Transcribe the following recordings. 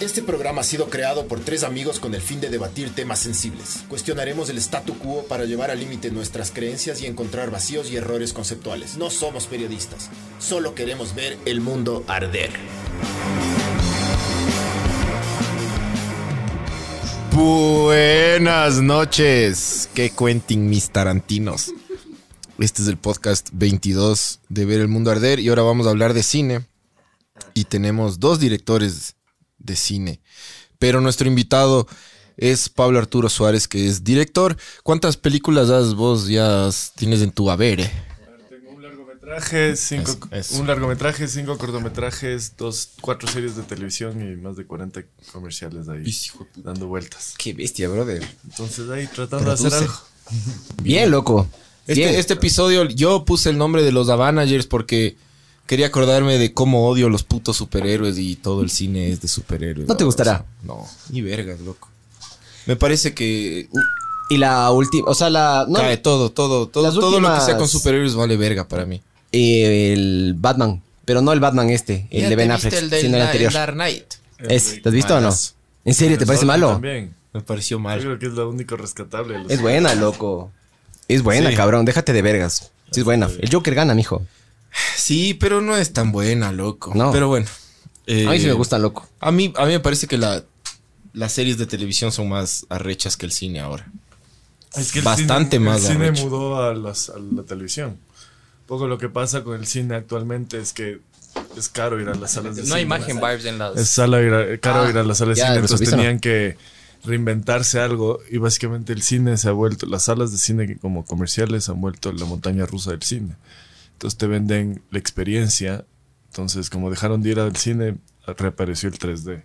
Este programa ha sido creado por tres amigos con el fin de debatir temas sensibles. Cuestionaremos el statu quo para llevar al límite nuestras creencias y encontrar vacíos y errores conceptuales. No somos periodistas, solo queremos ver el mundo arder. Buenas noches, que cuenten mis tarantinos. Este es el podcast 22 de Ver el Mundo Arder y ahora vamos a hablar de cine. Y tenemos dos directores de cine. Pero nuestro invitado es Pablo Arturo Suárez, que es director. ¿Cuántas películas has vos ya has- tienes en tu haber? eh? Tengo un largometraje, cinco, Eso, eso. un largometraje, cinco cortometrajes, dos, cuatro series de televisión y más de 40 comerciales ahí dando vueltas. Qué bestia, brother. Entonces ahí tratando de Produce. hacer algo. Bien, loco. Bien. Este, este episodio yo puse el nombre de los Avanagers porque quería acordarme de cómo odio los putos superhéroes y todo el cine es de superhéroes. No ahora, te gustará. o sea, No, ni vergas, loco. Me parece que Y la última, o sea, la. No, cae todo, todo, todo, Las todo lo que sea con últimas- superhéroes vale verga para mí. eh, el Batman. Pero no el Batman este, el de Ben Affleck, sino el anterior. Dark Knight. Ese, ¿te has visto o no? Malas. ¿En serio? ¿Te El parece Sol malo? También. Me pareció Yo mal. creo que es lo único rescatable. de los- Es buena, loco. Es buena, Sí. cabrón. Déjate de vergas. Sí, es buena. El Joker gana, mijo. Sí, pero no es tan buena, loco. No. Pero bueno. eh, A mí sí me gusta, loco. A mí, a mí me parece que la- las series de televisión son más arrechas que el cine ahora. Es que el Bastante cine- más El cine arrecho. mudó a, las- a la televisión. Un poco lo que pasa con el cine actualmente es que es caro ir a las salas de No cine. hay imagen vibes en las. Es sala ir a- caro Ah, ir a las salas de ya, cine, lo entonces supiste, ¿no? tenían que reinventarse algo y básicamente el cine se ha vuelto, las salas de cine que como comerciales han vuelto la montaña rusa del cine. Entonces te venden la experiencia, entonces como dejaron de ir al cine, reapareció el 3D.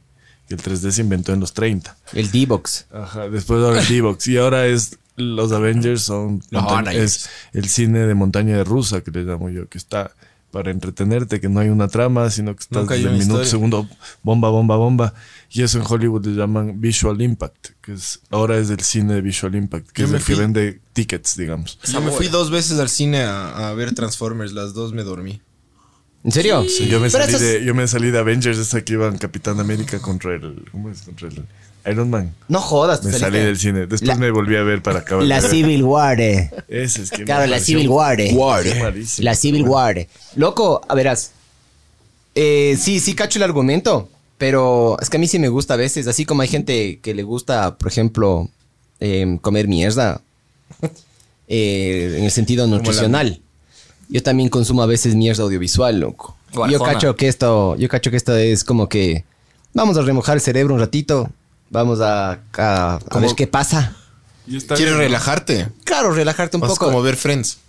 Y el 3D se inventó en los 30. El D-Box. Ajá, después ahora el D-Box. Y ahora es los Avengers son Los monta- Avengers. es el cine de montaña de rusa que le llamo yo, que está para entretenerte, que no hay una trama, sino que estás Nunca hay desde el una minuto historia. segundo bomba, bomba, bomba. Y eso en Hollywood le llaman visual impact, que es ahora es el cine de visual impact, que Yo es me el que fui- vende tickets, digamos. Yo me fui dos veces al cine a, a ver Transformers, las dos me dormí. ¿En serio? Sí, Yo me, salí de, yo me salí de Avengers, esa que iban Capitán América contra el, ¿cómo es? Contra el Iron Man. No jodas, te Me salí saliste. del cine. Después La- me volví a ver para acabar. La de ver. Civil War. eh. Ese es que me Claro, la pareció Civil War. eh. malísimo. La Civil War. Loco, a verás. Eh, sí, sí cacho el argumento, pero es que a mí sí me gusta a veces, así como hay gente que le gusta, por ejemplo, em, comer mierda, eh, en el sentido nutricional. Yo también consumo a veces mierda audiovisual, loco. O Yo Arjona. cacho que esto, yo cacho que esto es como que vamos a remojar el cerebro un ratito, vamos a, a, a Como- ver qué pasa. Y está ¿Quieres bien, ¿no? relajarte? Claro, relajarte un Vas poco. como ver Friends.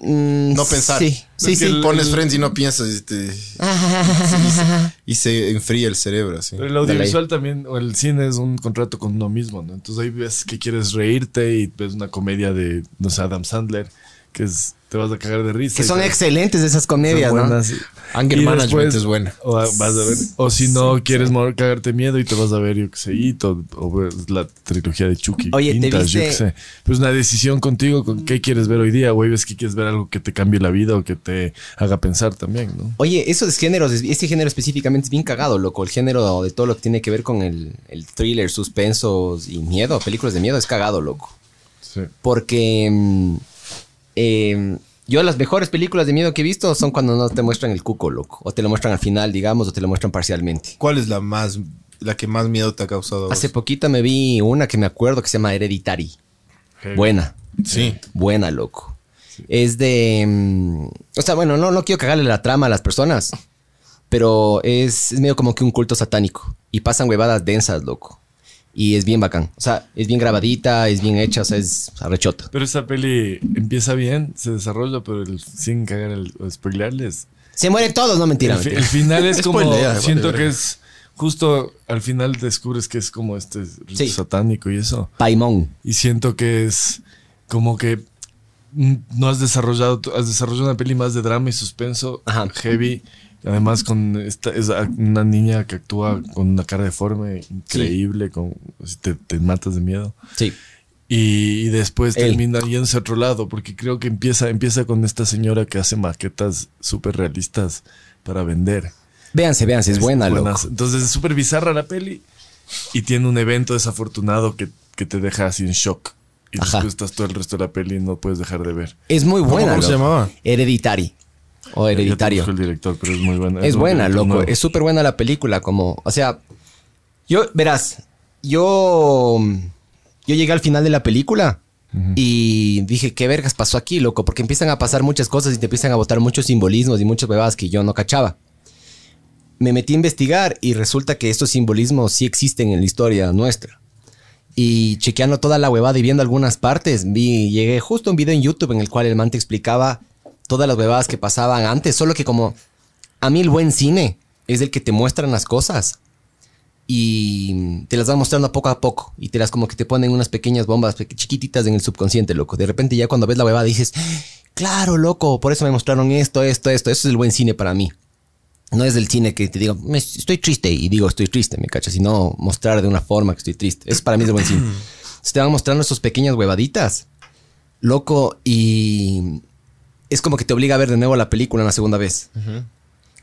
Mm, No pensar. Sí, sí, sí. Pones Friends y no piensas y, te- y se- y se enfría el cerebro así. Pero el audiovisual también, o el cine es un contrato con uno mismo, ¿no? Entonces ahí ves que quieres reírte y ves una comedia de, no sé, Adam Sandler, que es, te vas a cagar de risa. Que y son te- excelentes esas son comedias, ¿no? buenas. Anger Y Management después- es buena. O, a- vas a ver, o si no, quieres mover- cagarte miedo y te vas a ver, yo qué sé, It, o, o ves la trilogía de Chucky. Oye, ¿te Quintas, viste- Yo qué sé. Pero es una decisión contigo con qué quieres ver hoy día, güey. Ves que quieres ver algo que te cambie la vida o que te haga pensar también, ¿no? Oye, eso de géneros, es- este género específicamente es bien cagado, loco. El género de todo lo que tiene que ver con el, el thriller, suspensos y miedo, películas de miedo, es cagado, loco. Sí. Porque mm, eh, yo las mejores películas de miedo que he visto son cuando no te muestran el cuco, loco. O te lo muestran al final, digamos, o te lo muestran parcialmente. ¿Cuál es la más la que más miedo te ha causado? a vos? Hace poquito me vi una que me acuerdo que se llama Hereditary. Buena. Sí. Buena, loco. Es de. mm, o sea, bueno, no, no quiero cagarle la trama a las personas. Pero es, es medio como que un culto satánico. Y pasan huevadas densas, loco. Y es bien bacán. O sea, es bien grabadita, es bien hecha, o sea, es arrechota. Pero esa peli empieza bien, se desarrolla, pero el- sin cagar el o spoilearles. Se mueren todos, no mentira. el, fi- mentira. el final es como. Spoilea, vale, siento verga. que es. Justo al final descubres que es como este rito Sí. satánico y eso. Paimón. Y siento que es como que mm, no has desarrollado. tu- Has desarrollado una peli más de drama y suspenso. Ajá. Heavy. Además, con esta, es a- una niña que actúa con una cara deforme increíble, con, si te- te matas de miedo. Sí. Y, y después Él. termina yéndose a otro lado, porque creo que empieza, empieza con esta señora que hace maquetas súper realistas para vender. Véanse, véanse, es buena, loco. Buenas. Entonces es súper bizarra la peli, y tiene un evento desafortunado que, que te deja así en shock. Y Ajá. después estás todo el resto de la peli y no puedes dejar de ver. Es muy ¿Cómo, buena. cómo se loco. llamaba? Hereditary. O Ya te hereditario. busco el director, pero es muy buena. Es un buena, director loco. nuevo. Es súper buena la película. Como, o sea, yo, verás, yo, yo llegué al final de la película y dije, ¿qué vergas pasó aquí, loco? Porque empiezan a pasar muchas cosas y te empiezan a botar muchos simbolismos y muchas bebadas que yo no cachaba. Me metí a investigar y resulta que estos simbolismos sí existen en la historia nuestra. Y chequeando toda la huevada y viendo algunas partes, vi, llegué justo a un video en YouTube en el cual el man te explicaba todas las huevadas que pasaban antes, solo que como a mí el buen cine es el que te muestran las cosas y te las van mostrando poco a poco y te las como que te ponen unas pequeñas bombas pe- chiquititas en el subconsciente, loco. De repente ya cuando ves la huevada dices, claro, loco, por eso me mostraron esto, esto, esto. Eso es el buen cine para mí. No es el cine que te digo, "Me- estoy triste y digo, estoy triste, me cachas, sino mostrar de una forma que estoy triste. Eso para mí es el buen cine. Se te van mostrando esas pequeñas huevaditas, loco, y es como que te obliga a ver de nuevo la película una segunda vez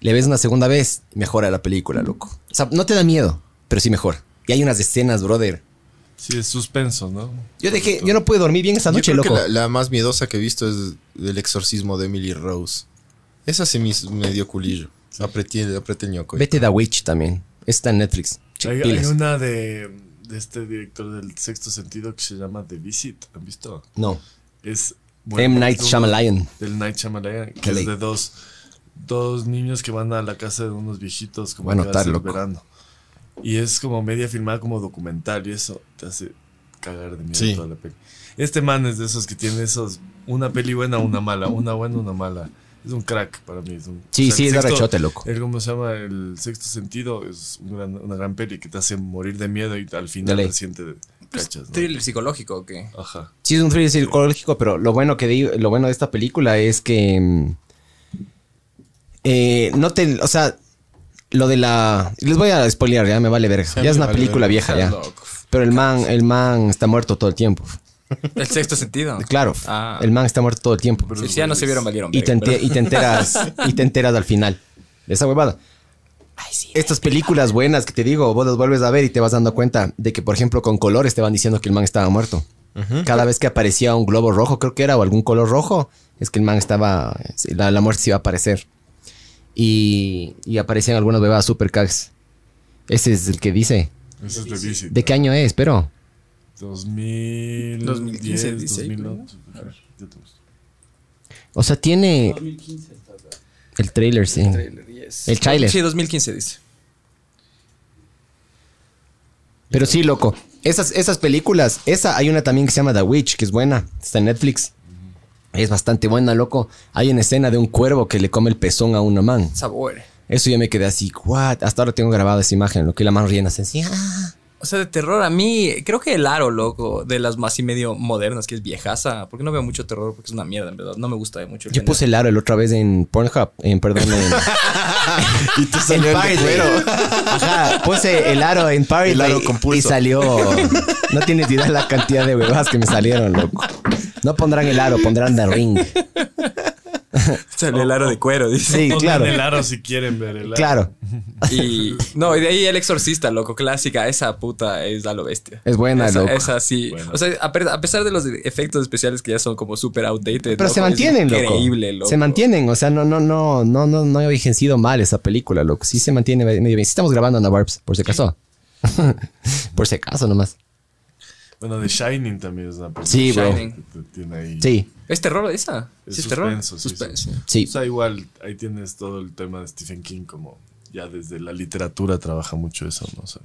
le ves una segunda vez, mejora la película, loco. O sea, no te da miedo, pero sí mejora. Y hay unas escenas, brother. Sí, es suspenso, ¿no? Yo dejé, yo no pude dormir bien esa Yo noche, creo que loco. la, la más miedosa que he visto es El exorcismo de Emily Rose. Esa sí me, hizo- me dio culillo. Apreté, apreté el ñoco. Vete The Witch también. Está en Netflix. Che, Hay, hay pilas. una de, de este director del sexto sentido que se llama The Visit. ¿Han visto? No. Es. M. Night es uno Shyamalan. Del Night Shyamalan, que Kelly. es de dos, dos niños que van a la casa de unos viejitos como Voy a que anotar, hace el loco. verano. Y es como media filmada como documental y eso te hace cagar de miedo Sí. toda la peli. Este man es de esos que tiene esos, una peli buena, una mala, una buena, una mala. Es un crack para mí. es un- Sí, o sea, sí, el es sexto- arrechote, loco. el, ¿Cómo se llama? El sexto sentido es un gran- una gran peli que te hace morir de miedo y al final Dale. te siente cachas. ¿no? Thriller psicológico, que Ajá. Sí, es un thriller psicológico, pero lo bueno que digo- lo bueno de esta película es que mm, eh, no te, o sea, lo de la les voy a spoilear, ya me vale verga. a ya mí es me una vale película verga. vieja ya. loco. Pero el man, el man está muerto todo el tiempo. El sexto sentido. Claro, Ah. el man está muerto todo el tiempo. Si ya no se vieron, valieron. y te, verga, ente- y te enteras y te enteras al final de esa huevada. Estas películas buenas que te digo, vos las vuelves a ver y te vas dando cuenta de que, por ejemplo, con colores te van diciendo que el man estaba muerto. Cada vez que aparecía un globo rojo, creo que era, o algún color rojo, es que el man estaba, la, la muerte se iba a aparecer. Y, y aparecían algunas bebadas super cags. Ese es el que dice. Ese es The Visit. ¿De qué año es? Pero 2000, 2015, 2016, 2008. ajá, ya te busco. O sea, tiene. El trailer, sí. pero- Thriller, yes. El trailer. Sí, 2015 dice. Pero sí, loco. Esas, esas películas, esa hay una también que se llama The Witch, que es buena, está en Netflix. Es bastante buena, loco. Hay una escena de un cuervo que le come el pezón a una man. Sabor. Eso yo me quedé así, what? Hasta ahora tengo grabada esa imagen, lo que la mano riendo así, así. ah. O sea, de terror a mí, creo que el aro, loco, de las más y medio modernas, que es viejaza, porque no veo mucho terror, porque es una mierda, en verdad. No me gusta mucho. el Yo género. puse el aro el otra vez en Pornhub, en perdón, en, Y te salió en el de Pirate. cuero. Ajá, puse el aro en Pirate El aro y- con y pulso. salió. No tienes idea la cantidad de huevadas que me salieron, loco. No pondrán el aro, pondrán The Ring. Sale el aro de cuero, dice. Sí, Pongan claro. el aro si quieren ver el aro. Claro. Y no, y de ahí el exorcista, loco, clásica, esa puta es a lo bestia. Es buena, esa, loco. Esa sí. Buena. O sea, a, pe- a pesar de los efectos especiales que ya son como super outdated. Pero loco, se es mantienen, loco. Increíble, loco. Se mantienen, o sea, no, no, no, no, no, no he vigenciado mal esa película, loco. Sí se mantiene medio bien. Sí estamos grabando en la Barbs, por si acaso. por si acaso nomás. Bueno, The Shining también es una película. Sí, bro. que te tiene ahí. Sí, ¿Es terror esa? Es Sí, ¿Es terror? suspenso, sí, Suspenso. O sí. sea, igual ahí tienes todo el tema de Stephen King como ya desde la literatura trabaja mucho eso, ¿no? O sea,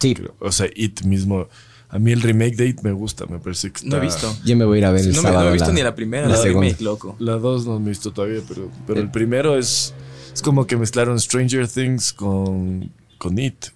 Sí. creo- o sea, It mismo. A mí el remake de It me gusta, me parece que está... No he visto. Yo me voy a ir a ver el no, me- sábado. no he visto ni la primera, Ah, la la, segunda. remake, loco. La 2 no me he visto todavía, pero, pero el primero es, es como que mezclaron Stranger Things con, con It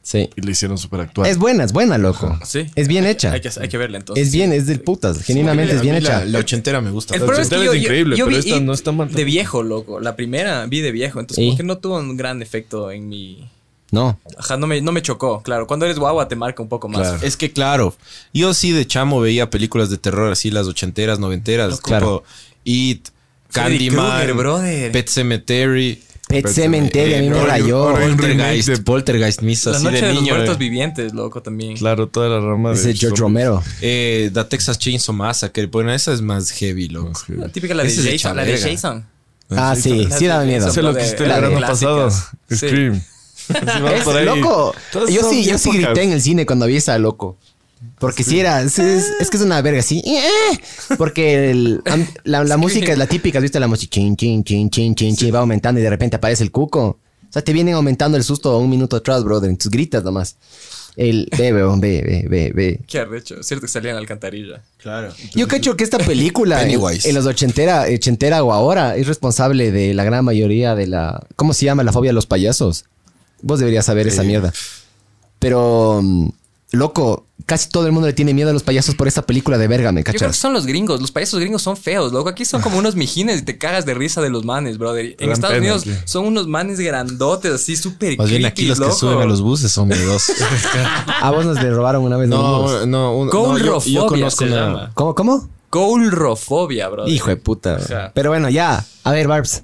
Sí. y le hicieron súper actual. Es buena, es buena, loco. Sí. Es bien hecha. Hay que, hay que verla entonces. Es bien, es del putas. Genuinamente es A bien mí la- hecha. La ochentera me gusta. El problema es que ochentera yo, es yo- increíble, yo vi pero esta It no está mal de tampoco. viejo, loco. La primera vi de viejo, entonces Sí. como que no tuvo un gran efecto en mi... No. Ajá, no me, no me chocó, claro. Cuando eres guagua te marca un poco más. Claro. Es que claro, yo sí de chamo veía películas de terror así, las ochenteras, noventeras, Claro. tipo It, Freddy Candyman, Krueger, brother. Pet Cemetery. Pet Cemetery, a mí me no, yo- rayó. ahora- Poltergeist, Poltergeist Misa, La así noche de de los niño. muertos eh. vivientes, loco, también. Claro, toda la rama Dice de George Romero. Eh, The Texas Chainsaw Massacre. Bueno, esa es más heavy, loco. La típica la de Ese es de Jason. La de chaverga. Jason. Ah, sí, La sí de daba miedo. Jason, Eso es ¿no? lo que De- hiciste el la de verano clásicas. pasado. Sí. Scream. Así vas Es por ahí. loco. Todas Yo son sí, yo bien sí pocas. grité en el cine cuando vi esa loco. Porque si era, es, es- es que es una verga así. ¡eh! Porque el- am- la, la música es la típica, ¿has visto la música? Chin, chin, chin, chin, chin, chin, va aumentando y de repente aparece el cuco. O sea, te vienen aumentando el susto un minuto atrás, brother. Tus gritas nomás. El ve, weón, ve, ve, ve, ve. Qué arrecho. Es cierto que salía en la alcantarilla. Claro. Yo cacho que esta película en, Pennywise. en los ochentera, ochentera o ahora es responsable de la gran mayoría de la... ¿Cómo se llama? La fobia a los payasos. Vos deberías saber esa mierda. Pero, mm, loco, casi todo el mundo le tiene miedo a los payasos por esta película de verga, ¿me Yo creo que cachas? son los gringos. Los payasos gringos son feos, loco. Aquí son como unos mijines y te cagas de risa de los manes, brother. En dan Estados pena, Unidos tío. son unos manes grandotes, así súper Más bien aquí creepy, los que loco. suben a los buses son miedosos. A vos nos le robaron una vez. no, eh. ¿no? no, un- no, yo, Coulrofobia yo conozco se una- llama. ¿Cómo, cómo? Coulrofobia, brother. Hijo de puta. Ajá. Pero bueno, ya. A ver, Barbs.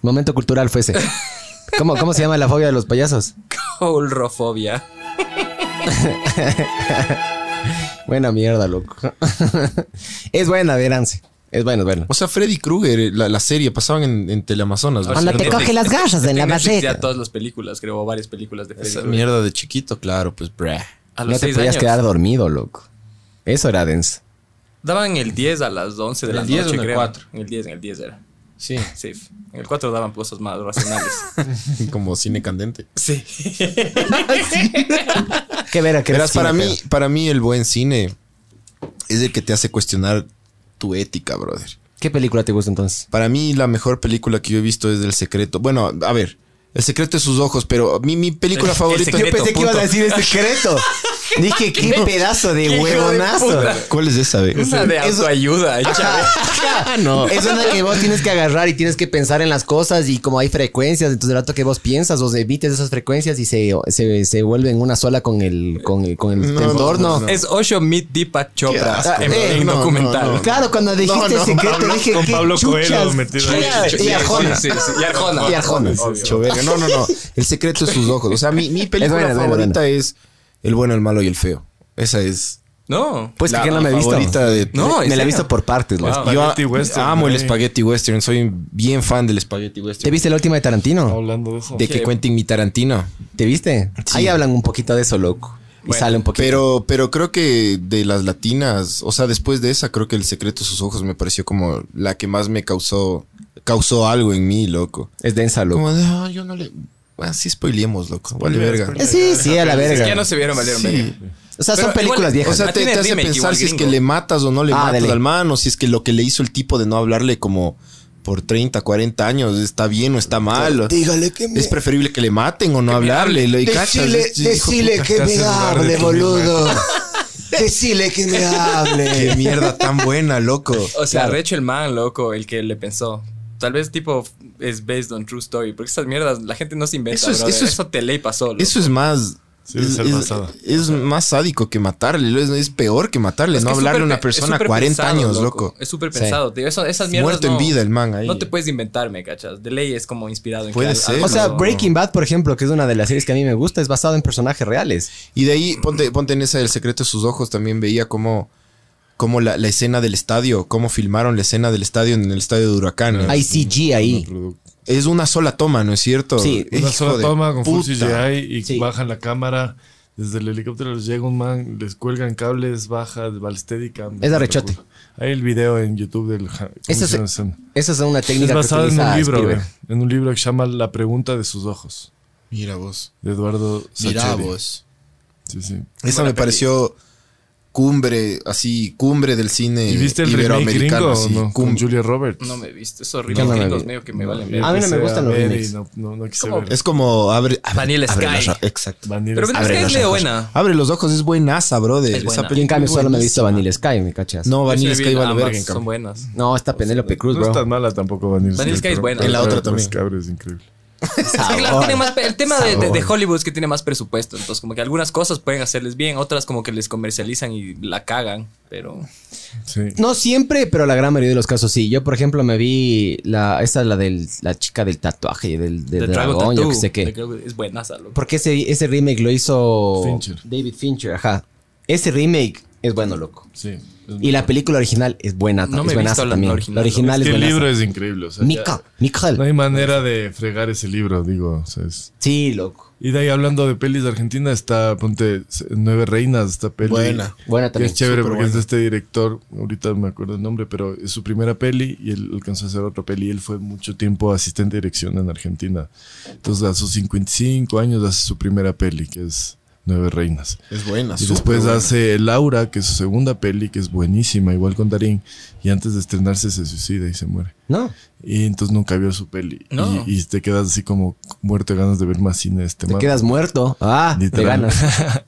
Momento cultural fue ese. ¿Cómo, ¿Cómo se llama la fobia de los payasos? Coulrofobia. Buena mierda, loco. es buena, veránse. Es bueno, es bueno. O sea, Freddy Krueger, eh, la, la serie, pasaban en, en Teleamazonas. ¿no? Ahora Cuando sí, te Netflix- coge las garras en la Netflix maceta. Ya todas las películas, creo, o varias películas de Freddy Esa Krueger. mierda de chiquito, claro, pues, bruh. A los No te seis podías años. quedar dormido, loco. Eso era denso. Daban el 10 a las 11 de ¿En la el 10 o noche, en el creo. 4? En el 10, en el 10 era. Sí, Sí. En el 4 daban cosas más racionales. como cine candente. sí. Qué vera que Verás, eres para cine, mí, para mí el buen cine es el que te hace cuestionar tu ética, brother. pero- ¿Qué película te gusta entonces? Para mí la mejor película que yo he visto es El Secreto. Bueno, a ver, El Secreto de sus ojos, pero mi, mi película El favorita... Secreto, Yo pensé que ibas a punto. decir es secreto. Dije, qué, pedazo de huevonazo. ¿Cuál es esa, ve? Una de Eso- autoayuda. hecha. no. Es una que vos tienes que agarrar y tienes que pensar en las cosas y como hay frecuencias, entonces el rato que vos piensas, vos evites esas frecuencias y se, se, se vuelven una sola con el, con el, con el No, no, entorno. no, Es Osho Meet Deepak Chopra asco, en, eh, en no, documental. no, no. Claro, cuando dijiste no, secreto, Pablo- dije con que Pablo Coelho chuchas, metido ahí. chuchas, y Arjona. Sí, sí, sí. Y Arjona. Y Arjona. Obvio. Hecho verga. No, no, no. El secreto de sus ojos. O sea, mi, mi película buena, es buena, favorita es El bueno, el malo y el feo. Esa es No. Pues la que no me he visto. favorita de... No, me la he ¿en serio? visto por partes, loco. Wow. Yo a- Spaghetti western, amo el eh. spaghetti western. Soy bien fan del spaghetti ¿Te western. viste la última de Tarantino? Hablando de eso. De que Sí. Quentin mi Tarantino. ¿Te viste? Ahí hablan un poquito de eso, loco. Y Bueno, sale un poquito. Pero, pero creo que de las latinas, o sea, después de esa, creo que El secreto de sus ojos me pareció como la que más me causó, causó algo en mí, loco. es densa, loco. Como de, "Ah, yo no le... Así spoileemos, loco. Vale, Spoileas, verga. Eh, sí, sí, a la Es que verga. ya no se vieron valer Sí. O sea, son Pero películas igual- viejas. O sea, te, Tiene te hace remake, pensar igual si es que gringo. le matas o no le Ah, matas dele. al man, o si es que lo que le hizo el tipo de no hablarle como por 30, 40 años está bien o está mal. o- Dígale que me... Es preferible que le maten o no hablarle. lo- y cachas, Decile, es- es- hijo de decile puta, que casi me en lugar de hable, tu boludo. decile que me hable. Qué mierda tan buena, loco. O sea, Recho el man, loco, el que le pensó. Tal vez tipo es based on true story. Porque esas mierdas la gente no se inventa, Eso eso es- eso Eso, es- te ley pasó, loco. Eso es más. Sí, es, ser es- basado. es más sádico que matarle. lo- Es, es peor que matarle. Es no que es hablarle a súper una pe- es persona súper 40 pensado, años, loco. Es súper pensado. tío. Eso- esas mierdas Muerto en no- vida el man ahí. No te puedes inventarme, cachas. De ley es como inspirado en Puede que al- ser, algo- O sea, no. Breaking Bad, por ejemplo, que es una de las series que a mí me gusta, es basado en personajes reales. Y de ahí, ponte, ponte en esa del secreto de sus ojos, también veía cómo, cómo la, la escena del estadio, cómo filmaron la escena del estadio en el estadio de Huracán. Hay CG ahí. Es una sola toma, ¿no es cierto? Sí, Una Hijo sola de toma con full puta. CGI y Sí. bajan la cámara. Desde el helicóptero les llega un man, les cuelgan cables, baja, va al Steadicam. Es de rechote. Hay el video en YouTube del... ja- ¿cómo Ese se es- llama esa escena? Esa es una técnica Es que basado en utiliza un libro, Spielberg. güey. En un libro que se llama La pregunta de sus ojos. Mira vos. De Eduardo Mira Sacheri. vos. Sí, sí. Esa Buena me pareció cumbre, así, cumbre del cine Eh, ¿Y viste el remake iberoamericano. gringo o así, no? Con cum- Julia Roberts. No me viste. Es horrible. Yo no Los me gringos vi. medio que me valen yo ver. A mí no me empecé gustan los ver y remakes. No, no, no quise ¿Cómo? ver. Es como abre, abre- Vanilla abre Sky. los- exacto. Vanilla Pero Vanilla Sky. Sky es medio pues, buena. Abre los ojos, es buenaza, brother. Es buena. Yo en cambio solo me he visto Vanilla Sky, ¿me cachas? No, Yo Vanilla sí vi Sky vale ambas, verga en Son cambio. buenas. No, está Penélope Cruz, No es bro. tan mala tampoco Vanilla Vanilla Sky es pero- buena. pero En la otra Los también. Cabres, increíble. Sí, Ah, claro, tiene más pe- el tema de, de- de Sabor. Hollywood es que tiene más presupuesto, entonces como que algunas cosas pueden hacerles bien, otras como que les comercializan y la cagan, pero Sí. No siempre, pero la gran mayoría de los casos sí. Yo, por ejemplo, me vi la, esta es la del, la chica del tatuaje, del, del The Dragon dragón, yo Tattoo, que sé de qué. Dragon- es buenaza, loco. Porque ese, ese remake lo hizo Fincher. David Fincher, ajá. Ese remake es bueno, loco. Sí. Es Y la película original es buena, No es me he buenaza visto la también. original, La es original es que el buena. libro es increíble. o sea, ya- Mika, Mikael. no hay manera de fregar ese libro, digo. o sea, es- Sí, loco. Y de ahí hablando de pelis de Argentina, está, ponte, Nueve Reinas, esta peli. Buena. Buena Que también. es chévere súper porque es buena. de este director, ahorita no me acuerdo el nombre, pero es su primera peli y él alcanzó a hacer otra peli. Él fue mucho tiempo asistente de dirección en Argentina. Entonces a sus 55 años hace su primera peli, que es Nueve Reinas. Es buena. Y después hace Laura, que es su segunda peli, que es buenísima, igual con Darín. Y antes de estrenarse se suicida y se muere. No, Y entonces nunca vio su peli. No. Y, y te quedas así como muerto de ganas de ver más cine de este te man. quedas muerto. Ah, te Literal. ganas.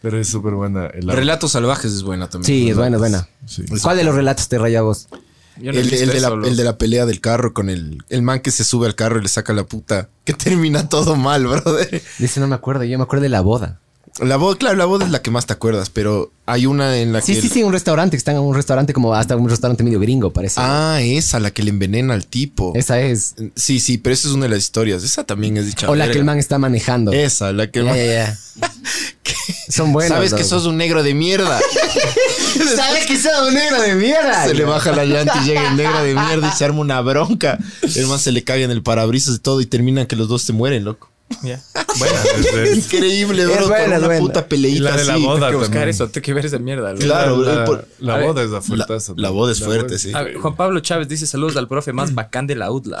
Pero es súper buena el Laura. Relatos salvajes es buena también. Sí, es buena, es buena. Sí. ¿Cuál de los relatos te raya a vos? Yo no he El, de- visto el de la, eso, loco. el de la pelea del carro con el, el man que se sube al carro y le saca la puta. Que termina todo mal, brother. Dice, no me acuerdo, yo me acuerdo de la boda. La voz, claro, la voz es la que más te acuerdas, pero hay una en la Sí, que. sí, sí, un restaurante, que están en un restaurante como hasta un restaurante medio gringo, parece. Ah, esa, la que le envenena al tipo. Esa es. Sí, sí, pero esa es una de las historias. Esa también es dicha. O la que Eh, verga. Eh, el man está manejando. Esa, la que el Ya, man- ya, ya. Son buenos. Sabes que loco. sos un negro de mierda. Sabes que sos un negro de mierda. se le baja la llanta y llega el negro de mierda y se arma una bronca. El man se le cae en el parabrisas y todo y terminan que los dos se mueren, loco. Ya. Buena, es- es- Increíble, Es bro. por buena, es una buena. puta peleita Y la de la así. boda Hay que buscar también. eso, tengo que ver esa mierda. loco. Claro, la, la- por- la a ver, boda es la fuerte. la- la boda es fuerte, sí. A ver, Juan Pablo Chávez dice saludos al profe Mm. más bacán de la UDLA.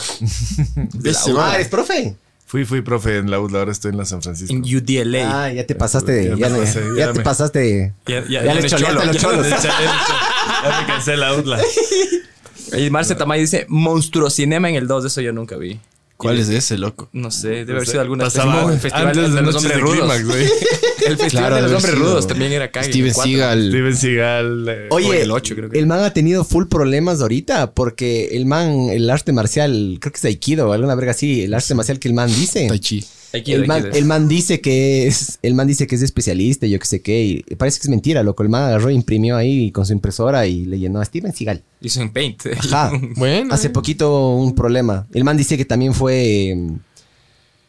De la Ese UDLA. man. Ah, ¿eres profe? Fui, fui profe en la UDLA, ahora estoy en la San Francisco. En UDLA. Ah, ya te pasaste de. Ya Ya, me le- pasé, ya ya te me- pasaste de. Ya, ya- Ya ya le me choleaste cholo, a los ya- cholos. Ya, ya, ya me cansé de la UDLA. Y Marce Tamay dice Monstruo Cinema en el 2, eso yo nunca vi. ¿Cuál es ese, loco? No sé, debe haber sido alguna Pasaba especie- festival antes de de los Noches hombres de rudos. Clímax, güey. El Claro, festival de los debe hombres haber sido rudos también era cague. Steven cuatro. Seagal. Steven Seagal. eh, O Oye, en el, el ocho, creo que. man ha tenido full problemas ahorita porque el man, el arte marcial, creo que es Aikido, alguna verga así, el arte marcial que el man dice. Tai Chi. Aquí, El aquí, man, de- el man dice que es, el man dice que es especialista, y yo qué sé qué, y parece que es mentira, loco. El man agarró, imprimió ahí con su impresora y le llenó a Steven Seagal. Hizo en Paint. Ajá. Bueno. eh. Hace poquito un problema. El man dice que también fue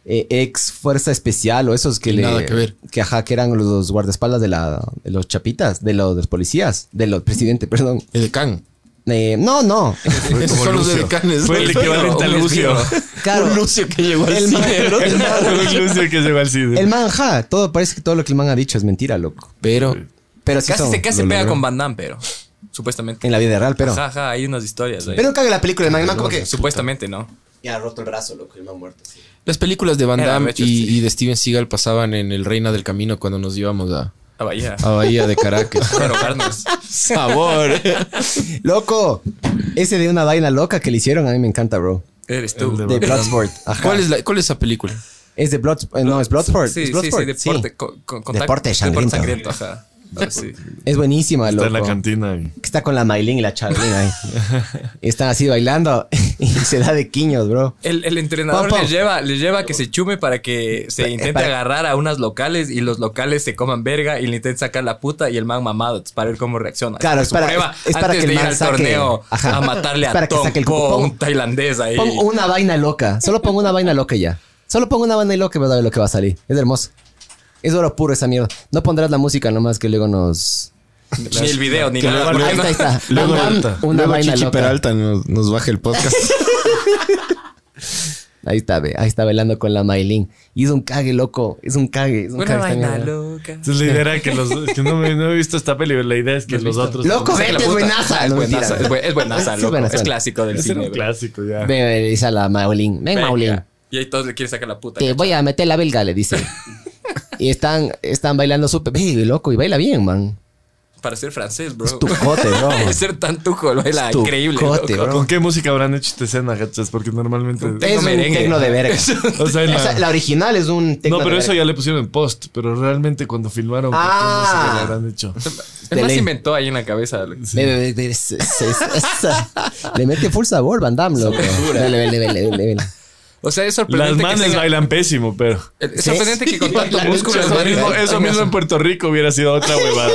eh, ex fuerza especial o esos que le. Nada que ver. Que ajá, que eran los, guardaespaldas de, la, de los chapitas, de los, de los policías, de los presidente, perdón. El de Khan. Eh, no, no. Fue Esos como son los Lucio. decanes. Fue el Pero- equivalente a un Lucio. Claro. Un Lucio que llegó al El man- cine, bro. el man- Fue un Lucio que llegó al cine. El man, ajá, todo parece que todo lo que el man ha dicho es mentira, loco. Pero Pero sí Casi son- se, casi se lo pega logró. con Van Damme, pero. Supuestamente. En la vida real, pero. Ajá, ajá, hay unas historias ahí. Pero no caga la película, el man, el man como que. Supuestamente, ¿no? Ya ha roto el brazo, loco, el man muerto. sí. las películas de Van Era Damme Richard, y, sí. y de Steven Seagal pasaban en El Reina del Camino cuando nos íbamos a, La bahía. a Bahía de Caracas. Para rogarnos. Sabor. Loco, ese de una vaina loca que le hicieron, a mí me encanta, bro. Eres tú. De Bloodsport. Ajá. ¿Cuál es, la- ¿Cuál es esa película? Es de Bloodsport. No, es Bloodsport. Sí, es sí, sí, Bloodsport, deporte. co- con- contacto- Deporte sangriento. sangriento, ajá. Ah, sí. Es buenísima, Está loco. en la cantina. y- Que Está con la Maylin y la Charlene ahí. Están así bailando y se da de quiños, bro. El, el entrenador Pau, Pau. les lleva, les lleva que se chume para que se intente para- agarrar a unas locales y los locales se coman verga y le intenten sacar la puta y el man mamado es para ver cómo reacciona. Claro, Su es para- prueba es para antes que el de ir man al saque- torneo ajá. a matarle Es a para que Tom saque el Po, cupo. un tailandés ahí. Pon una vaina loca. Solo pongo una vaina loca y ya. Solo pongo una vaina loca y vas a ver lo que va a salir. Es hermoso. Es oro puro esa mierda. No pondrás la música nomás que luego nos. Ni el video, ni nada. Ahí porque está, no- ahí está. Luego, Una- una luego vaina Chichi loca. Peralta nos, nos baja el podcast. Ahí está, ve. Ahí está bailando con la Maylin. Y es un cague, loco. Es un cague. Es un Una cague esta vaina mierda. loca. Entonces la idea era que los... Es que no, me- no he visto esta peli, pero la idea es que los otros... Loco, Saca vete, la es puta. buenaza. Es No, mentira. buenaza, es bu- es buenaza, Sí, loco. buenaza. Es clásico del Ese era cine. un güey. clásico ya. Ve, ve, dice a la Maylin. Ven, Venga. Maylin. Y ahí todos le quieren sacar la puta. Te voy a meter la belga, le dice. y están, están bailando súper. Ve, loco, y baila bien, man. Para ser francés, bro. Es tu jote, bro. ser tan tujo, lo era tu increíble. cote, loco. bro. ¿Con qué música habrán hecho esta escena, gachas? Porque normalmente... Tengo es un merengue. tecno de verga. O sea, en O sea, la- la original es un tecno No, pero de eso verga. ya le pusieron en post, pero realmente cuando filmaron, ¿con Ah. ¿qué música le habrán hecho? El de más ley. inventó ahí en la cabeza. Ve, ve, ve, ve, es- es- es- es- Le mete full sabor, Van Damme, loco. Vele, vele, vele, vele, vele. O sea, es Las sorprendente. manes que tenga- bailan pésimo, pero. Es sorprendente que con tanto músculo. Eso mismo, eso mismo en Puerto Rico hubiera sido otra huevada.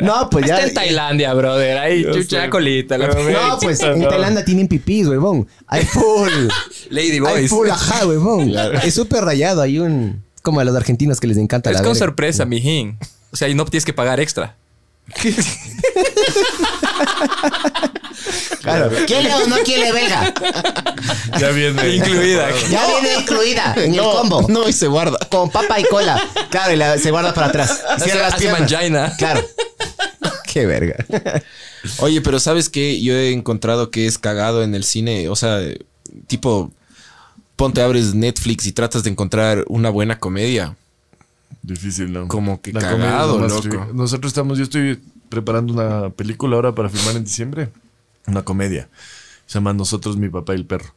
No, pues ya. Está en Tailandia, brother. Ahí, Yo chucha sé. colita. la- Pero ve, No, pues en no. Tailandia tienen pipis, huevón. Hay full. Lady hay Boys. full ajá, huevón. Es súper rayado. Hay un. Como a los argentinos que les encanta Es la con verga. sorpresa, mijín. O sea, y no tienes que pagar extra. Claro. ¿Quiere o no quiere verga? Ya viene. Incluida. Ya viene incluida en el combo. No, y se guarda. Con papa y cola. Claro, y la- se guarda para atrás. Y Hace- Cierra las hace piernas. mangina. Claro. Qué verga. Oye, pero ¿sabes qué? Yo he encontrado que es cagado en el cine. O sea, tipo, ponte, abres Netflix y tratas de encontrar una buena comedia. Difícil, ¿no? Como que comedia es lo cagado, más loco. tri- Nosotros estamos, yo estoy preparando una película ahora para filmar en diciembre. Una comedia. Se llama Nosotros, mi papá y el perro.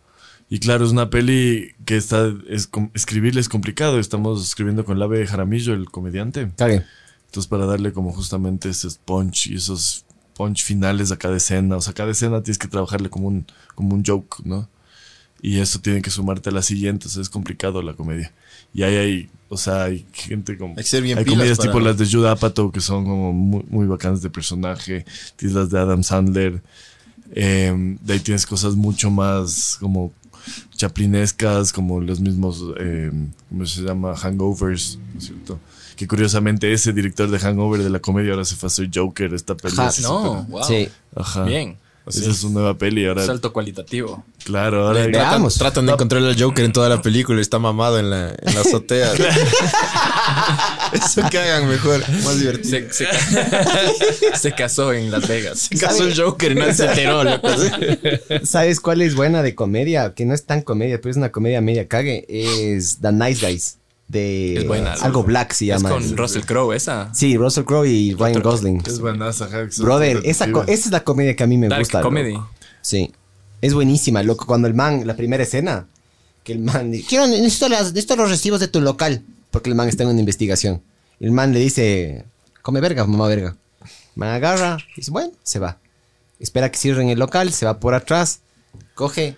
Y claro, es una peli que está. Es, com- escribirle es complicado. Estamos escribiendo con Lave Jaramillo, el comediante. Claro. Entonces, para darle como justamente ese punch y esos punch finales a cada escena. O sea, cada escena tienes que trabajarle como un, como un joke, ¿no? Y eso tiene que sumarte a la siguiente. O sea, es complicado la comedia. Y ahí hay, o sea, hay gente como. Hay que ser bien hay pilas comedias para- tipo las de Judd Apatow que son como muy, muy bacanas de personaje. Tienes las de Adam Sandler. Eh, de ahí tienes cosas mucho más como chaplinescas, como los mismos, eh, ¿cómo se llama? Hangovers, ¿no es cierto? Que curiosamente ese director de Hangover de la comedia ahora se fue a hacer Joker, esta peli. Ajá, es No, súper- wow. Sí. Ajá. Bien. O sea, Esa es su nueva peli, ahora, Salto cualitativo. claro, ahora... Veamos. Tratan, tratan de encontrar al Joker en toda la película y está mamado en la, en la azotea. Eso que hagan mejor, más divertido. Se, se- se casó en Las Vegas. Se casó el Joker, no se enteró, loco. ¿Sabes cuál es buena de comedia? Que no es tan comedia, pero es una comedia media cague. Es The Nice Guys. De Es buena. algo black se Es llama. con Russell Crowe esa. Sí, Russell Crowe y Ryan Gosling. Es buenaza, ajá, que son Brother, esa, co- tentativas. esa es la comedia que a mí me Dark gusta. comedy. loco. Sí. Es buenísima, loco. Cuando el man, la primera escena, que el man dice, quiero, necesito, las, necesito los recibos de tu local. Porque el man está en una investigación. Y el man le dice, come verga, mamá verga. El Man agarra, dice, bueno, se va. Espera que cierren el local, se va por atrás, coge,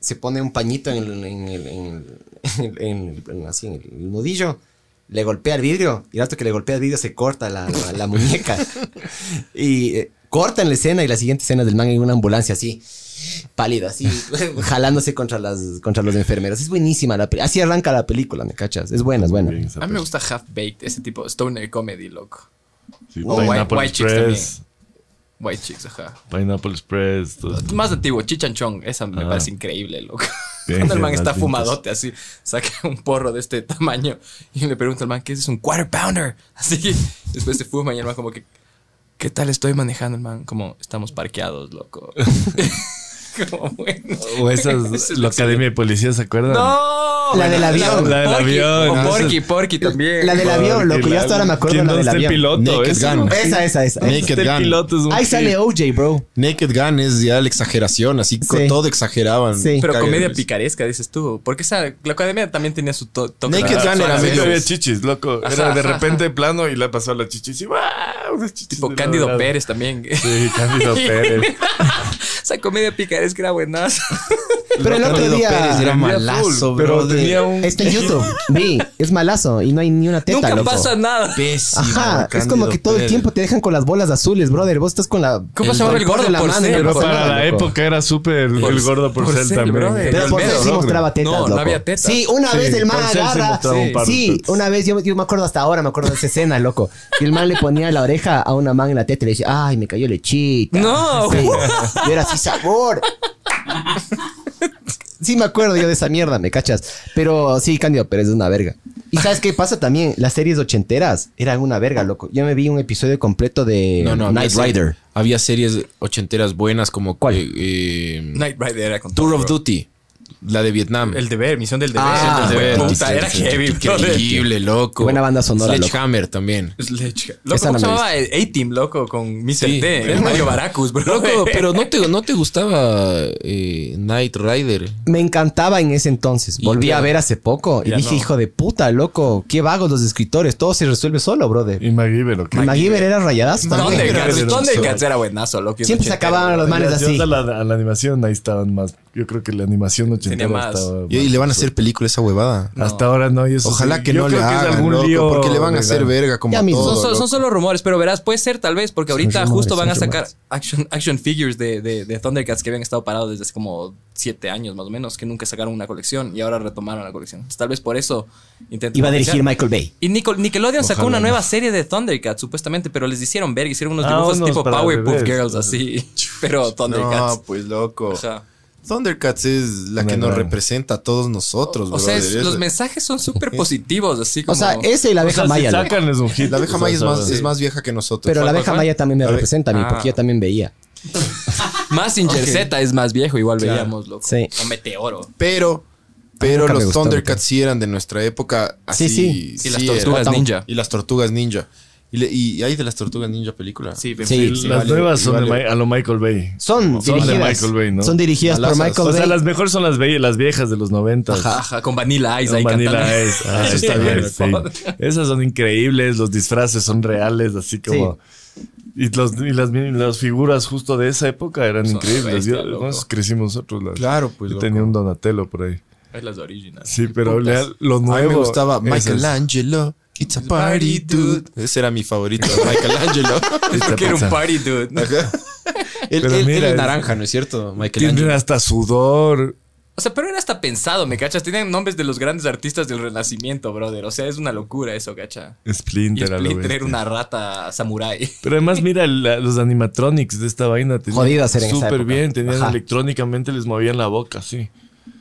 se pone un pañito en el, en el- en el- en el- en- así, en el nudillo, le golpea el vidrio, y al rato que le golpea el vidrio se corta la, la- la muñeca. y eh, cortan la escena y la siguiente escena es del man en una ambulancia así, pálido, así, jalándose contra, las, contra los enfermeros. Es buenísima la peli- Así arranca la película, ¿me cachas? Es buena, es buena. Bien, esa A mí me peli. gusta Half Baked, ese tipo stoner comedy, loco. Sí, Oh, Pineapple White- White Chicks Express, White Chicks, ajá. Pineapple Express, todo esto. Más antiguo, Chichanchón. Esa me Ah. parece increíble, loco. Bien, Cuando el bien, man las está vintas. fumadote así, saca un porro de este tamaño y le pregunta al man, ¿qué es? Es un quarter pounder. Así que después se fuma y el man como que, ¿qué tal estoy manejando el man? Como, estamos parqueados, loco. como, bueno. O esas, Esa es la la academia de policía, ¿se acuerdan? ¡No! La del avión. La del Porky. avión, O ¿no? Porky, Porky también. La del avión, loco. Yo hasta ahora me acuerdo de la del avión. piloto, Naked ese, Gun. ¿no? Esa, esa, esa. Naked esa. Este Gun. piloto es un Ahí sale hit. OJ, bro. Naked Gun es ya la exageración, así con Sí. todo exageraban. Sí. Pero Cague de comedia risa. picaresca, dices tú. Porque esa, la academia también tenía su to- toque. Naked sexual Gun era a Sí, veces. medio- había chichis, loco. Ajá, Era de ajá, repente plano y le pasó a la chichis y ¡guau! Unas chichis Tipo de Cándido lado a lado. Pérez también. Sí, Cándido Pérez. Esa comedia picaresca era buenaza. Pero el otro Alfredo día. Pérez era malazo, pero brother. tenía un- Está en YouTube. Vi, es malazo y no hay ni una teta, Nunca loco. pasa nada. Pésimo, Ajá, es Cándido como que todo el Pérez. tiempo te dejan con las bolas azules, brother. Vos estás con la. ¿Cómo se llama el alcohol gordo en la por mano y ser, no Pero pasa para nada, la loco. época era súper el gordo por Porcel, ser también. brother. Pero por Olmedo, ser sí loco. mostraba tetas, No, no loco. había tetas. Sí, una Sí, vez el man por ser sí agarra. mostraba un par de Sí, tetas. una vez yo, yo me acuerdo hasta ahora, me acuerdo de esa escena, loco. Y el man le ponía la oreja a una man en la teta y le decía, ay, me cayó lechita. No. Sí. Yo era así, sabor. Sí, me acuerdo yo de esa mierda, me cachas. Pero sí, Cándido Pérez es una verga. ¿Y sabes qué pasa también? Las series ochenteras eran una verga, loco. Yo me vi un episodio completo de No, no, había Knight serie- Rider. había series ochenteras buenas como ¿Cuál? eh, eh, Night Rider era con Tour todo, of bro. Duty, la de Vietnam. El deber, misión del deber. Ah, el deber. Bueno, Puta, era sí, sí, heavy, bro. Increíble, loco. Buena banda sonora, loco. Sledgehammer también. Sledge- Loco, Esa ¿cómo no se me llamaba? El A-Team, loco, con Mr. Sí. T. El Mario Baracus, bro. Loco, pero no te, no te gustaba eh, Knight Rider. Me encantaba en ese entonces. Y Volví ya- a ver hace poco y ya dije, no. hijo de puta, loco. Qué vagos los escritores. Todo se resuelve solo, brother. Y MacGyver, ¿o qué? El MacGyver era rayadazo también. ¿Dónde? Thundercats. Era Thundercats era buenazo, loco. Siempre se acababan los manes Yo así. hasta la, a la animación ahí estaban más yo creo que la animación Tenía ochentera más. estaba Y, y le van a hacer película esa huevada. Hasta ahora no, y eso Ojalá sí, que yo no le creo que es hagan, algún loco, lío porque le van a legal. hacer verga como Ya mismo. todo, Son- Son, son- loco. son solo rumores, pero verás, puede ser tal vez, porque ahorita rumores, justo van a son sacar rumores. action, action figures de, de- de Thundercats que habían estado parados desde hace como siete años más o menos, que nunca sacaron una colección y ahora retomaron la colección. Entonces, tal vez por eso intentan. Iba a dirigir Michael potenciar. Bay. Y Nickel- Nickelodeon sacó Ojalá una no. nueva serie de Thundercats, supuestamente, pero les hicieron verga, hicieron unos Ah, dibujos unos tipo para Powerpuff bebés. Girls, así, pero Thundercats. No, pues loco. O sea, Thundercats es la que Una nos gran- representa a todos nosotros, o sea, es- brother. Es- los mensajes son súper positivos, así como... O sea, ese y la O abeja sea, si maya. loco. sacan es un hit. La abeja O sea, maya es más, sabe. es más vieja que nosotros. Pero la ¿Cuál, abeja cuál? maya también me ver. representa a mí, Ah. porque yo también veía. Massinger Z es más viejo, igual veíamos, loco. Sí. O Meteoro. Pero, A mí pero nunca me los gustó, Thundercats sí eran de nuestra época. Así, sí. Y las eran. Tortugas Ninja. Y las tortugas ninja. Y, le- y hay de las tortugas ninja película. Sí, Sí, Y sí, las vale, nuevas y son de vale. Mi- a lo Michael Bay. Son Son, de dirigidas. Michael Bay, ¿no? Son dirigidas por Balazas. Michael O Bay. sea, las mejores son las, be- las viejas de los 90. Ajá, ajá, con Vanilla Ice ahí Vanilla cantando. Ice. Ah, Sí, está bien, sí. por- Esas son increíbles, los disfraces son reales, así como... Y, los, y las, y las figuras justo de esa época eran Son increíbles. bestia, Yo- loco. nosotros crecimos nosotros. las- Claro, pues, Yo loco. tenía un Donatello por ahí. Es las originales. Sí, pero lea lo A nuevo... mí me gustaba esas- Michelangelo. It's a party, dude. Ese era mi favorito, Michelangelo. Porque era un party, dude. él, Pero él- él mira, es es- naranja, ¿no es cierto? Tienen Michelangelo. hasta sudor. O sea, pero era hasta pensado, ¿me cachas? Tenían nombres de los grandes artistas del Renacimiento, brother. O sea, es una locura eso, cacha. Y Splinter, a lo Splinter era bestia. una rata samurái. Pero además, mira la- los animatronics de esta vaina. tenían Jodidas eran en esa Súper época. bien, tenían Ajá. electrónicamente, les movían la boca, sí.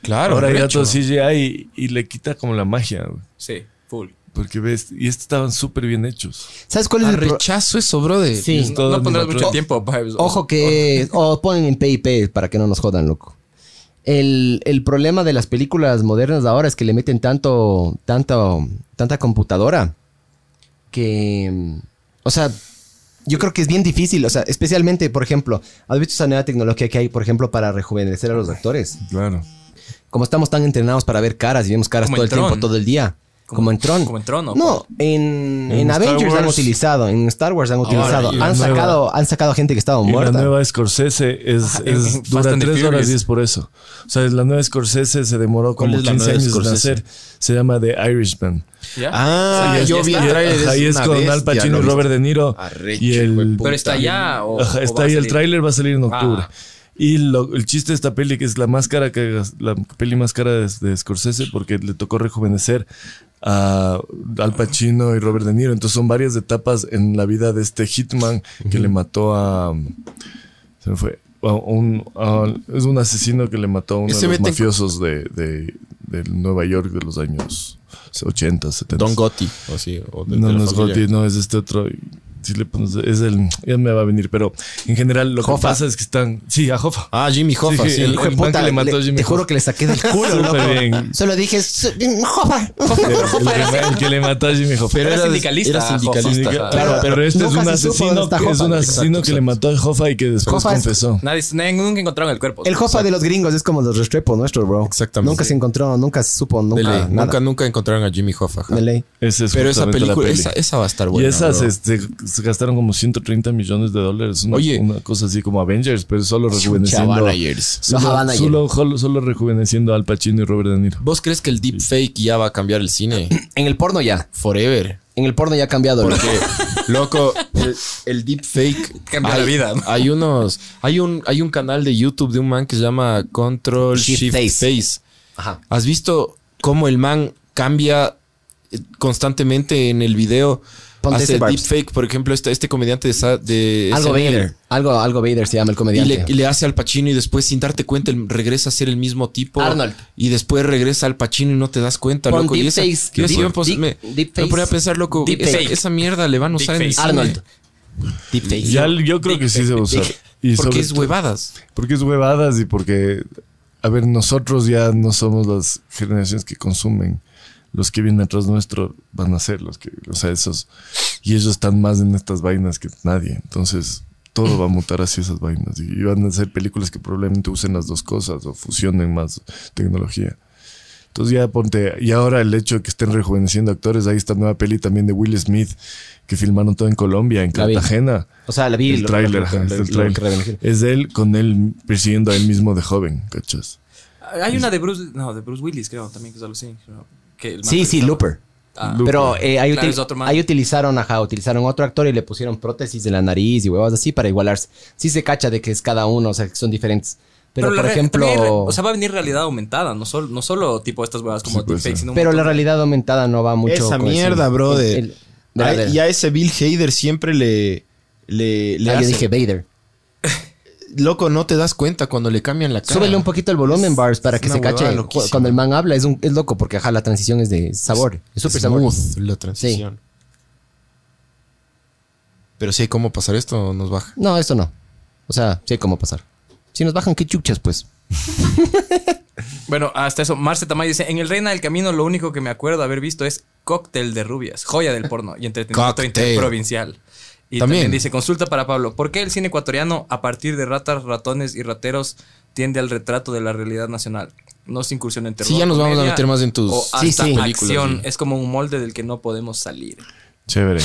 Claro. Ahora ya recho. todo CGI y, y le quita como la magia, güey. Sí, full. Porque ves, y estos estaban súper bien hechos. ¿Sabes cuál es el pro- Arrechazo eso, brother. Sí. Es Ah, todo No pondrás mucho animatronic. tiempo, pues, Vibes. Ojo que. O ponen en PIP para que no nos jodan, loco. El, el problema de las películas modernas de ahora es que le meten tanto, tanto, tanta computadora que. mm, O sea, yo creo que es bien difícil. O sea, especialmente, por ejemplo, ¿has visto esa nueva tecnología que hay, por ejemplo, para rejuvenecer a los actores? Claro. Como estamos tan entrenados para ver caras y vemos caras Como todo en el tiempo, Tron. todo el día. Como- Como en Tron. como en Tron, ¿o No, en, en, En Star Avengers han Wars. utilizado, en Star Wars han utilizado. y la Han nueva- sacado, han sacado gente que estaba Y la muerta. nueva Scorsese es, Ajá, en- es- en Fast dura and the 3 horas Furious. y es por eso. O sea, la nueva Scorsese se demoró ¿Cuál como es la 15 nueva años en Scorsese? hacer. Se llama The Irishman. ¿Ya? Ah, O sea, yo ya vi está. el tráiler. Ajá, y es una con bestia, Al Pacino ¿lo y viste? Robert De Niro. Arrecho, y hijo de el, puta. Pero está ya o. Ajá, o va está a ahí el salir? tráiler, va a salir en octubre. Ah. Y lo- el chiste de esta peli que es la más cara que la peli más cara de, de Scorsese porque le tocó rejuvenecer a Al Pacino y Robert De Niro. Entonces son varias etapas en la vida de este hitman que le mató a se me fue a un a- es un asesino que le mató a uno de Ese los mete en- mafiosos de, de, de Nueva York de los años 80, 70. Don Gotti. O sí, o de- No, de la no es familia. Gotti, no, es este otro. Si le pones, es el. Ya me va a venir, pero en general lo que Hoffa. pasa es que están. Sí, a Jofa. Ah, Jimmy Hoffa, Sí, sí. el- Hijo de man que puta, le mató le- a Jimmy te juro Hooper. que le saqué del culo, Súper loco. bien. Solo dije, "Su- jofa". el, que le mató a Jimmy Hoffa. Pero Era de- sindicalista, Era sindicalista. Hoffa. claro. Claro, pero este es nunca un se supo dónde asesino, está que- es Hoffa. un asesino Exacto, que le mató a Jofa y que después Hoffa es- confesó. Nadie, nadie- nunca encontraron el cuerpo. El jofa de los gringos es como los restrepos nuestros, bro. Exactamente. Nunca se encontró, nunca se supo, De nunca. ley. nada. Nunca, nunca encontraron a Jimmy Hoffa. ajá. De ley. Ese es Pero esa justamente la película, peli. esa, esa va a estar buena. y esas bro. este, se gastaron como 130 millones de dólares. Una, Oye. una cosa así como Avengers, pero solo rejuveneciendo. Chavana Years. Los Solo, Havana solo, solo rejuveneciendo a Al Pacino y Robert De Niro. ¿Vos crees que el deepfake ya va a cambiar el cine? En el porno ya. Forever. En el porno ya ha cambiado. loco. Porque, loco, el, el deepfake. Cambia hay- la vida. Hay unos. Hay un, hay un canal de YouTube de un man que se llama Control Shift Shift, Face. Face. Ajá. ¿Has visto cómo el man cambia eh, constantemente en el video? Ponte hace ese el barbs. deepfake, por ejemplo, este, este comediante de, Sa- de Algo SNL. Vader. Algo, algo Vader se llama el Y comediante. le, y le hace al Pacino y después sin darte cuenta el- regresa a ser el mismo tipo. Arnold. Y después regresa al Pachino y no te das cuenta, Pon loco. Y esa- deepfakes, yo sí deep- me pos- deep- me, deepfakes. me ponía a pensar, loco, esa, Deepfake. esa mierda le van a usar en el Deepfake. cine. Arnold. Deepfake. Ya, yo creo que sí se va a usar. Y Porque sobre es huevadas. Porque es huevadas y porque, a ver, nosotros ya no somos las generaciones que consumen. Los que vienen atrás nuestro van a ser los que, o sea, esos. Y ellos están más en estas vainas que nadie. Entonces, todo va a mutar hacia esas vainas. Y van a ser películas que probablemente usen las dos cosas o fusionen más tecnología. Entonces ya ponte, y ahora el hecho de que estén rejuveneciendo actores, hay esta nueva peli también de Will Smith, que filmaron todo en Colombia, en La vi. Cartagena. O sea, la vi. El lo- tráiler, lo- ajá, lo- es el lo- lo- tráiler. Es él con él persiguiendo a él mismo de joven, ¿cachas? Hay una de Bruce. No, de Bruce Willis, creo, también que es algo así. ¿no? Que el man Sí, sí, revisaba. Looper. Ah, Pero eh, ahí, Claro, util- es otro man. ahí utilizaron, ajá, utilizaron otro actor y le pusieron prótesis de la nariz y huevas así para igualarse. Sí se cacha de que es cada uno, o sea, que son diferentes. Pero, la por re- también hay re- ejemplo... o sea, va a venir realidad aumentada, no solo, no solo tipo estas huevas como Sí, puede deepfakes, ser. sino un pero la montón de- realidad aumentada no va mucho Esa con eso. mierda, El- brother. el- ¿verdad? A- y a ese Bill Hader siempre le. le, le Ah, yo hace- dije Vader. Loco, no te das cuenta cuando le cambian la cara. Súbele un poquito el volumen, Bars, para es que una se cache. huevada Cu- loquísima. Cuando el man habla es, un, es loco porque, ajá, la transición es de sabor. Es súper sabor. Smooth la transición. Pero si hay cómo pasar esto, nos baja. No, esto no. O sea, sí hay cómo pasar. Si nos bajan, qué chuchas, pues. Bueno, hasta eso. Marce Tamay dice: En el Reina del Camino, lo único que me acuerdo haber visto es Cóctel de Rubias, joya del porno y entretenimiento Cóctel. interprovincial. Y también. También. dice: Consulta para Pablo, ¿por qué el cine ecuatoriano, a partir de ratas, ratones y rateros, tiende al retrato de la realidad nacional? No se incursiona en terror. Sí, ya nos vamos a comedia meter más en tus- o Sí, hasta sí. acción. películas, sí. Es como un molde del que no podemos salir. Chévere.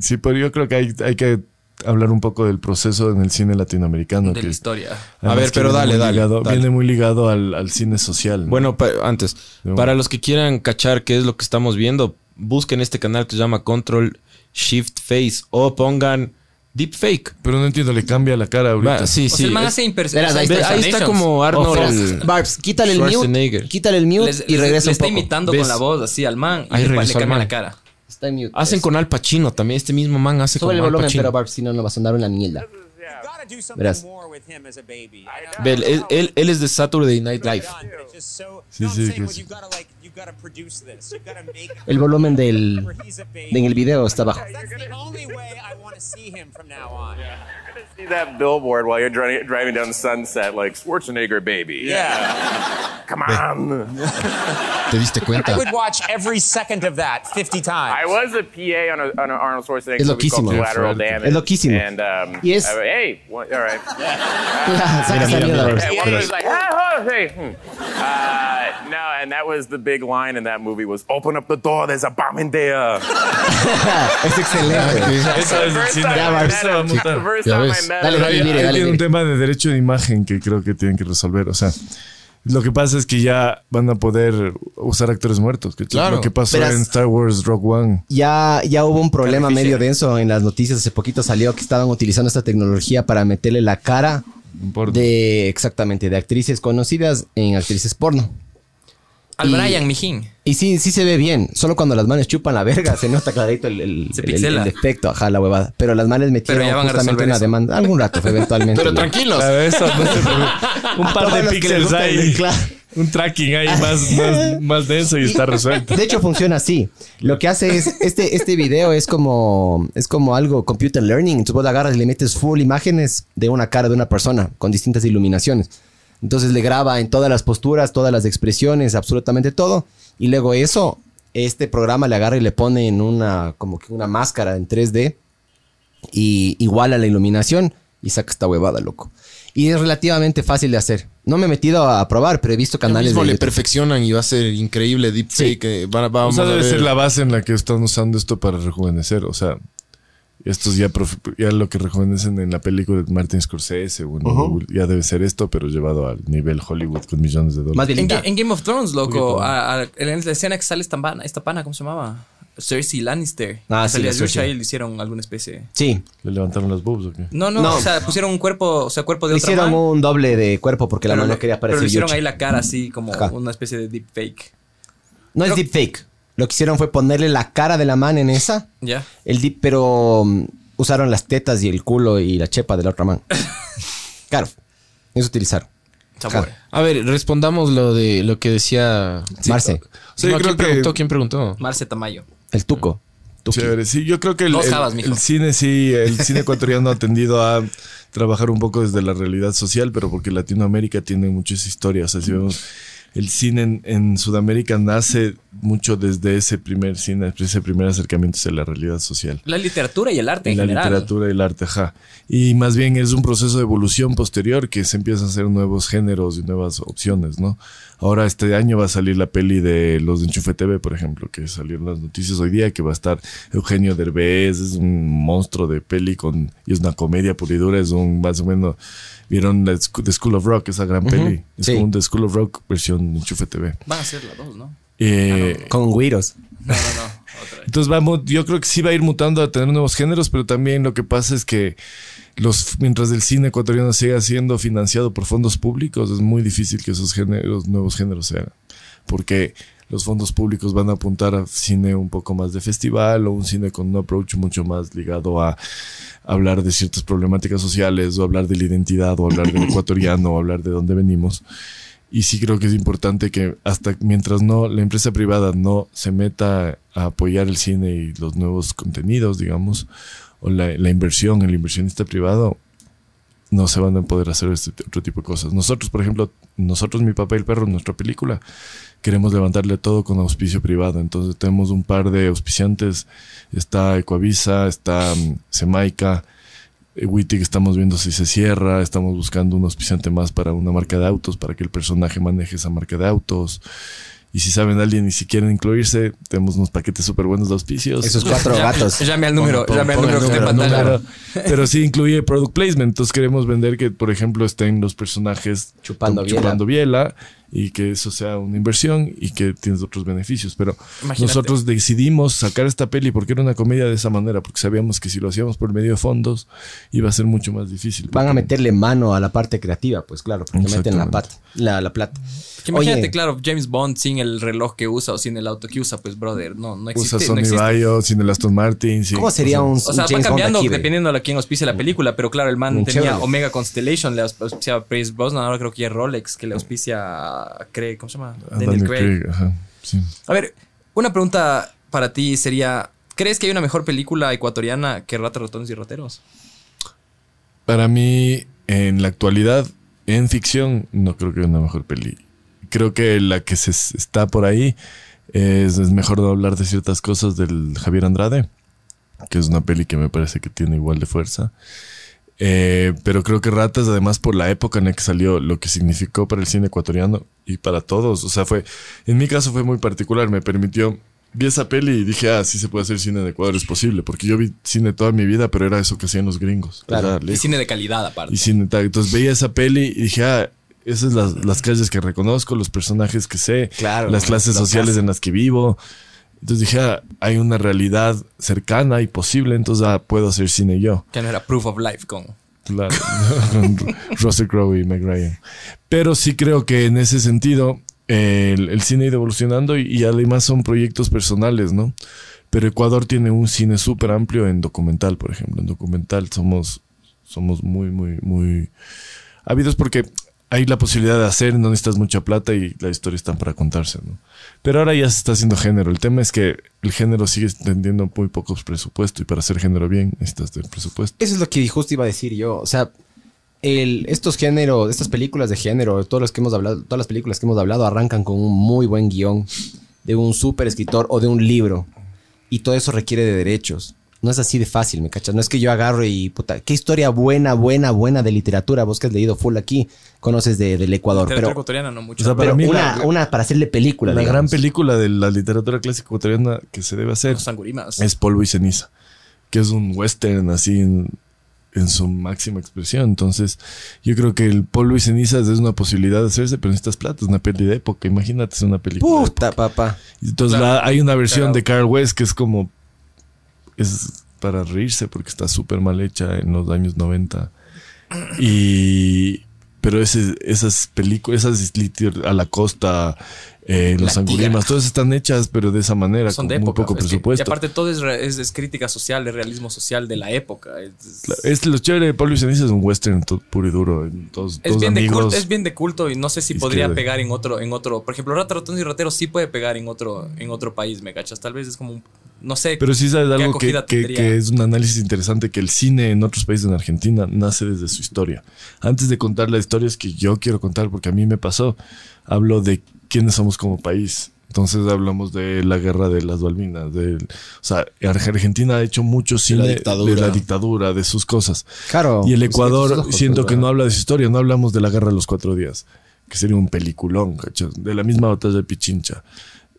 Sí, pero yo creo que hay, hay que hablar un poco del proceso en el cine latinoamericano. De que la historia. además A ver, que pero viene dale, muy dale, ligado- dale. Viene muy ligado al, al cine social. ¿no? Bueno, pa- antes, De una. para los que quieran cachar qué es lo que estamos viendo, busquen este canal que se llama Control Shift Face o pongan Deepfake. Pero no entiendo, le cambia la cara ahorita. Va, sí, O sea, sí. el man es- hace imper- Verás, ahí o sea, ve, ahí está impersonations. como Ojo. Arnold. Barbs, quítale el mute. Schwarzenegger. Quítale el mute Les- y les- regresa le un está poco. imitando ¿Ves? con la voz así al man y Ahí le, pa- le regresó el cambia man. la cara. Está en mute. Hacen Eso. con Al Pacino también. Este mismo man hace Súbele el con Al volumen, Pacino. pero Barbs, si no, no va a sonar una mierda. You've got to do something Verás. more with him as a baby. I know Ve, él, él- él es de Saturday Night it's Live. done, but it's just so. Sí, no, I'm sí, saying, que well, sí. you've got to like, you've got to produce this. You've got to make it El volumen del... where he's a baby. En el video está bajo. That's the only way I want to see him from now on. see that billboard while you're dri- driving down Sunset, like Schwarzenegger baby. Yeah. Come on. ¿Te diste I cuenta? would watch every second of that 50 times. I was a PA on, a, on an Arnold Schwarzenegger Es movie called loquísimo. Collateral Damage. Es loquísimo. And, um, Y es- I- hey, what, all right. Saca esa mira, mira. mierda, Barbs. And one of those, like, ah, oh, hey. hmm. Uh, no, and that was the big line in that movie was, open up the door, there's a bomb in there. Es excelente. Eso es el First cine. time Ya, I Marcelo, met him. vamos a- First Ya time I ves. met Dale, him. dale, Ahí- mire, ahí dale, tiene un mire. tema de derecho de imagen que creo que tienen que resolver. O sea, lo que pasa es que ya van a poder usar actores muertos. Que es Claro. Lo que pasó Verás. en Star Wars Rock One. Ya, ya hubo un problema Artificial. medio denso en las noticias. Hace poquito salió que estaban utilizando esta tecnología para meterle la cara Porno. de exactamente de actrices conocidas en actrices porno. Al Y- Brian Mijín. Y sí, sí se ve bien. Solo cuando las manes chupan la verga se nota clarito el, el, Se el- el- pixela. el defecto, ajá, la huevada. Pero las manes metieron Pero ya van a justamente resolver una eso. demanda. Algún rato, eventualmente. Pero ¿no? tranquilos. Claro, eso no se preocupe. un par Todos de los que les píxeles gusta el ahí. claro. Un tracking ahí más, más, más denso y está resuelto. De hecho, funciona así. Lo que hace es, este, este video es como, es como algo computer learning. Entonces vos le agarras y le metes full imágenes de una cara de una persona con distintas iluminaciones. Entonces le graba en todas las posturas, todas las expresiones, absolutamente todo. Y luego eso, este programa le agarra y le pone en una, como que una máscara en 3D y iguala la iluminación y saca esta huevada, loco. Y es relativamente fácil de hacer. No me he metido a probar, pero he visto Ya canales mismo de le YouTube. perfeccionan y va a ser increíble Deepfake. eh, van a- O vamos sea, a debe ver. ser la base en la que están usando esto para rejuvenecer. O sea, esto es ya, prof- ya lo que rejuvenecen en la película de Martin Scorsese. Bueno, Ya debe ser esto, pero llevado al nivel Hollywood con millones de dólares. Más En, bien, Ga- en Game of Thrones, loco. a- a- en la escena que sale esta pana, esta pana ¿cómo se llamaba? Cersei Lannister. Ah, sí, Salía la Cersei. Yusha y le hicieron alguna especie. sí, ¿Le levantaron las boobs o qué? No, no, No. o sea, pusieron un cuerpo, o sea, cuerpo de Le otra hicieron man, un doble de cuerpo porque la pero mano le- no quería Pero parecer le hicieron Yuchi. ahí la cara así como Ajá. una especie de deepfake. No es deepfake. Lo que hicieron fue ponerle la cara de la mano en esa. ¿Ya? El deep, pero mm, usaron las tetas y el culo y la chepa de la otra mano. claro. Eso utilizaron. Sabor. Ajá. A ver, respondamos lo de lo que decía Marce, Sí, No, creo ¿quién que- preguntó? ¿Quién preguntó? Marce Tamayo. el tuco. Tuki. Chévere, sí, yo creo que el, Dos el- habas, mijo. el cine, sí, el cine ecuatoriano ha tendido a trabajar un poco desde la realidad social, pero porque Latinoamérica tiene muchas historias. O sea, si vemos, el cine en, en Sudamérica nace mucho desde ese primer cine, desde ese primer acercamiento hacia la realidad social. La literatura y el arte en la general. literatura y el arte, ajá. Y más bien es un proceso de evolución posterior que se empiezan a hacer nuevos géneros y nuevas opciones, ¿no? Ahora este año va a salir la peli de Los de Enchufe TV, por ejemplo, que salieron las noticias hoy día, que va a estar Eugenio Derbez, es un monstruo de peli con, y es una comedia pura y dura, es un más o menos, vieron la Sc- The School of Rock, esa gran peli, es sí. como un The School of Rock versión Enchufe TV. Van a ser las dos, Ah, ¿no? Eh, Con güiros. No, no, no. Otra vez. entonces vamos, yo creo que sí va a ir mutando a tener nuevos géneros, pero también lo que pasa es que los, mientras el cine ecuatoriano siga siendo financiado por fondos públicos, es muy difícil que esos géneros, nuevos géneros se hagan. Porque los fondos públicos van a apuntar a cine un poco más de festival o un cine con un approach mucho más ligado a hablar de ciertas problemáticas sociales o hablar de la identidad o hablar del ecuatoriano o hablar de dónde venimos. Y sí creo que es importante que hasta mientras no la empresa privada no se meta a apoyar el cine y los nuevos contenidos, digamos, o la, la inversión, el inversionista privado, no se van a poder hacer este t- otro tipo de cosas. Nosotros, por ejemplo, nosotros, mi papá y el perro, nuestra película, queremos levantarle todo con auspicio privado. Entonces tenemos un par de auspiciantes. Está Ecoavisa, está mm, Semaica, eh, Wittig estamos viendo si se cierra, estamos buscando un auspiciante más para una marca de autos, para que el personaje maneje esa marca de autos. Y si saben de alguien y si quieren incluirse, tenemos unos paquetes súper buenos de auspicios. Esos cuatro gatos. Llame al número, Ponga- llame al ponga número el que está en número, pantalla. número. Pero sí incluye product placement. Entonces queremos vender que, por ejemplo, estén los personajes Chupando biela. chupando biela y que eso sea una inversión y que tienes otros beneficios. Pero Imagínate. nosotros decidimos sacar esta peli porque era una comedia de esa manera, porque sabíamos que si lo hacíamos por medio de fondos iba a ser mucho más difícil. Van a meterle mano a la parte creativa, pues claro, porque meten la, pat, la, la plata. Que imagínate, Oye, claro, James Bond sin el reloj que usa o sin el auto que usa, pues, brother, no, no existe. Usa no Sony existe. Bayo, sin el Aston Martin. sin- ¿cómo sería un, O sea, un va James Bond cambiando aquí, ve? dependiendo de quién auspicia la película, pero claro, el man Un tenía Chevrolet. Omega Constellation, le auspicia a Pierce Brosnan, ahora creo que ya Rolex, que le auspicia a Craig, ¿cómo se llama? a Daniel Craig, ajá, sí. A ver, una pregunta para ti sería, ¿crees que hay una mejor película ecuatoriana que Ratas, Ratones y Rateros? Para mí, en la actualidad, en ficción, no creo que haya una mejor peli. Creo que la que se s- está por ahí es, es mejor no hablar de ciertas cosas del Javier Andrade, que es una peli que me parece que tiene igual de fuerza. Eh, pero creo que Ratas, además, por la época en la que salió, lo que significó para el cine ecuatoriano y para todos. O sea, fue. En mi caso fue muy particular. Me permitió. Vi esa peli y dije, ah, sí se puede hacer cine de Ecuador, es posible. Porque yo vi cine toda mi vida, pero era eso que hacían los gringos. Claro. Era Y lejos. cine de calidad aparte. Y sin detalle. Entonces veía esa peli y dije, ah, esas son las, las calles que reconozco, los personajes que sé, Claro, las clases lo sociales en las que vivo. Entonces dije, ah, hay una realidad cercana y posible, entonces ah, puedo hacer cine yo. Que no era Proof of Life con... Claro. Russell Crowe y Meg Ryan. Pero sí creo que en ese sentido eh, el, el cine ha ido evolucionando y, y además son proyectos personales, ¿no? Pero Ecuador tiene un cine súper amplio en documental, por ejemplo. En documental somos, somos muy, muy, muy ávidos porque hay la posibilidad de hacer, no necesitas mucha plata y la historia está para contarse, ¿no? Pero ahora ya se está haciendo género. El tema es que el género sigue teniendo muy pocos presupuestos y para hacer género bien necesitas del presupuesto. Eso es lo que justo iba a decir yo. O sea, el, estos géneros, estas películas de género, todos los que hemos hablado, todas las películas que hemos hablado arrancan con un muy buen guión de un súper escritor o de un libro. Y todo eso requiere de derechos. No es así de fácil, ¿me cachas? No es que yo agarro y puta, qué historia buena, buena, buena de literatura. Vos que has leído full aquí, conoces de- del Ecuador. Literatura Pero, ecuatoriana no O mucho. sea, para pero mí la- una, una para hacerle película. La gran digamos. película de la literatura clásica ecuatoriana que se debe hacer Los Sangurimas. es Polvo y Ceniza, que es un western así en, en su máxima expresión. Entonces, yo creo que el Polvo y Ceniza es una posibilidad de hacerse, pero necesitas plata, es una peli de época. Imagínate es una película. de Puta, papá. época. Entonces, Claro. la- hay una versión Cagado. de Carl West que es como. Es para reírse porque está súper mal hecha en los años 90. Y. Pero ese- esas películas, esas liter- a la costa, eh, los La Tigra. angurimas, todas están hechas, pero de esa manera, Son con de muy época. poco es que- presupuesto. y aparte todo es, re- es- es crítica social, es realismo social de la época. Es, Claro, Es lo chévere de Pablo y Ceniza es un western to- puro y duro. en Dos, Es dos bien, de amigos. culto, es bien de culto y no sé si Izquierda. podría pegar en otro, en otro. Por ejemplo, Rata, Ratones y Rateros sí puede pegar en otro, en otro país, ¿me cachas? Tal vez es como un, no sé. Pero sí sabes algo que, acogida que- tendría? que es un análisis interesante, que el cine en otros países en Argentina nace desde su historia. Antes de contar las historias que yo quiero contar, porque a mí me pasó, hablo de quiénes somos como país. Entonces hablamos de la guerra de las balbinas. del- o sea, Arge- Argentina ha hecho mucho cine de la dictadura, dictadura. de, sus cosas. Claro. Y el Pues, Ecuador, ojos, pues, siento que ¿verdad? no habla de su historia, no hablamos de la guerra de los cuatro días, que sería un peliculón, ¿cachas? De la misma batalla de Pichincha.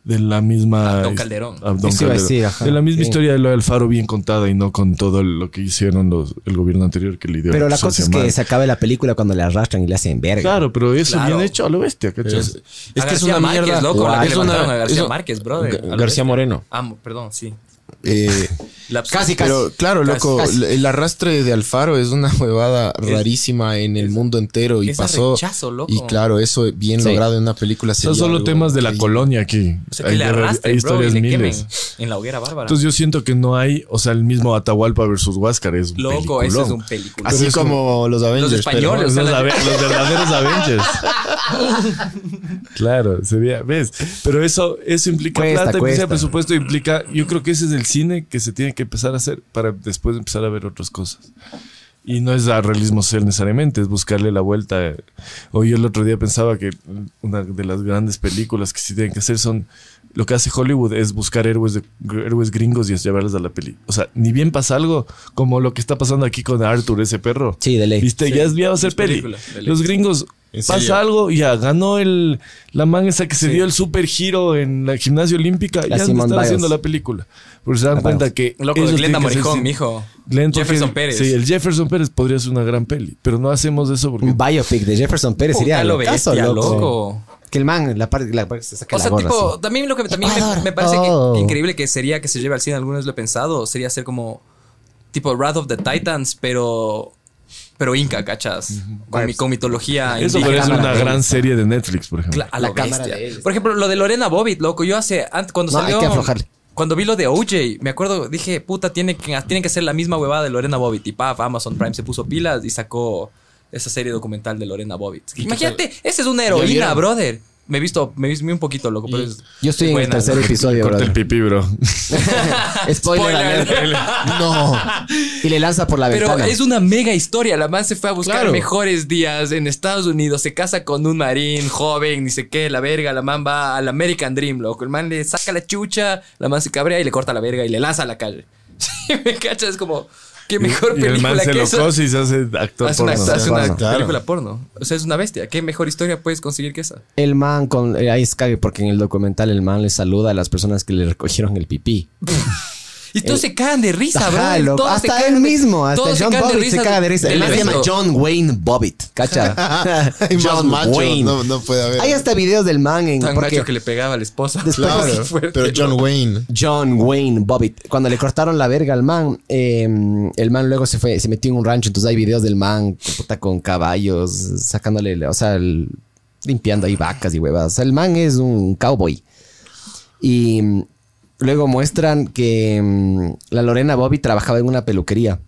De la misma. ah, Abdón Ah, Calderón. Abdón Eso iba a Calderón. decir, ajá. de la misma Sí. historia de lo de Alfaro bien contada y no con todo lo que hicieron los, el gobierno anterior que le dio Pero la cosa es que mal. se acabe la película cuando le arrastran y le hacen verga. Claro, pero eso Claro. bien hecho a lo bestia, Es, ¿cachas? es que es García una Márquez, mierda. loco, la que es le una, mandaron a García es un- Márquez, brother, Ga- a lo García Moreno. Amo, perdón, sí. Eh, Lapsus. Casi, casi. Pero claro, Casi. loco, Casi. el arrastre de Alfaro es una huevada rarísima en el mundo entero y es de pasó. rechazo, loco. Y claro, eso bien Sí. logrado en una película. Son sería solo algo temas de la increíble. colonia aquí. O sea, que le debe- arrastren, hay bro, y historias le miles. quemen en la hoguera bárbara. Entonces yo siento que no hay, o sea, el mismo Atahualpa versus Huáscar es un Loco, ese peliculón. es un película. Así como los Avengers. pero- españoles. Los, o sea, la- ave- los verdaderos Avengers. claro, sería, ves, pero eso, eso implica Cuesta, plata, implica cuesta. presupuesto, implica, yo creo que ese es el cine que se tiene que empezar a hacer para después empezar a ver otras cosas. Y no es a realismo social necesariamente, es buscarle la vuelta. Hoy el otro día pensaba que una de las grandes películas que sí tienen que hacer son lo que hace Hollywood es buscar héroes, de, héroes gringos y llevarles a la peli. O sea, ni bien pasa algo como lo que está pasando aquí con Arthur, ese perro. Sí, de ley. ¿Viste? ya es vía a ser Es peli. película, de ley. Los gringos. ¿En Pasa serio? algo, ya ganó el la man esa que se dio el super giro en la gimnasia olímpica. La ya Simone están Biles. haciendo la película. Porque se dan La cuenta Biles. que. Loco, ellos Glenda tienen que hacer Moricón, cine. mijo. Glenn Jefferson Tofield- Pérez. Sí, el Jefferson Pérez podría ser una gran peli. Pero no hacemos eso porque. Un biopic de Jefferson Pérez sería Puta, lo lo caso, bestia, loco. loco. Que el man, la parte la parte se saca O la sea, gorra, tipo, así. también lo que también me, me parece Oh. que, increíble que sería que se lleve al cine, alguna vez lo he pensado, sería hacer como tipo Wrath of the Titans, pero pero Inca, ¿cachas? Con, mi, con mitología eso indígena. podría ser una cámara de- gran serie de Netflix, por ejemplo. Cla- a la, La cámara bestia. de él. Por ejemplo, lo de Lorena Bobbitt, loco, yo hace antes cuando No, hay salió que aflojarle. Cuando vi lo de OJ, me acuerdo, dije, puta, tiene que, tiene que ser la misma huevada de Lorena Bobbitt. Y paf, Amazon Prime se puso pilas y sacó esa serie documental de Lorena Bobbitt. Imagínate, esa es una heroína, vieron? brother. Me he visto, me he visto un poquito, loco, pero es- Yo estoy es en buena, el tercer loco. episodio, Corta el brother. pipí, bro. Spoiler, alert. Spoiler. No. Y le lanza por la Pero ventana. es una mega historia. La man se fue a buscar Claro. mejores días en Estados Unidos. Se casa con un marín joven, ni sé qué, la verga. La man va al American Dream, loco. El man le saca la chucha, la man se cabrea y le corta la verga y le lanza a la calle. Sí, me cachas, es como, qué mejor y el película man se que lo esa. cose y se hace actor Hace una, porno. hace una Porno, claro. película porno. O sea, es una bestia. ¿Qué mejor historia puedes conseguir que esa? El man con. eh, ahí es cague porque en el documental el man le saluda a las personas que le recogieron el pipí. Y todos se cagan de risa, Eh, Ajá, brother. loco. Todos se Hasta cagan él de- mismo. todos Hasta John cagan Bobbitt se caga de risa. El del man se llama evento. John Wayne Bobbitt. Cacha. Hay más machos, no, no puede haber. Hay hasta videos del man en. Tan porque macho que le pegaba a la esposa. Claro, Qué fuerte, pero John loco. Wayne. John Wayne Bobbitt. Cuando le cortaron la verga al man, eh, el man luego se fue, se metió en un rancho. Entonces hay videos del man puta, con caballos, sacándole, o sea, el- limpiando ahí vacas y huevas. O sea, el man es un cowboy. Y mm, luego muestran que mm, la Lorena Bobbitt trabajaba en una peluquería.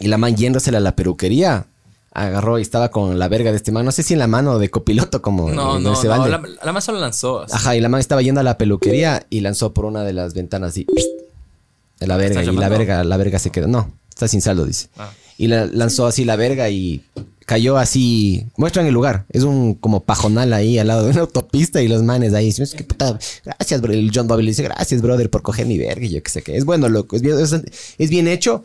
Y la man yéndosela a la peluquería. Agarró y estaba con la verga de este man. No sé si en la mano de copiloto, como No, en no, ese no. balde. La, la man solo lanzó. así. Ajá, y la man estaba yendo a la peluquería y lanzó por una de las ventanas y a la verga, y la llamando? verga, la verga se quedó. No, está sin saldo, dice. Ah. Y la lanzó así la verga y cayó así. Muestran el lugar. Es un como pajonal ahí al lado de una autopista y los manes ahí. dicen, "Es que puta, gracias, bro". El John Bobby le dice, gracias, brother, por coger mi verga. Y yo qué sé qué. Es bueno, loco. Es bien, es- es bien hecho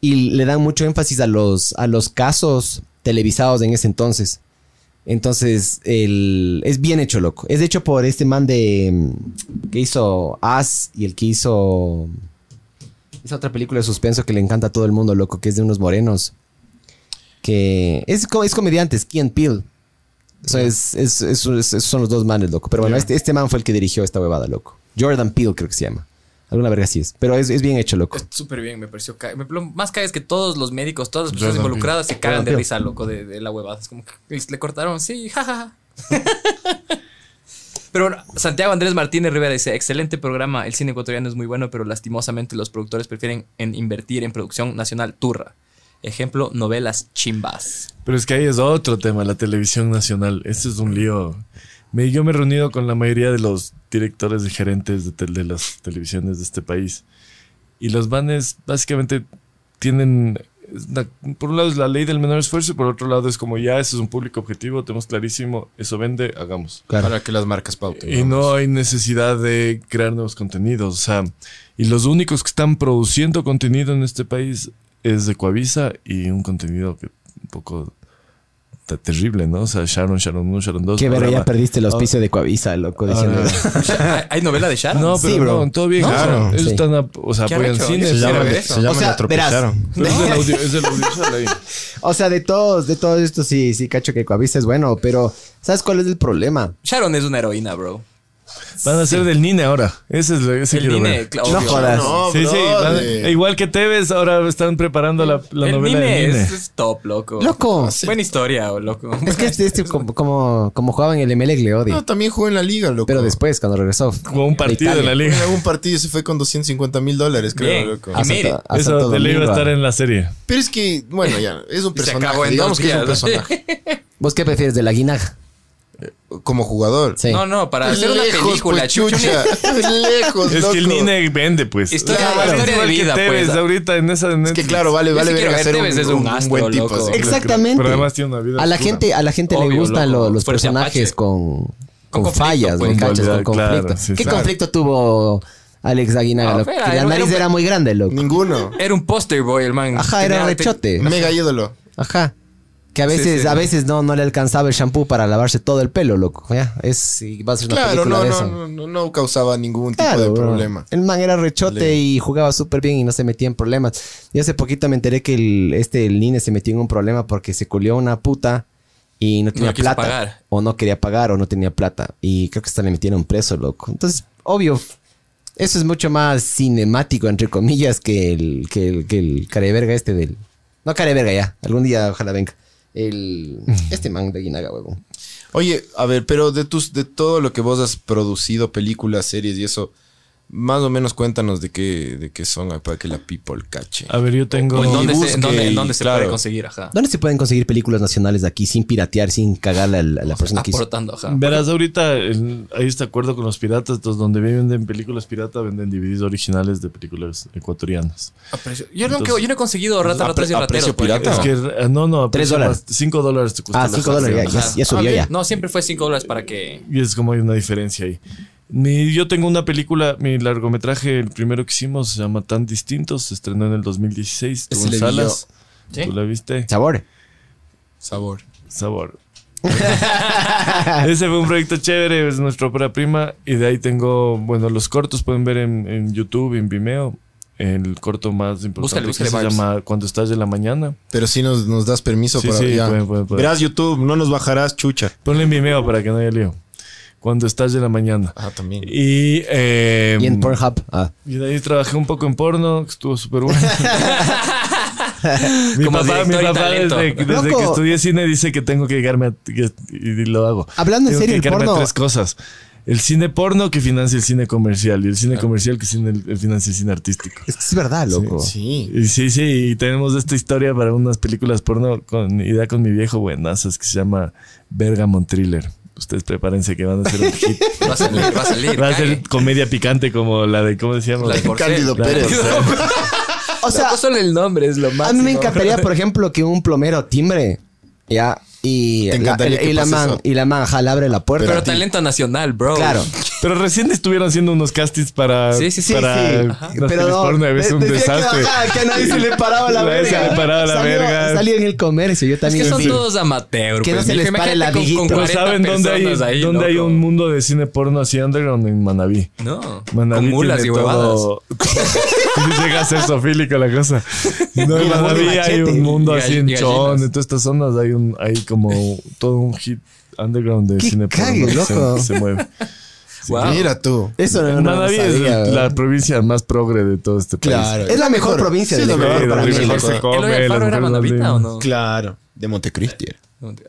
y le dan mucho énfasis a los, a los casos televisados en ese entonces. Entonces, el, es bien hecho, loco. Es hecho por este man de mm, que hizo As y el que hizo esa otra película de suspenso que le encanta a todo el mundo, loco, que es de unos morenos. Que es, co- es comediante, es Key and Peele. O sea, es- es- es- es- esos son los dos manes, loco. Pero bueno, este, este man fue el que dirigió esta huevada, loco. Jordan Peele creo que se llama. Alguna verga así es. Pero es, es bien hecho, loco. Es Súper bien, me pareció. ca- me- lo más caga es que todos los médicos, todas las personas Jordan Peele. involucradas se cagan Jordan de Peele. risa, loco, de, de la huevada. Es como que y le cortaron, sí, jajaja. pero bueno, Santiago Andrés Martínez Rivera dice: Excelente programa. El cine ecuatoriano es muy bueno, pero lastimosamente los productores prefieren en invertir en producción nacional turra. Ejemplo, novelas chimbas. Pero es que ahí es otro tema, la televisión nacional. Este es un lío. Me, yo me he reunido con la mayoría de los directores y gerentes de, tel- de las televisiones de este país. Y los vanes básicamente tienen es una- por un lado es la ley del menor esfuerzo y por otro lado es como ya, ese es un público objetivo, tenemos clarísimo, eso vende, hagamos. Para que las marcas pauten. Y digamos. no hay necesidad de crear nuevos contenidos. O sea, y los únicos que están produciendo contenido en este país es de Coavisa y un contenido que un poco está terrible, ¿no? O sea, Sharon, Sharon 1, Sharon 2. Qué verga, ya programa. perdiste el Oh. auspicio de Coavisa, loco, diciendo. Ah, Ahora- ¿Hay- ¿Hay novela de Sharon? No, Sí, pero bro. no, todo bien. o sea, Claro. ellos Sí. están, ap- o sea, ¿Qué han apoyan hecho? cine. Eso Se Quiero llama, ver le- eso. se llama O sea, le atropellaron. Pero es el audio, es el audio, es la ley. O sea, de todos, de todo esto sí, sí, cacho que Coavisa es bueno, pero ¿sabes cuál es el problema? Sharon es una heroína, bro. Van a ser del Nine ahora. Ese es lo ese El quiero Nine, ver. claro. No obvio. jodas. No, Sí, sí, van- brother. e igual que Tevez, ahora están preparando la, la el novela Nine del Nine. es, es top, loco. Loco. Buena historia, oh, loco. Es que este, este como, como, como jugaba en el MLE le odio. No, también jugó en la liga, loco. Pero después, cuando regresó. Como un partido de la En liga. algún partido se fue con 250 mil dólares, creo, Bien. loco. Ah, Hasta- mire, hasta Eso todo de ley va a domingo. estar en la serie. Pero es que, bueno, ya, es un Y se personaje. acabó en Digamos dos que es un días. personaje. ¿Vos qué prefieres? ¿De la guinaja? Como jugador. Sí. No, no, para hacer una Lejos, película, pues, chucha. chucha. Lejos, Es loco. que el Nine vende, pues. Historia- Claro, historia es de igual que vida, Tevez, pues. ahorita en esa de Es que Netflix. claro, vale, Yo vale sí quiero verga ver, ser un, Tevez es un un astro, buen tipo. loco. sí. Exacto. Exactamente. Pero además tiene una vida a la oscura. gente, a la gente le Obvio, gustan loco. lo- los Fuerza personajes Apache. con, con, conflicto, fallas, pues. ¿me cachas? Con Claro, conflicto. sí, ¿Qué claro. conflicto tuvo Alex Aguinaga? No, loco? era- que la era un- nariz era muy grande, loco. Ninguno. Era un poster boy, el man. Ajá, era Tenía- rechote. Mega ídolo. Ajá. Que a veces, sí. a veces no, no le alcanzaba el shampoo para lavarse todo el pelo, loco. Ya, es, si va a ser una Claro, película no, de no, eso. no, no, no causaba ningún tipo Claro, de bro. problema. El man era rechote y jugaba súper bien y no se metía en problemas. Y hace poquito me enteré que el, este, el Nine se metió en un problema porque se culió a una puta y no tenía la quiso plata. pagar. O no quería pagar o no tenía plata. Y creo que hasta le metieron preso, loco. Entonces, obvio, eso es mucho más cinemático, entre comillas, que el, que el, que el careverga este del... No careverga ya, algún día ojalá venga. El, Mm. este man de Guinaga, huevo. Oye, a ver, pero de tus, de todo lo que vos has producido, películas, series y eso, más o menos cuéntanos de qué, de qué son para que la people cache. A ver, yo tengo. Pues, ¿Dónde, busque se, en dónde, en y, dónde se claro. puede conseguir? Ajá. ¿Dónde se pueden conseguir películas nacionales de aquí sin piratear, sin cagarle a la, a la persona ah, que hizo? Aportando, ajá. Verás, ahorita el- hay este acuerdo con los piratas, entonces donde venden películas pirata, venden DVDs originales de películas ecuatorianas. A precio- Yo, nunca- yo no he conseguido rata, rata y pre- a ratero. precio por ejemplo. pirata. Es que, eh, no, no, a Tres precio dólares. más- Cinco dólares te cuesta. Ah, la cinco jaja. dólares, ya, ya, ya subió ya. No, siempre fue 5 dólares para que. Y es como hay una diferencia ahí. Mi- yo tengo una película, mi largometraje, el primero que hicimos, se llama Tan Distintos, se estrenó en el 2016, estuvo Ese en le vi salas. ¿Sí? ¿Tú la viste? Sabor. Sabor. Sabor. Ese fue un proyecto chévere, es nuestra ópera prima. Y de ahí tengo, bueno, los cortos pueden ver en, en YouTube, en Vimeo. El corto más importante Búscale, que búscale, se Barbs. llama Cuando estás de la mañana. Pero si nos, nos das permiso Sí, para sí, ya. pueden, pueden, pueden. Verás YouTube, no nos bajarás chucha. Ponle en Vimeo para que no haya lío. Cuando estás de la mañana. Ah, también. Y, eh, Y en Pornhub. Ah. y de ahí trabajé un poco en porno, que estuvo súper bueno. mi Como papá, mi director y papá talento. desde, desde Loco. que estudié cine dice que tengo que llegarme a, que- y lo hago. Hablando en Tengo serio, que el dedicarme a porno. tres cosas. El cine porno que financia el cine comercial y el cine comercial que cine- financia el cine artístico. Es que es verdad, loco. Sí. Y sí, sí, y tenemos esta historia para unas películas porno con idea con mi viejo buenazas que se llama Bergamon Thriller. Ustedes prepárense que van a ser un hit. Va a salir, va a salir. Va a ser cague. comedia picante como la de, ¿cómo decíamos? La de Porcel. Cándido La de Pérez. Porcel. O sea, No pues, solo el nombre es lo más. a mí me encantaría, por ejemplo, que un plomero timbre. Ya. Y, Te la, encantaría y que la pase man, eso. y la man, jala, abre la puerta. Pero talento nacional, bro. Claro. Pero recién estuvieron haciendo unos castings para. Sí, sí, sí, para sí. las pelis porno, es un de- decía desastre. Que, ajá, que a nadie se le paraba la Nadie verga. se le paraba la Salió- verga. Salió en el comercio. Yo Es también. que son Sí. todos amateur. Que no pues, se mijo, les pare imagínate la con- con viguita. Pero 40 ¿saben dónde, hay, personas ahí, dónde hay loco. un mundo de cine porno así underground en Manaví? No. Manaví Con mulas y tiene huevadas. todo- Llega a ser sofílico la cosa. No, en Y la Manaví machete. hay un mundo Y así gall- en y Chon, gallinas. en todas estas zonas hay, un, hay como todo un hit underground de ¡Qué cine cague, porno. que se- loco! que Se, mueve. Wow. Mira tú. Eso no, no, no Manaví es sabía, la, ¿verdad? la provincia más progre de todo este país. Claro. Es la mejor provincia sí, del es la Ecuador mejor para mí. provincia del loco. Ecuador. ¿El Come, hoyo del las faro era mujeres más manavita o lindas. no? Claro. De Montecristi.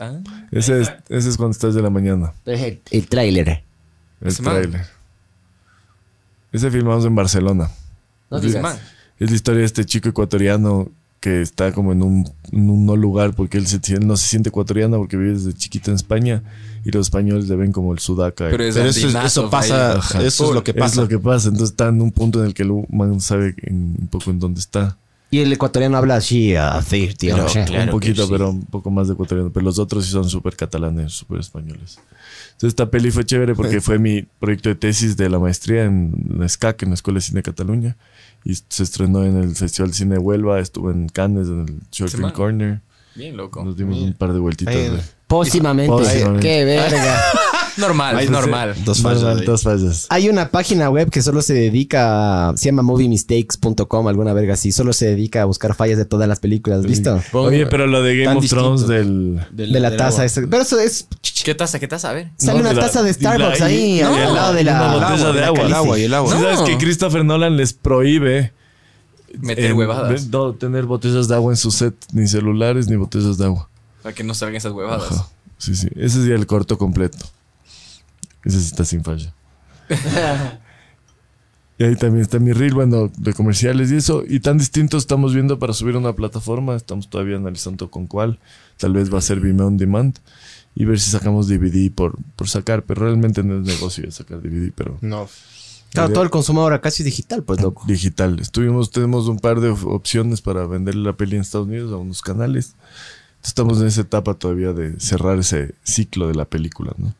Ah. Ese es, ese es cuando estás de la mañana. Es el, el tráiler. El Ese man. tráiler. Ese filmamos en Barcelona. No Es digas. la- Es la historia de este chico ecuatoriano que está como en un, en un no lugar porque él, se- él no se siente ecuatoriano porque vive desde chiquito en España y los españoles le ven como el sudaca. Pero es Pero eso, es- andinazo, eso vaya. pasa, Ajá. eso es lo que Es pasa. lo que pasa. Entonces está en un punto en el que el humano sabe en- un poco en dónde está. Y el ecuatoriano habla así, así, tío. no sé. un poquito, pero un poco más de ecuatoriano. Pero los otros sí son súper catalanes, súper españoles. Entonces, esta peli fue chévere porque fue mi proyecto de tesis de la maestría en SCAC, en la Escuela de Cine de Cataluña. Y se estrenó en el Festival de Cine de Huelva, estuvo en Cannes, en el Short Se Film ma- Corner. Bien loco. Nos dimos un par de vueltitas. Ahí- güey. Póstimamente. Póstimamente. Qué verga. Normal, Ahí- normal. Dos Normal, fallas. ahí. dos fallas. Hay una página web que solo se dedica, a- se llama moviemistakes.com, alguna verga así, solo se dedica a buscar fallas de todas las películas, ¿listo? Oye, pero lo de Game Tan of Thrones distintos. del... De, la taza. esa. Pero eso es... ¿Qué taza? ¿Qué taza? A ver. Sale No, una de la- taza de de la- Starbucks y- ahí, y al el- lado de la... una botella al lado de agua, El calice. agua y el agua. ¿Sí ¿Sabes No. que Christopher Nolan les prohíbe Meter eh, huevadas. ve- No, tener botellas de agua en su set, ni celulares ni botellas de agua. Para que no salgan esas huevadas. Ajá. Sí, sí. Ese es ya el corto completo. Ese sí está sin falla. y ahí también está mi reel, bueno, de comerciales y eso. Y tan distinto estamos viendo para subir a una plataforma. Estamos todavía analizando con cuál. Tal vez va a ser Vimeo On Demand. Y ver si sacamos DVD por, por sacar. Pero realmente no es negocio ya sacar DVD, pero... No. Claro, todo el consumo ahora casi es digital, pues, loco. digital. Estuvimos, tenemos un par de of- opciones para venderle la peli en Estados Unidos a unos canales. Estamos en esa etapa todavía de cerrar ese ciclo de la película, ¿no?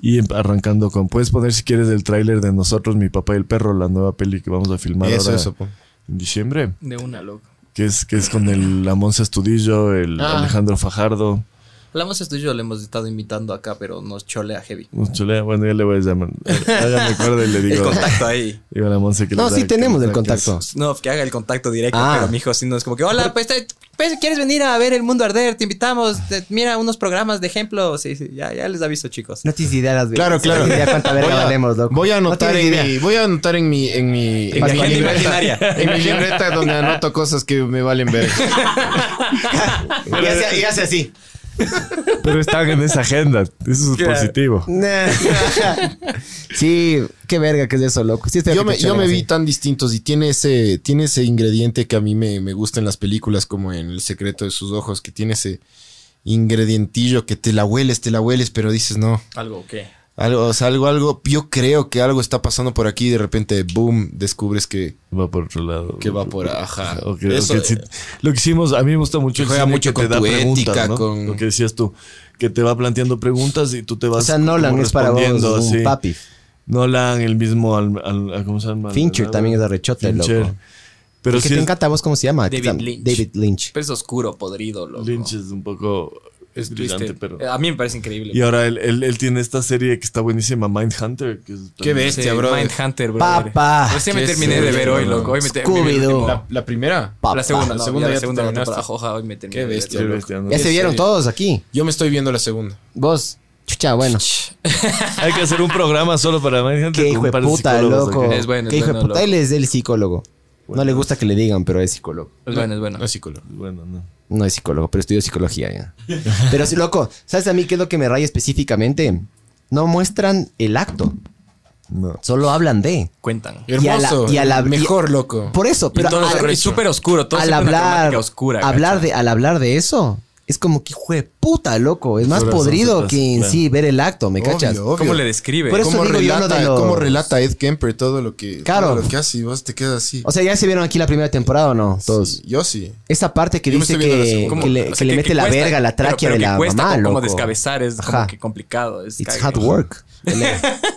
Y em- arrancando con, puedes poner si quieres el tráiler de nosotros, mi papá y el perro, la nueva peli que vamos a filmar Eso, ahora eso. po. en diciembre, De una, loco. que es, que es con el la Monza Estudillo, el Ah. Alejandro Fajardo. Hablamos esto y yo le hemos estado invitando acá, pero nos cholea heavy. Nos cholea. Bueno, ya le voy a llamar. Háganme acuerdo y le digo. ahí. digo a la Monse que No, les da- sí que tenemos les da el clases. contacto. No, que haga el contacto directo, Ah. pero mijo, si no es como que, hola, pues, te- pues, ¿quieres venir a ver El Mundo Arder? Te invitamos, te- mira unos programas de ejemplo. Sí, sí, ya, ya les aviso, chicos. No tienes idea las Claro, claro. No tienes idea cuánta verga Voy a- valemos, loco. Voy a No anotar tienes en idea. mi, voy a anotar en mi, en mi, en mi mi agenda libreta, imaginaria. en mi libreta donde anoto cosas que me valen ver. Y hace, y hace así. Pero están en esa agenda. Eso es Claro. positivo. Nah. sí, qué verga que es eso, loco. Sí, Yo me, yo me vi tan distintos y tiene ese, tiene ese ingrediente que a mí me, me gusta en las películas, como en El secreto de sus ojos, que tiene ese ingredientillo que te la hueles, te la hueles, pero dices no. Algo, ¿qué? Algo, o sea, algo, algo, yo creo que algo está pasando por aquí y de repente, boom, descubres que, Va por otro lado. que va por ajá. O que- o Eso- eh, que si- lo que hicimos, a mí me gusta mucho. el Juega cine mucho que te con da tu preguntas, ética, ¿no? con- Lo que decías tú, que te va planteando preguntas y tú te vas. O sea, como Nolan es para vos, respondiendo, un así. papi. Nolan, el mismo. Al, al- al- ¿Cómo se llama? Fincher Al- también es arrechote, Fincher. loco. Pero El que sí, te es- encanta a vos, ¿cómo se llama? David Que tam- Lynch. David Lynch. Pero es oscuro, podrido, loco. Lynch es un poco. Es Es triste. brillante, pero. Eh, A mí me parece increíble. Y ahora él, él- él tiene esta serie que está buenísima, Mindhunter. Que es Qué también- bestia, bro. Mindhunter, bro. Papá. Recién me Qué terminé de ver serio, hoy, bro. loco. Hoy me te- Scooby-Doo. La, ¿La, la primera. Papá. la segunda, La no, segunda ya la ya te segunda terminaste. temporada. Joja, hoy me terminé. Qué de ver. bestia, Qué loco. bestia, ¿no? Ya se vieron Sí. todos aquí. Yo me estoy viendo la segunda. Vos. Chucha, bueno. Hay que hacer un programa solo para Mindhunter. Qué con un hijo de par de puta, psicólogos loco. acá. Es bueno, es Qué hijo de bueno, puta. loco. Él es el psicólogo. No le gusta que le digan, pero es psicólogo. Es bueno, es bueno. No es psicólogo. Bueno, no. No es psicólogo, pero estudio psicología ya. Pero sí, loco, ¿sabes a mí qué es lo que me raya específicamente? No muestran el acto, No. solo hablan de. Cuentan. Y a la- Hermoso. y a la- mejor, y- loco. Por eso, pero todo al- es al, grueso. súper oscuro, todo siempre una hablar, cromática oscura, hablar gacha. de, al hablar de eso, es como que hijo de puta, loco. Es más Corazón se podrido pasa, que en claro. sí ver el acto, ¿me Obvio, cachas? obvio. ¿Cómo le describe? Por eso Eh, ¿Cómo digo yo lo relata, de los- cómo relata Ed Kemper todo lo que, Claro. todo lo que hace y vos te quedas así. O sea, ¿ya se vieron aquí la primera temporada o no? Todos. Sí, yo sí. Esa parte que Yo me dice estoy viendo la que, segunda. que le, O sea, que le mete la cuesta, verga a la pero- tráquea de pero que la cuesta mamá, como loco. descabezar es Ajá. como que complicado. es It's cague. hard work. El,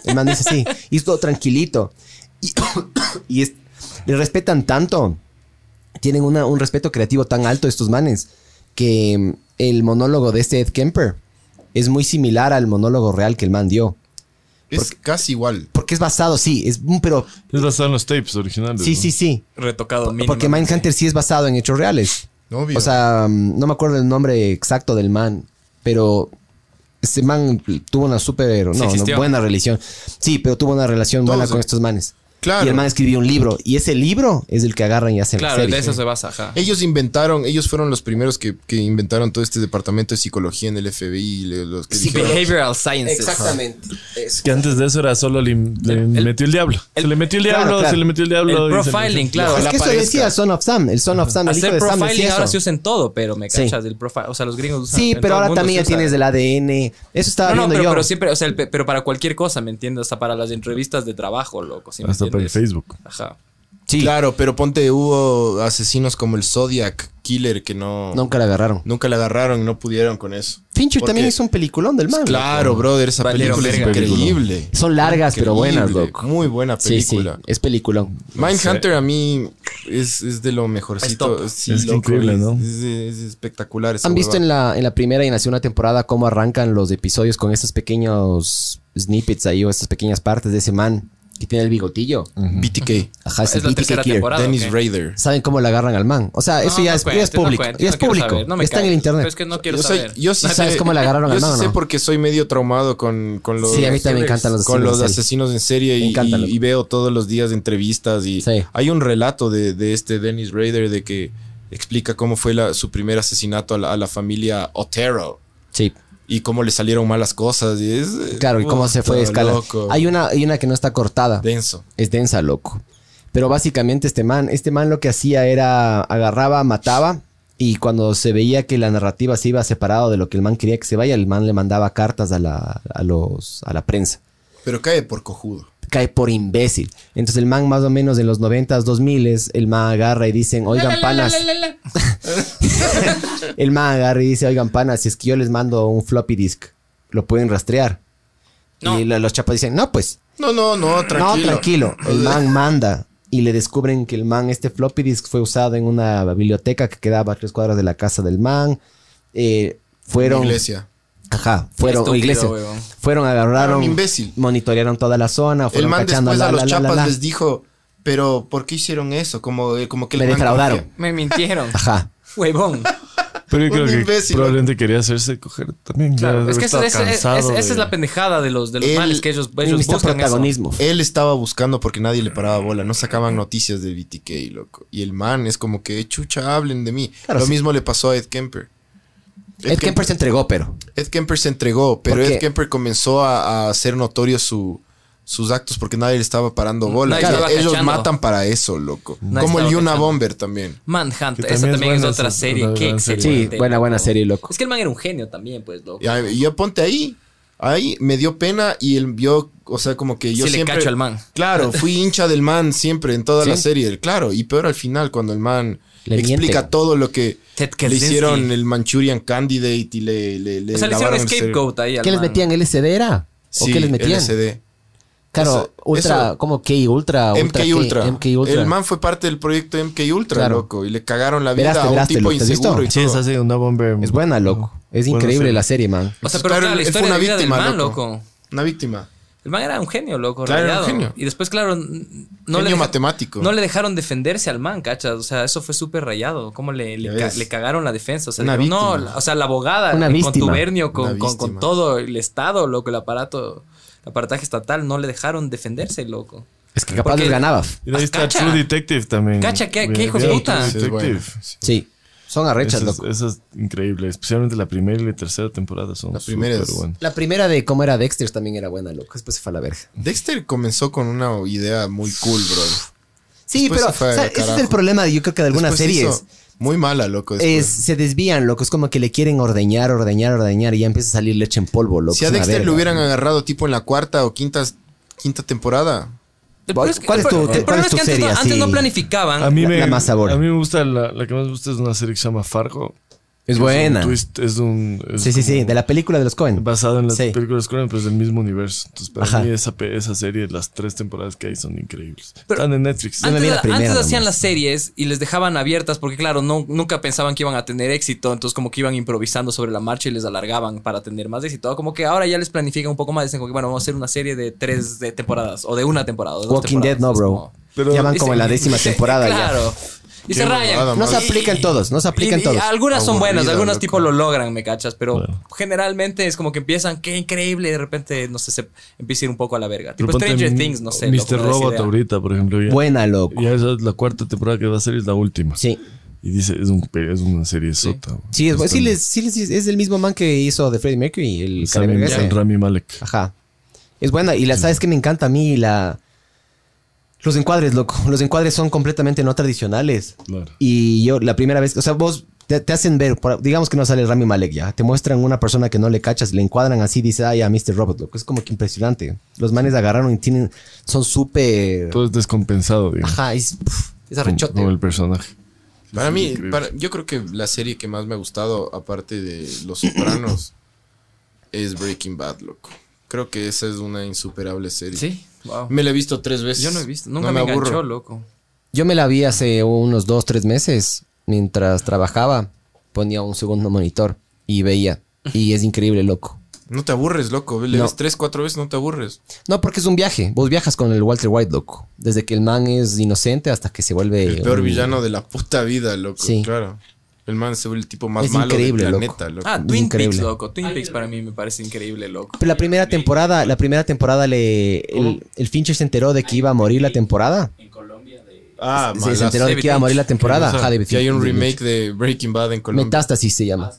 el man dice así. Y es todo tranquilito. Y, y es- le respetan tanto. Tienen una- un respeto creativo tan alto estos manes. Que mm, el monólogo de este Ed Kemper es muy similar al monólogo real que el man dio. Es casi igual. Porque es basado, sí, es un- pero Es basado en los tapes originales. sí, ¿no? sí, sí. Retocado mínimo. Porque Mindhunter sí es basado en hechos reales. Obvio. O sea, mm, no me acuerdo el nombre exacto del man, pero ese man tuvo una súper, no, no, existió. buena relación. Sí, pero tuvo una relación buena Todos, con eh. estos manes. Claro. Y el man escribió un libro, y ese libro es el que agarran y hacen Claro, la serie. de eso se basa, ajá. ellos inventaron, ellos fueron los primeros que, que inventaron todo este departamento de psicología en el FBI. le- Los que Sí, dijeron, behavioral sciences. Es que antes de eso era solo le, le el- metió el diablo. se le metió el claro, diablo, claro. se le metió el El diablo. y se le- profiling, claro. ah, Es ojalá que eso aparezca. decía Son of Sam, el Son of Sam, el hijo Hacer de Sam profiling decía ahora eso. se usa en todo, pero me Sí. cachas. El profile, o sea, los gringos usan. Sí, en pero todo el ahora mundo también se ya usa. tienes el ADN. Eso estaba No, no, viendo pero, yo. pero siempre, o sea, el pe- pero para cualquier cosa, ¿me entiendes? Hasta para las entrevistas de trabajo, loco. ¿sí me Hasta para el entiendes? Facebook. Ajá. Sí. Claro, pero ponte, hubo asesinos como el Zodiac Killer que no. Nunca la agarraron. Nunca la agarraron y no pudieron con eso. Fincher Porque- también hizo un peliculón del man. Claro, loco. brother, esa Valieron película es verga. increíble. Son largas, pero buenas, Increíble, loco. Muy buena Sí, sí. película. Es peliculón. Mindhunter a mí es, es de lo mejorcito. Sí, Es loco, increíble, es- ¿no? Es, es espectacular. esa ¿Han visto huevada. en la, en la primera y en la segunda temporada cómo arrancan los episodios con estos pequeños snippets ahí o estas pequeñas partes de ese man que tiene el bigotillo? BTK? Ajá, Mm. Es ese la BTK tercera Killer. temporada. Dennis ok. Raider. ¿Saben cómo le agarran al man? O sea, eso No, ya, no es, ya cuentes, es público. no cuentes, ya es no quiero público. saber, no me ya está en el cagues. internet. Pero es que no quiero Yo, sé- saber. yo sí ¿No sabes sé- cómo le agarraron yo al sí man o sé no? porque soy medio traumado con, con los Sí, a mí también me encantan los con los asesinos en serie. asesinos en serie Me y, encantan, y- loco. y veo todos los días entrevistas y Sí. hay un relato de, de este Dennis Rader de que explica cómo fue la- su primer asesinato a la, a la familia Otero Sí, y cómo le salieron malas cosas y es eh, claro, y cómo se fue de puta, escala. loco. Hay una, hay una que no está cortada. denso. Es densa, loco. Pero básicamente este man, este man lo que hacía era agarraba, mataba y cuando se veía que la narrativa se iba separado de lo que el man quería que se vaya, el man le mandaba cartas a la, a los, a la prensa. Pero cae por cojudo. Cae por imbécil. Entonces el man más o menos en los 90s, 2000 el man agarra y dicen, oigan panas. el man agarra y dice, oigan panas, si es que yo les mando un floppy disk, lo pueden rastrear. No. Y la- los chapas dicen, no pues, No, no, no, tranquilo. no, tranquilo. El man manda y le descubren que el man, este floppy disk fue usado en una biblioteca que quedaba a tres cuadras de la casa del man. Eh, fueron. Iglesia. Ajá, fueron. Estúpido, iglesia. weón. Fueron, agarraron. Era un imbécil. Monitorearon toda la zona. El Fueron man cachando. después la, a la, los la, la, chapas la. les dijo, pero ¿por qué hicieron eso? Como, eh, como que el Me man defraudaron. confía. Me mintieron. Ajá. Huevón. Pero yo Un creo que imbécil, probablemente quería hacerse coger también. Claro, es que esa es, es- esa esa es la pendejada de los, de los Él- males que ellos, Necesitan ellos Pues buscan. eso. protagonismo. Él estaba buscando porque nadie le paraba bola, no sacaban noticias de BTK, loco. Y el man es como que, chucha, hablen de mí. Claro, Lo sí. mismo le pasó a Ed Kemper. Ed Kemper se entregó, pero. Ed Kemper se entregó, pero Porque- Ed Kemper comenzó a, a hacer notorio su- sus actos porque nadie le estaba parando bola. Nadie Ellos- estaba ellos cachando. matan para eso, loco. Nadie Como el estaba Yuna cachando. Bomber también. Manhunter. Que Esa también es también es, buena, otra es serie. una Qué gran serie. excelente. Sí, buena, buena loco. serie, loco. Es que el man era un genio también, pues, loco. Y ahí- y yo ponte ahí. Ahí me dio pena y él vio, o sea, como que yo Sí le siempre... cacho al man. Claro, fui hincha del man siempre en toda la Sí. serie. Claro, y peor al final cuando el man Le explica miente. todo lo que Ted le Kaczynski. hicieron el Manchurian Candidate y le... le, le o sea, le hicieron lavaron el cerebro. scapegoat ahí al ¿Qué les man. metían? ¿LSD era? ¿O Sí, qué les metían? LSD. Claro, Eso- ultra, eso- como K Ultra, ultra MK K, Ultra. MK Ultra. El man fue parte del proyecto MK Ultra, Claro. loco. Y le cagaron la vida Veraste, a un veraste, tipo loco, ¿te has inseguro. visto? y Sí, todo. esa sí, una bomba. Es buena, loco. Es Buena increíble serie. la serie, man. Pues O sea, Entonces, pero claro, la él historia de vida del man, loco. Una víctima. El man era un genio, loco, Claro, era un rayado. genio. Y después, claro, n- no Genio le deja- matemático. No le dejaron defenderse al man, cachas. O sea, eso fue súper rayado. Cómo le, le, Ya ca- ves. le cagaron la defensa. O sea, Una dijeron, no, víctima. la- o sea, la abogada Una en víctima. contubernio con, Una con, con víctima. todo el Estado, loco, el aparato, el aparataje estatal, no le dejaron defenderse, loco. Es que capaz Porque- les ganaba. Y de ahí está Cacha. True Detective también. Cacha, qué- qué Bien, hijo de bien, puta. True Sí, es bueno. Detective. Sí. Son arrechas, Esa es, loco. esa es increíble, especialmente la primera y la tercera temporada son La primera es- súper buenas. La primera de cómo era Dexter también era buena, loco. Después se fue a la verga. Dexter comenzó con una idea muy cool, bro. Sí, Después se pero fue al o sea, ese es el carajo. problema, yo creo que de algunas Después series. hizo Muy mala, loco. Es, después. se desvían, loco. Es como que le quieren ordeñar, ordeñar, ordeñar y ya empieza a salir leche en polvo, loco. si a Es una Dexter verga. lo hubieran agarrado tipo en la cuarta o quinta, quinta temporada. El ¿Cuál problema es tu- el problema te- cuál es tu que antes serie no- antes, así? no planificaban. A mí La- me, la más sabor. A mí me gusta, la, la que más me gusta es una serie que se llama Fargo. Es que buena. un twist, es un, es Sí, sí, sí. como De la película de los Cohen. Basado en las Sí. películas Coen, pero es del mismo universo. Entonces, para Ajá. mí esa, pe- esa serie, las tres temporadas que hay son increíbles. Pero- Están en Netflix. me Antes, vi la antes primera hacían nomás. las series y les dejaban abiertas porque, claro, no, nunca pensaban que iban a tener éxito. Entonces, como que iban improvisando sobre la marcha y les alargaban para tener más éxito. Como que ahora ya les planifican un poco más. Dicen, como que, bueno, vamos a hacer una serie de tres de temporadas o de una temporada. o de dos Walking Dead, temporadas. no, Es bro. como- ya van como en la décima temporada Claro. Y se huevada, rayan. ya. No se Y- aplican todos, no se Y, aplican y todos. algunas son Aburrida, buenas, algunas loco. tipo lo logran, me cachas, pero Claro. generalmente es como que empiezan, qué increíble, y de repente, no sé, se empieza a ir un poco a la verga. pues, Pero Tipo ponte Stranger mi- Things, no sé. loco, Mr. me da esa Robot idea. ahorita, por ejemplo. Ya, Buena, ¿eh? loco. ya esa es la cuarta temporada que va a ser y es la última. Sí. Y dice, es, un, pe- es una serie sota. güey. Sí, es, bu- Está sí, bien. les- sí les- es el mismo man que hizo de Freddie Mercury, el Sami- careverga ese. San Rami Malek. Ajá. Es buena. Y la, ¿sabes que me encanta a mí? La... Los encuadres, loco. Los encuadres son completamente no tradicionales. Claro. Y yo la primera vez... O sea, vos Te, te hacen ver, por- digamos que no sale Rami Malek ya. Te muestran una persona que no le cachas, le encuadran así, dice, ah, ya, Mr. Robot, loco. Es como que impresionante. Los manes agarraron y tienen, son súper. Todo es descompensado, digamos. Ajá, es, pf, es con- arrechote. Con el personaje. Para Sí, mí, increíble. para- yo creo que la serie que más me ha gustado, aparte de Los Sopranos, es Breaking Bad, loco. Creo que esa es una insuperable serie. Sí, wow. Me la he visto tres veces. Pues Yo no he visto, No nunca me, aburro. enganchó, loco. Yo me la vi hace unos dos, tres meses. Mientras trabajaba, ponía un segundo monitor y veía. Y es increíble, loco. No te aburres, loco. Le No. ves tres, cuatro veces, no te aburres. No, porque es un viaje. Vos viajas con el Walter White, loco. Desde que el man es inocente hasta que se vuelve. El peor un- villano de la puta vida, loco. Sí. Claro. El man se vuelve el tipo más Es malo increíble, del loco. planeta, loco. Ah, Twin Increíble. Peaks, loco. Twin Peaks para mí me parece increíble, loco. Pero la primera temporada, la primera temporada le. El, el Fincher se enteró de que iba a morir la temporada. Ah, Se, se malazo. enteró de David que iba a morir la Fincher. temporada. Ajá, David Que hay un Fincher. remake de Breaking Bad en Colombia. Metástasis se llama.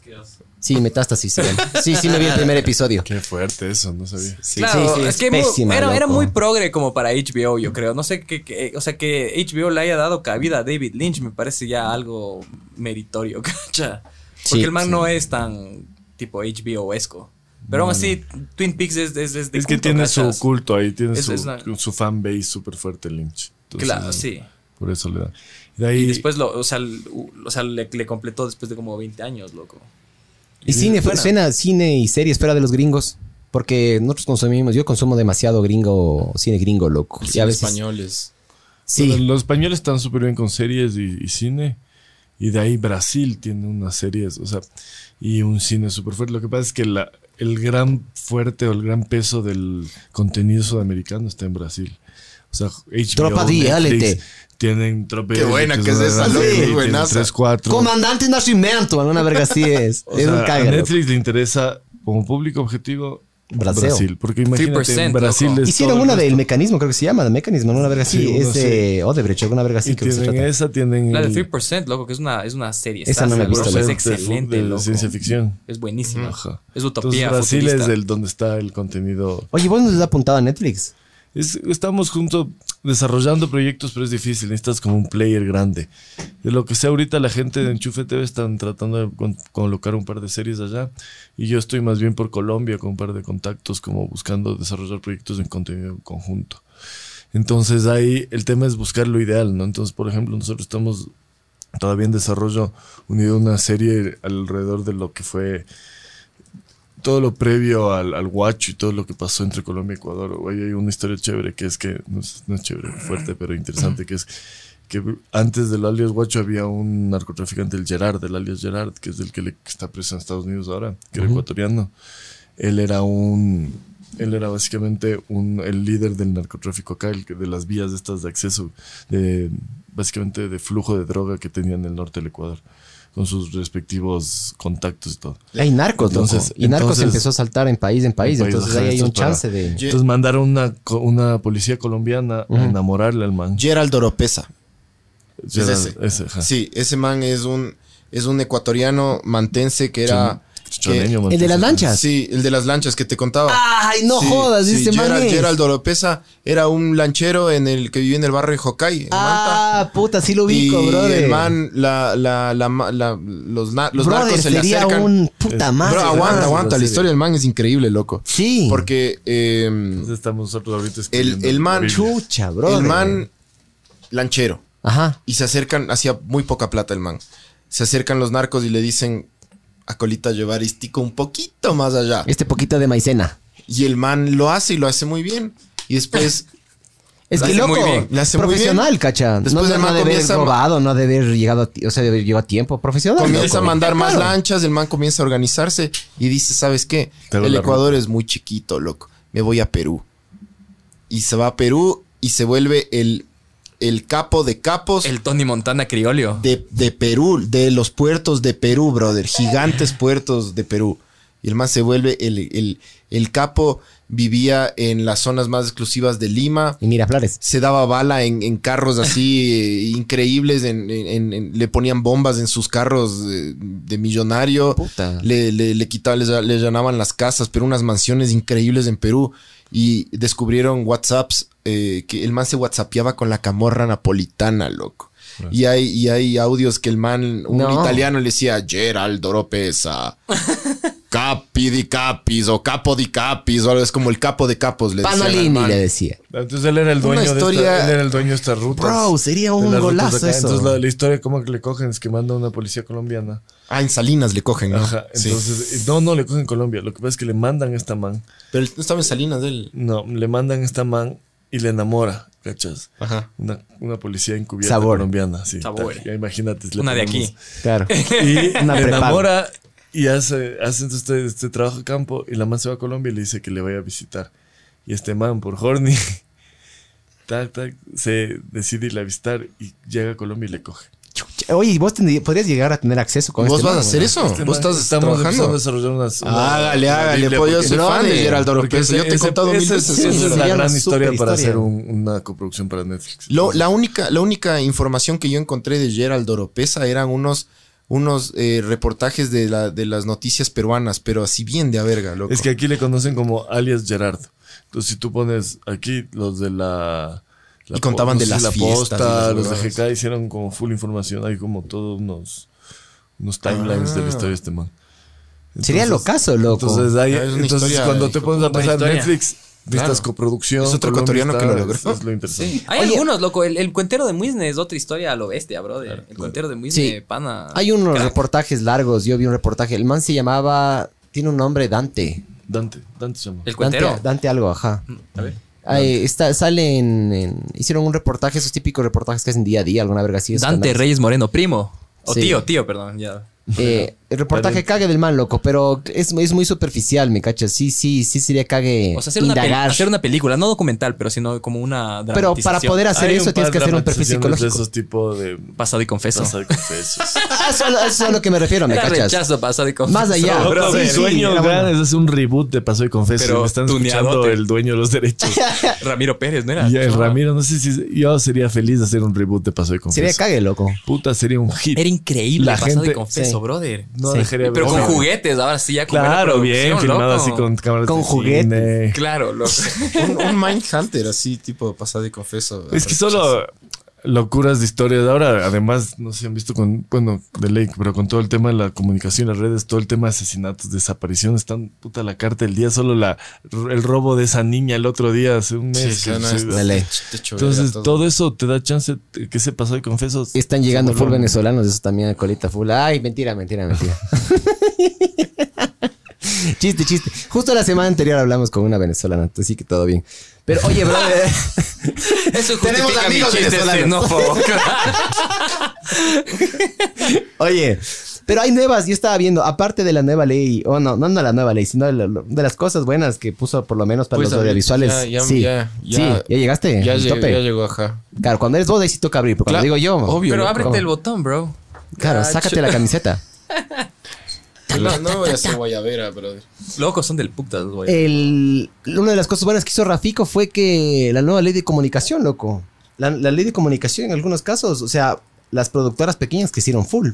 Sí, Metástasis se llama. Sí, sí, me vi el primer episodio. Qué fuerte eso, no sabía. Sí, claro, sí, es, que mu- pésima, era, era loco. muy progre como para HBO, yo creo. No sé qué, qué- o sea, que HBO le haya dado cabida a David Lynch me parece ya algo meritorio, ¿cacha? Porque Sí, el man sí. no es tan tipo HBO-esco. Pero aún así, Twin Peaks es, es, es de Es que culto, tiene ¿cachas? su culto ahí, tiene Es- su, es una- su fan base súper fuerte Lynch. Entonces, Claro, sí. Por eso le da. Y de ahí, Y después, lo, o sea, l- u- o sea, le, le completó después de como 20 años, loco. Y cine, Bueno. suena cine y series fuera de los gringos. Porque nosotros consumimos, yo consumo demasiado gringo, cine gringo, loco. Y a veces- españoles. bueno, Sí, los españoles están súper bien con series y, y cine. Y de ahí Brasil tiene unas series, o sea, y un cine súper fuerte. Lo que pasa es que la- el gran fuerte o el gran peso del contenido sudamericano está en Brasil. O sea, HBO, Tropa de Netflix, reality. tienen Tropa de Qué buena reality, que es esa, loco, tienen buenaza. tres, cuatro. Comandante Nascimento, una verga así es. O es sea, un caga, a loco. Netflix le interesa como público objetivo Brasil. Brasil. porque imagínate, 3%, en Brasil loco. es Hicieron todo una el del resto. mecanismo, creo que se llama, de mecanismo, ¿no? una verga así. Sí, uno es de Odebrecht, alguna verga así. Y creo que se tienen trata. esa, tienen La de el 3%, loco, que es una, es una serie. Esa no sasa, me gusta, loco, Es loco. de- excelente, de, loco. ciencia ficción. Es buenísima. Ajá. Es utopía. Entonces, Brasil futurista. es el donde está el contenido. Oye, vos nos has apuntado a Netflix. Es- estamos juntos desarrollando proyectos, pero es difícil. Necesitas como un player grande. De lo que sea ahorita, la gente de Enchufe TV están tratando de con- colocar un par de series allá. Y yo estoy más bien por Colombia con un par de contactos, como buscando desarrollar proyectos en contenido conjunto. Entonces ahí el tema es buscar lo ideal, ¿no? Entonces, por ejemplo, nosotros estamos todavía en desarrollo unido a una serie alrededor de lo que fue todo lo previo al, al guacho y todo lo que pasó entre Colombia y Ecuador. Hoy hay una historia chévere que es que, no es, no es chévere, fuerte, pero interesante, que es que antes del alias guacho había un narcotraficante, el Gerard, del alias Gerard, que es el que, le- que está preso en Estados Unidos ahora, que era ecuatoriano. Él era un... Él era básicamente un, el líder del narcotráfico acá, el que- de las vías estas de acceso, de, básicamente de flujo de droga que tenía en el norte del Ecuador, con sus respectivos contactos y todo. Hay narcos, loco. Entonces- Y narcos entonces- empezó a saltar en país en país. En país, entonces ajá, ahí hay esto un es para- chance de. Ye- Entonces mandaron una, co- una policía colombiana a enamorarle al man. Gerald Oropesa. Ya era- ese. ese, ajá. Sí, ese man es un, es un ecuatoriano mantense Ah, que era... Choneño, que- man. El de las lanchas. Sí, el de las lanchas que te contaba. Ay, no Sí, jodas, sí, este man. Gerald, es. Geraldo Oropesa era un lanchero en el que vivía en el barrio de Jocay, en Manta. Ah, puta, sí lo ubico, y brother. el man, la, la, la, ma- la- los, na- los brother, narcos se le sería acercan. un puta madre. Bro, brother. aguanta, aguanta. La historia del man es increíble, loco. Sí. Porque eh, Entonces estamos nosotros ahorita el, escribiendo el man... Biblia. Chucha, brother. El man lanchero. Ajá. Y se acercan, hacía muy poca plata el man. Se acercan los narcos y le dicen a Colita llevar estico un poquito más allá. Este poquito de maicena. Y el man lo hace y lo hace muy bien. Y después, Es Lo que hace loco, muy bien, lo hace muy profesional, bien. cacha. Después no, el no man de haber comienza- robado, no de haber llegado a, ti- o sea, de haber llegado a tiempo. Profesional. comienza a loco. mandar más Claro. lanchas, el man comienza a organizarse y dice, ¿sabes qué? Te hago el la Ecuador es muy chiquito, loco. Me voy a Perú. Y se va a Perú y se vuelve el, el capo de capos El Tony Montana criolio. de, de Perú, de los puertos de Perú, brother. Gigantes puertos de Perú. Y el man se vuelve el, el- el capo, vivía en las zonas más exclusivas de Lima. Y mira, Flores. Se daba bala en, en carros así eh, increíbles, en- en- en- en- le ponían bombas en sus carros eh, de millonario, Puta. le, le, le quitaban, le, le llenaban las casas, pero unas mansiones increíbles en Perú y descubrieron WhatsApps, eh, que el man se whatsappeaba con la camorra napolitana, loco. Y hay, y hay audios que el man, un No. italiano le decía Geraldo Ropesa, Capi di Capis o Capo di Capis o algo, es como el capo de capos. Le decían al Panolini man. le decía. Entonces él era el dueño de historia- esta, él era el dueño de estas rutas. Bro, sería de un las rutas de golazo acá. eso. Entonces la, la historia como que le cogen es que manda una policía colombiana. Ah, en Salinas le cogen, ¿no? Ajá. Sí. Entonces, no, no le cogen en Colombia. Lo que pasa es que le mandan a esta man. Pero él no estaba en Salinas él. No, le mandan a esta man y le enamora, ¿cachas? Ajá. Una, una policía encubierta Sabor. colombiana, sí. Sabor. Ya imagínate. le Una de ponemos- aquí. Claro. Y Una le prepago. enamora y hace, hace entonces este, este trabajo de campo y la man se va a Colombia y le dice que le vaya a visitar. Y este man, por horny, tac, tac, se decide ir a visitar y llega a Colombia y le coge. Oye, ¿y vos tendrí- podrías llegar a tener acceso con ¿Vos este vas man, a hacer güey? eso? Este ¿Vos man- estás estamos empezando a trabajando? Ah, desarrollar unas... una- Hágale, una hágale, Biblia, pues yo porque- soy no, fan de de- Geraldo porque Oropesa. Yo ese- te he contado mil ese- veces esa eso. es la Sería una gran historia super para historia. hacer un- una coproducción para Netflix. Lo- la, única, la única información que yo encontré de Gerald Oropesa eran unos, unos eh, reportajes de, la- de las noticias peruanas, pero así bien de a verga, loco. Es que aquí le conocen como alias Gerardo. Entonces, si tú pones aquí los de la. la Y contaban po- de no sé, las la fiestas y posta, las los de huevadas. GK hicieron como full información. Hay como todos unos, unos timelines Ah. de la historia de este man. Sería Entonces- locazo, loco. Entonces, ahí- Ah, es una entonces historia, cuando te hijo, pones a buena pensar historia. Netflix, vistas Claro. coproducción. Es otro Colombia ecuatoriano que lo está- logró. Es, es lo interesante. Hay Oye. algunos, loco. El, el cuentero de Muisne es otra historia a lo bestia, bro. el cuentero de Muisne, Sí. pana. Hay unos Crack. reportajes largos. Yo vi un reportaje. El man se llamaba. Tiene un nombre, Dante. Dante, Dante se llama. El Dante, cuentero. Dante algo, ajá. Mm, A ver. Ahí está, sale en, en- Hicieron un reportaje, esos típicos reportajes que hacen día a día, alguna verga así. esos Dante canales. Reyes Moreno, primo. O Sí. tío, tío, perdón. Ya. Eh, el reportaje cague del man, loco, pero es, es muy superficial, me cachas. Sí, sí, sí sería cague O sea, hacer una, pel- indagar. hacer una película, no documental, pero sino como una Pero para dramatización. poder hacer Hay eso un tienes par que de hacer un perfil dramatizaciones de psicológico. esos tipo de. Pasado y confeso. pasar confesos. Ah, Eso, a lo- eso es a lo que me refiero, me Era cachas. rechazo pasado y confeso. Más allá. bro. Sí, mi sí, sueño era gran bueno. es hacer un reboot de Paso y Confeso. Pero y me están escuchando tuneadote. el dueño de los derechos. Ramiro Pérez, ¿no era? Ah. Y el No. Ramiro, no sé si yo sería feliz de hacer un reboot de Paso y Confeso. Sería cague, loco. Puta, sería un hit. Era increíble La pasado gente- y confeso, sí. brother. no sí. dejaría Pero ver- con Obvio. juguetes, ahora sí, ya con buena Claro, bien, producción, filmado loco. así con cámaras Con de juguetes. cine. Claro, loco. un, un Mindhunter así, tipo pasado y confeso. Es que solo locuras de historias. Ahora, además, no sé si han visto con, bueno, de Lake, pero con todo el tema de la comunicación, las redes, todo el tema de asesinatos, desapariciones, están puta la carta del día, solo la, el robo de esa niña el otro día, hace un Sí, mes. sí, que no, se- es- de ley. te echo Entonces, verga todo. eso te da chance de que se pasó y confesos. Están llegando Se full vuelven- venezolanos, eso también, colita full. Ay, mentira, mentira, mentira. chiste, chiste. Justo la semana anterior hablamos con una venezolana, así que todo bien. Pero oye, bro, Eso Tenemos justifica mi amigos chiste venezolanos. xenófobo. oye, pero hay nuevas, yo estaba viendo, aparte de la nueva ley, o no, no, no la nueva ley, sino de, la- de las cosas buenas que puso por lo menos para Pues, los a ver, audiovisuales. ya- ya- sí, ya- ya- sí, ya llegaste. Ya al llegó, tope. ya llegó, ajá. Claro, cuando eres vos, ahí sí toca abrir, pero cuando Claro, digo yo, obvio. Pero loco. ábrete Ah, el botón, bro. claro, Cacho. sácate la camiseta. No, no voy a hacer guayabera, brother. Locos son del putas, güey. Eh, El, una de las cosas buenas que hizo Rafico fue que la nueva ley de comunicación, loco. La, la ley de comunicación en algunos casos, o sea, las productoras pequeñas que hicieron full.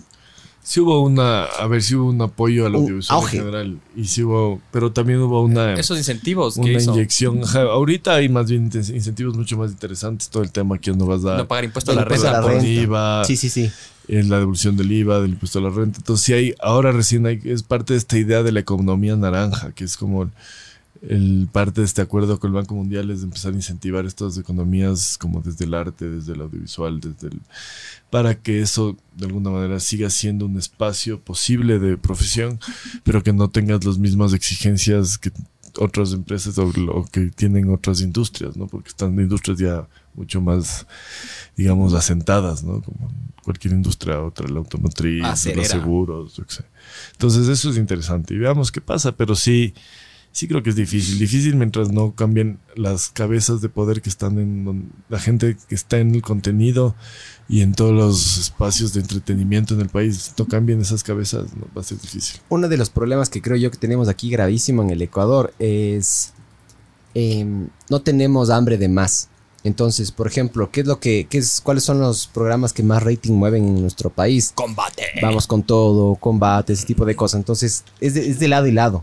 Sí hubo una, a ver, sí hubo un apoyo al Un audiovisual en Uh, auge. general. Y sí hubo, pero también hubo una, Esos incentivos que una hizo. inyección. Ajá, Ahorita hay más bien inten- incentivos mucho más interesantes. Todo el tema que no vas a No pagar impuesto a Del la impuesto renta. a la por renta. IVA, Sí, sí, sí. en la devolución del IVA, del impuesto a la renta. Entonces, sí hay, ahora recién hay, es parte de esta idea de la economía naranja, que es como el, parte de este acuerdo con el Banco Mundial es de empezar a incentivar estas economías como desde el arte, desde el audiovisual, desde el, para que eso de alguna manera siga siendo un espacio posible de profesión, pero que no tengas las mismas exigencias que otras empresas o, o que tienen otras industrias, ¿no? Porque están industrias ya mucho más, digamos, asentadas, ¿no? Como cualquier industria, otra, la automotriz, Acerera. los seguros, yo qué sé. Entonces eso es interesante y veamos qué pasa, pero sí, sí creo que es difícil, difícil mientras no cambien las cabezas de poder que están en don- la gente que está en el contenido y en todos los espacios de entretenimiento en el país, no cambien esas cabezas, no, va a ser difícil. Uno de los problemas que creo yo que tenemos aquí gravísimo en el Ecuador es em, no tenemos hambre de más. Entonces, por ejemplo, ¿qué es lo que, qué es, cuáles son los programas que más rating mueven en nuestro país? Combate. Vamos con todo, combate, ese tipo de cosas. Entonces, es de, es de lado y lado.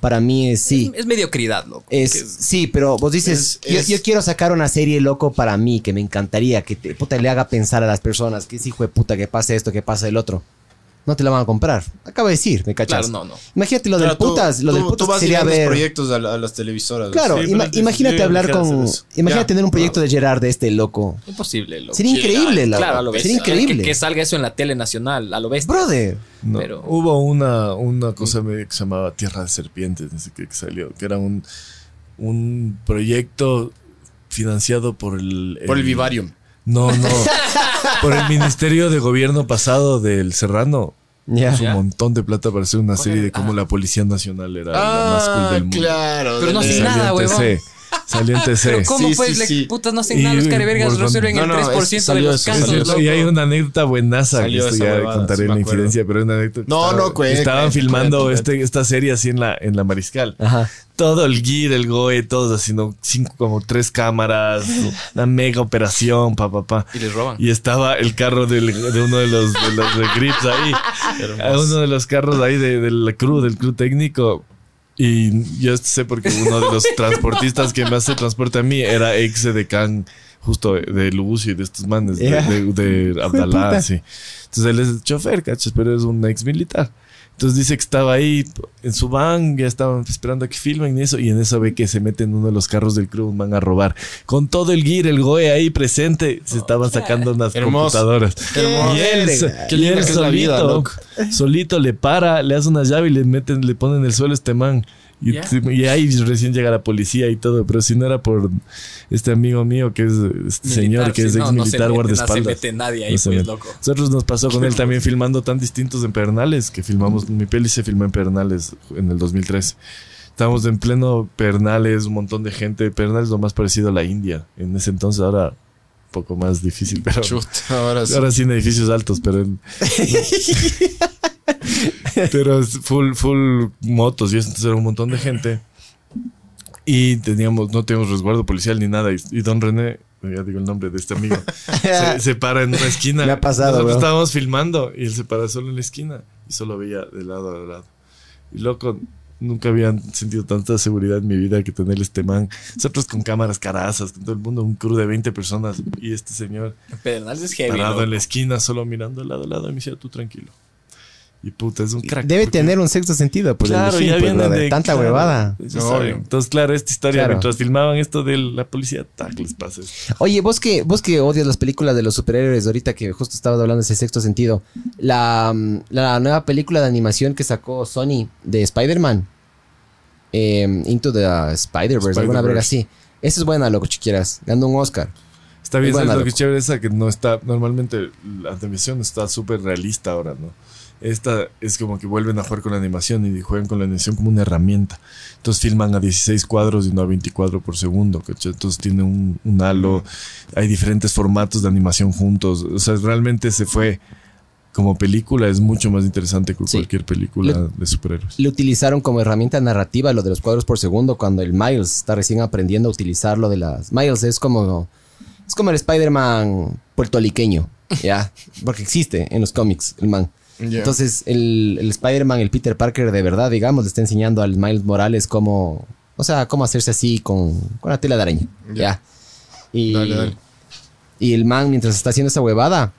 para mí es sí. Es mediocridad, loco. Es, Que- sí, pero vos dices, Es- es- yo, yo quiero sacar una serie loco para mí, que me encantaría, que te- puta, le haga pensar a las personas, que es hijo de puta, que pase esto, que pase el otro. No te la van a comprar. Acaba de decir, ¿me cachas? Claro, no, no. Imagínate lo del Claro, tú- putas, lo del tú- putas Tú que vas y sería vendes ver... proyectos a, la- a las televisoras. güey. Claro, Sí, ima- pero te- imagínate yo hablar quisiera con... hacer eso. Imagínate Ya. tener un proyecto de Gerard de este loco. Imposible, loco. Sería increíble, la- Claro, a lo sería bestia. increíble. Que, que salga eso en la tele nacional, a lo bestia. Brother. No, Pero- Hubo una, una cosa medio que se llamaba Tierra de Serpientes, desde que que salió, que era un, un proyecto financiado por el, Por el vivarium. No, no. por el Ministerio de Gobierno pasado del Serrano. Ya. Puso un montón de plata para hacer una serie de cómo la Policía Nacional era la más cool del mundo. Ah, claro. Pero no dale. hacen Salió nada, en huevón. TC. Salió en TC. Pero ¿cómo Sí, pues? sí, le- sí. Putas, no hacen nada, Y- los carevergas Gordon- resuelven No, no, el 3% es- de salió los eso, Es casos, salió cierto, loco. y hay una anécdota buenaza que Salió esto esa ya huevada, contaré sí en me la acuerdo. incidencia, pero hay una anécdota. que No, estaba- no, cuenta, Estaban cuenta, filmando cuenta. Este, esta serie así en la, en la Mariscal. Ajá. Todo el gear, el goe, todos haciendo cinco, como tres cámaras, una mega operación, pa, pa, pa. Y les roban. Y estaba el carro del- de uno de los, de los de grips ahí. A uno de los carros ahí de, del crew, del crew técnico. Y yo sé porque uno de los transportistas que me hace transporte a mí era ex de Can, justo de Lucio y de estos manes, de- Ya. de, de, Abdalá, puta. sí. Entonces él es el chofer, cachas, pero es un ex militar. Entonces dice que estaba ahí en su van, ya estaban esperando a que filmen y eso, y en eso ve que se mete en uno de los carros del club, van a robar. Con todo el gear, el goe ahí presente, se estaban sacando unas Hermoso. computadoras. Hermoso. Y él, Qué y linda él que es la vida, solito, loco. solito le para, le hace una llave y le meten, le ponen el suelo a este man. Y, Ya. y ahí recién llega la policía y todo, pero si no era por este amigo mío que es este señor, Militar, que es sí, no, ex no militar se mete- No se guardaespaldas. mete nadie ahí, No se pues, mete. loco. Nosotros nos pasó con él también filmando tan distintos en Pernales, que filmamos, mi peli se filmó en Pernales en el 2013. Estábamos en pleno Pernales, un montón de gente. Pernales lo más parecido a la India. En ese entonces ahora un poco más difícil, pero Chuta, ahora sí. ahora sí en edificios altos, pero en- pero es full, full motos y eso, entonces era un montón de gente. Y teníamos, no teníamos resguardo policial ni nada. Y, y don René, ya digo el nombre de este amigo, se, se para en una esquina. Me ha pasado, Nosotros weón. estábamos filmando y él se para solo en la esquina y solo veía de lado a lado. Y loco, nunca había sentido tanta seguridad en mi vida que tener este man. Nosotros con cámaras carazas, con todo el mundo, un crew de 20 personas y este señor Pedernales es heavy, parado loco. en la esquina, solo mirando de lado a lado. Y me decía, tú tranquilo. Y puta, es un crack. Debe porque- tener un sexto sentido, pues, el Claro, mijín, ya pues, vienen brother. de Tanta claro, huevada. ya No, saben. obvio. Entonces, claro, esta historia, Claro. mientras filmaban esto de la policía, tac, les pasa esto. Oye, vos que, vos que odias las películas de los superhéroes, ahorita que justo estabas hablando de ese sexto sentido, la, mm, la nueva película de animación que sacó Sony de Spider-Man, eh, Into the Spider-Verse, alguna Spider-Verse. verga así. Esa es buena, loco, chiquieras. Ganó un Oscar. Está bien, Muy buena, ¿sabes lo que loco. es chévere esa que no está. Normalmente la animación está súper realista ahora, ¿no? Esta es como que vuelven a jugar con la animación y juegan con la animación como una herramienta. Entonces filman a 16 cuadros y no a 24 por segundo, ¿cachai? Entonces tiene un, un halo, hay diferentes formatos de animación juntos. O sea, realmente se fue como película, es mucho más interesante que Sí. cualquier película Lo- de superhéroes. Lo utilizaron como herramienta narrativa lo de los cuadros por segundo cuando el Miles está recién aprendiendo a utilizar lo de las... Miles es como, es como el Spider-Man puertoliqueño, ¿ya? Porque existe en los cómics el man. Ya. Entonces, el, el Spider-Man, el Peter Parker de verdad, digamos, le está enseñando al Miles Morales cómo, o sea, cómo hacerse así con, con la tela de araña. Ya. Y, Dale, dale. y el man, mientras está haciendo esa huevada,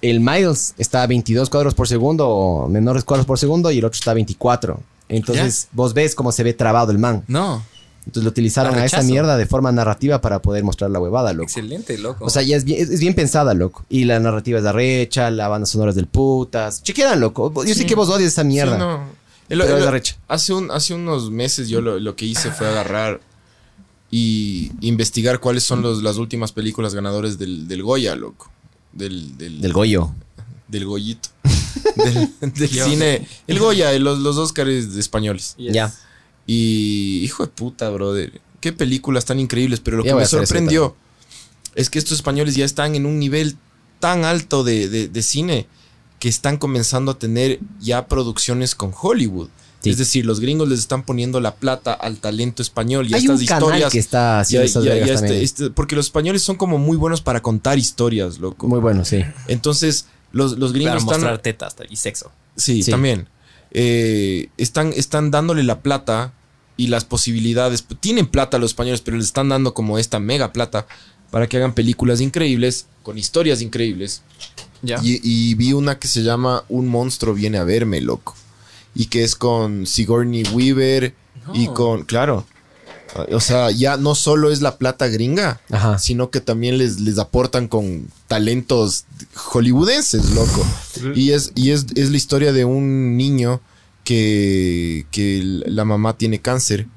el Miles está a 22 cuadros por segundo, o menores cuadros por segundo, y el otro está a 24. Entonces, vos ves cómo se ve trabado el man. No, Entonces, lo utilizaron Ah, a esa rechazo. mierda de forma narrativa para poder mostrar la huevada, loco. excelente, loco. O sea, ya es bien, es- es bien pensada, loco. Y la narrativa es la recha, la banda sonora es del putas. Chequean, loco. Yo sé que vos odias esa mierda. Sí, no. El- Pero el- es arrecha. hace, un, hace unos meses yo lo, lo que hice fue agarrar y investigar cuáles son los- las últimas películas ganadores del, del Goya, loco. Del, del, Del Goyo. del Goyito. del del cine. El Goya, eh, los, los Óscares españoles. Yes. Ya. Y hijo de puta, brother. Qué películas tan increíbles. Pero lo Ya que voy me a hacer eso sorprendió es que estos españoles ya están en un nivel tan alto de, de- de cine que están comenzando a tener ya producciones con Hollywood. Sí. Es decir, los gringos les están poniendo la plata al talento español y Hay estas un canal historias. que está haciendo ya- esas ya- vergas ya este- también. este- porque los españoles son como muy buenos para contar historias, loco. Muy bueno, sí. Entonces, los, los Para gringos están mostrar tetas y sexo. Sí, Sí. también. Eh, están, están dándole la plata y las posibilidades. Tienen plata los españoles, pero les están dando como esta mega plata para que hagan películas increíbles, con historias increíbles. Ya. Y, y vi una que se llama Un monstruo viene a verme, loco. Y que es con Sigourney Weaver y No. con. Claro. O sea, ya no solo es la plata gringa, Ajá. sino que también les, les aportan con talentos hollywoodenses, loco. Y es, y es, es la historia de un niño que, que la mamá tiene cáncer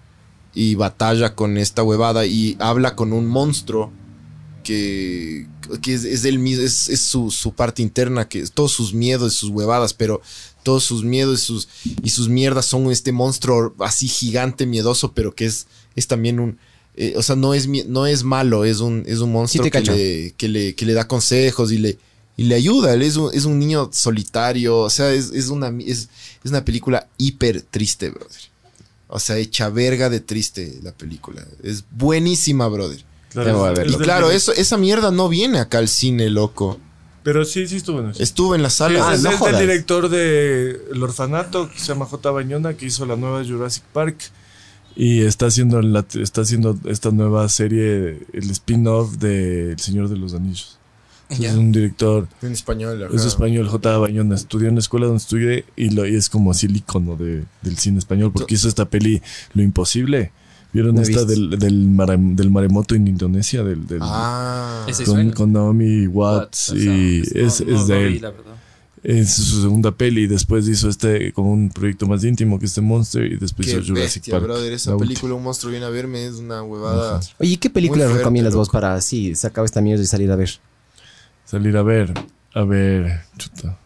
y batalla con esta huevada y habla con un monstruo que, que es, es él mismo, es, es su, su parte interna, que es todos sus miedos y sus huevadas, pero todos sus miedos y sus, y sus mierdas son este monstruo así gigante, miedoso, pero que es, es también un... eh, o sea, no es, mi- no es malo, es un, es un monstruo te que, cacho. le, que, le, que le da consejos y le, y le ayuda. Él es un, es un niño solitario, o sea, es, es una, es, es una película hiper triste, brother. O sea, hecha verga de triste la película. Es buenísima, brother. Claro, voy a ver. es Y del claro, mismo- eso, esa mierda no viene acá al cine, loco. Pero sí, sí estuvo en eso. Estuve en la Sí, sala. Ah, es no es jodas. del director de El Orfanato, que se llama J. Bañona, que hizo la nueva Jurassic Park. Y está haciendo, la, está haciendo esta nueva serie, el spin-off de El Señor de los Anillos. Ya. Es un director, en español. es español, J. Bañona. Estudió en la escuela donde estudié y, lo, y es como así el icono de, del cine español, porque hizo esta peli Lo Imposible. ¿Vieron ¿La esta viste? del, del, mare- del maremoto en Indonesia? Del, del- Ah. Ese con, suena. con Naomi Watts Watts, o sea, pues, y no- es, no es lo de él. vi, la verdad. Es su segunda peli y después hizo este como un proyecto más íntimo que este Monster y después Qué hizo Jurassic bestia, Park. brother. Esa la película, un monstruo viene a verme, es una huevada. Oye, ¿qué película fuerte, recomiendas vos loco. para así se acaba esta mierda y salir a ver? última. Salir a ver, a ver, chuta.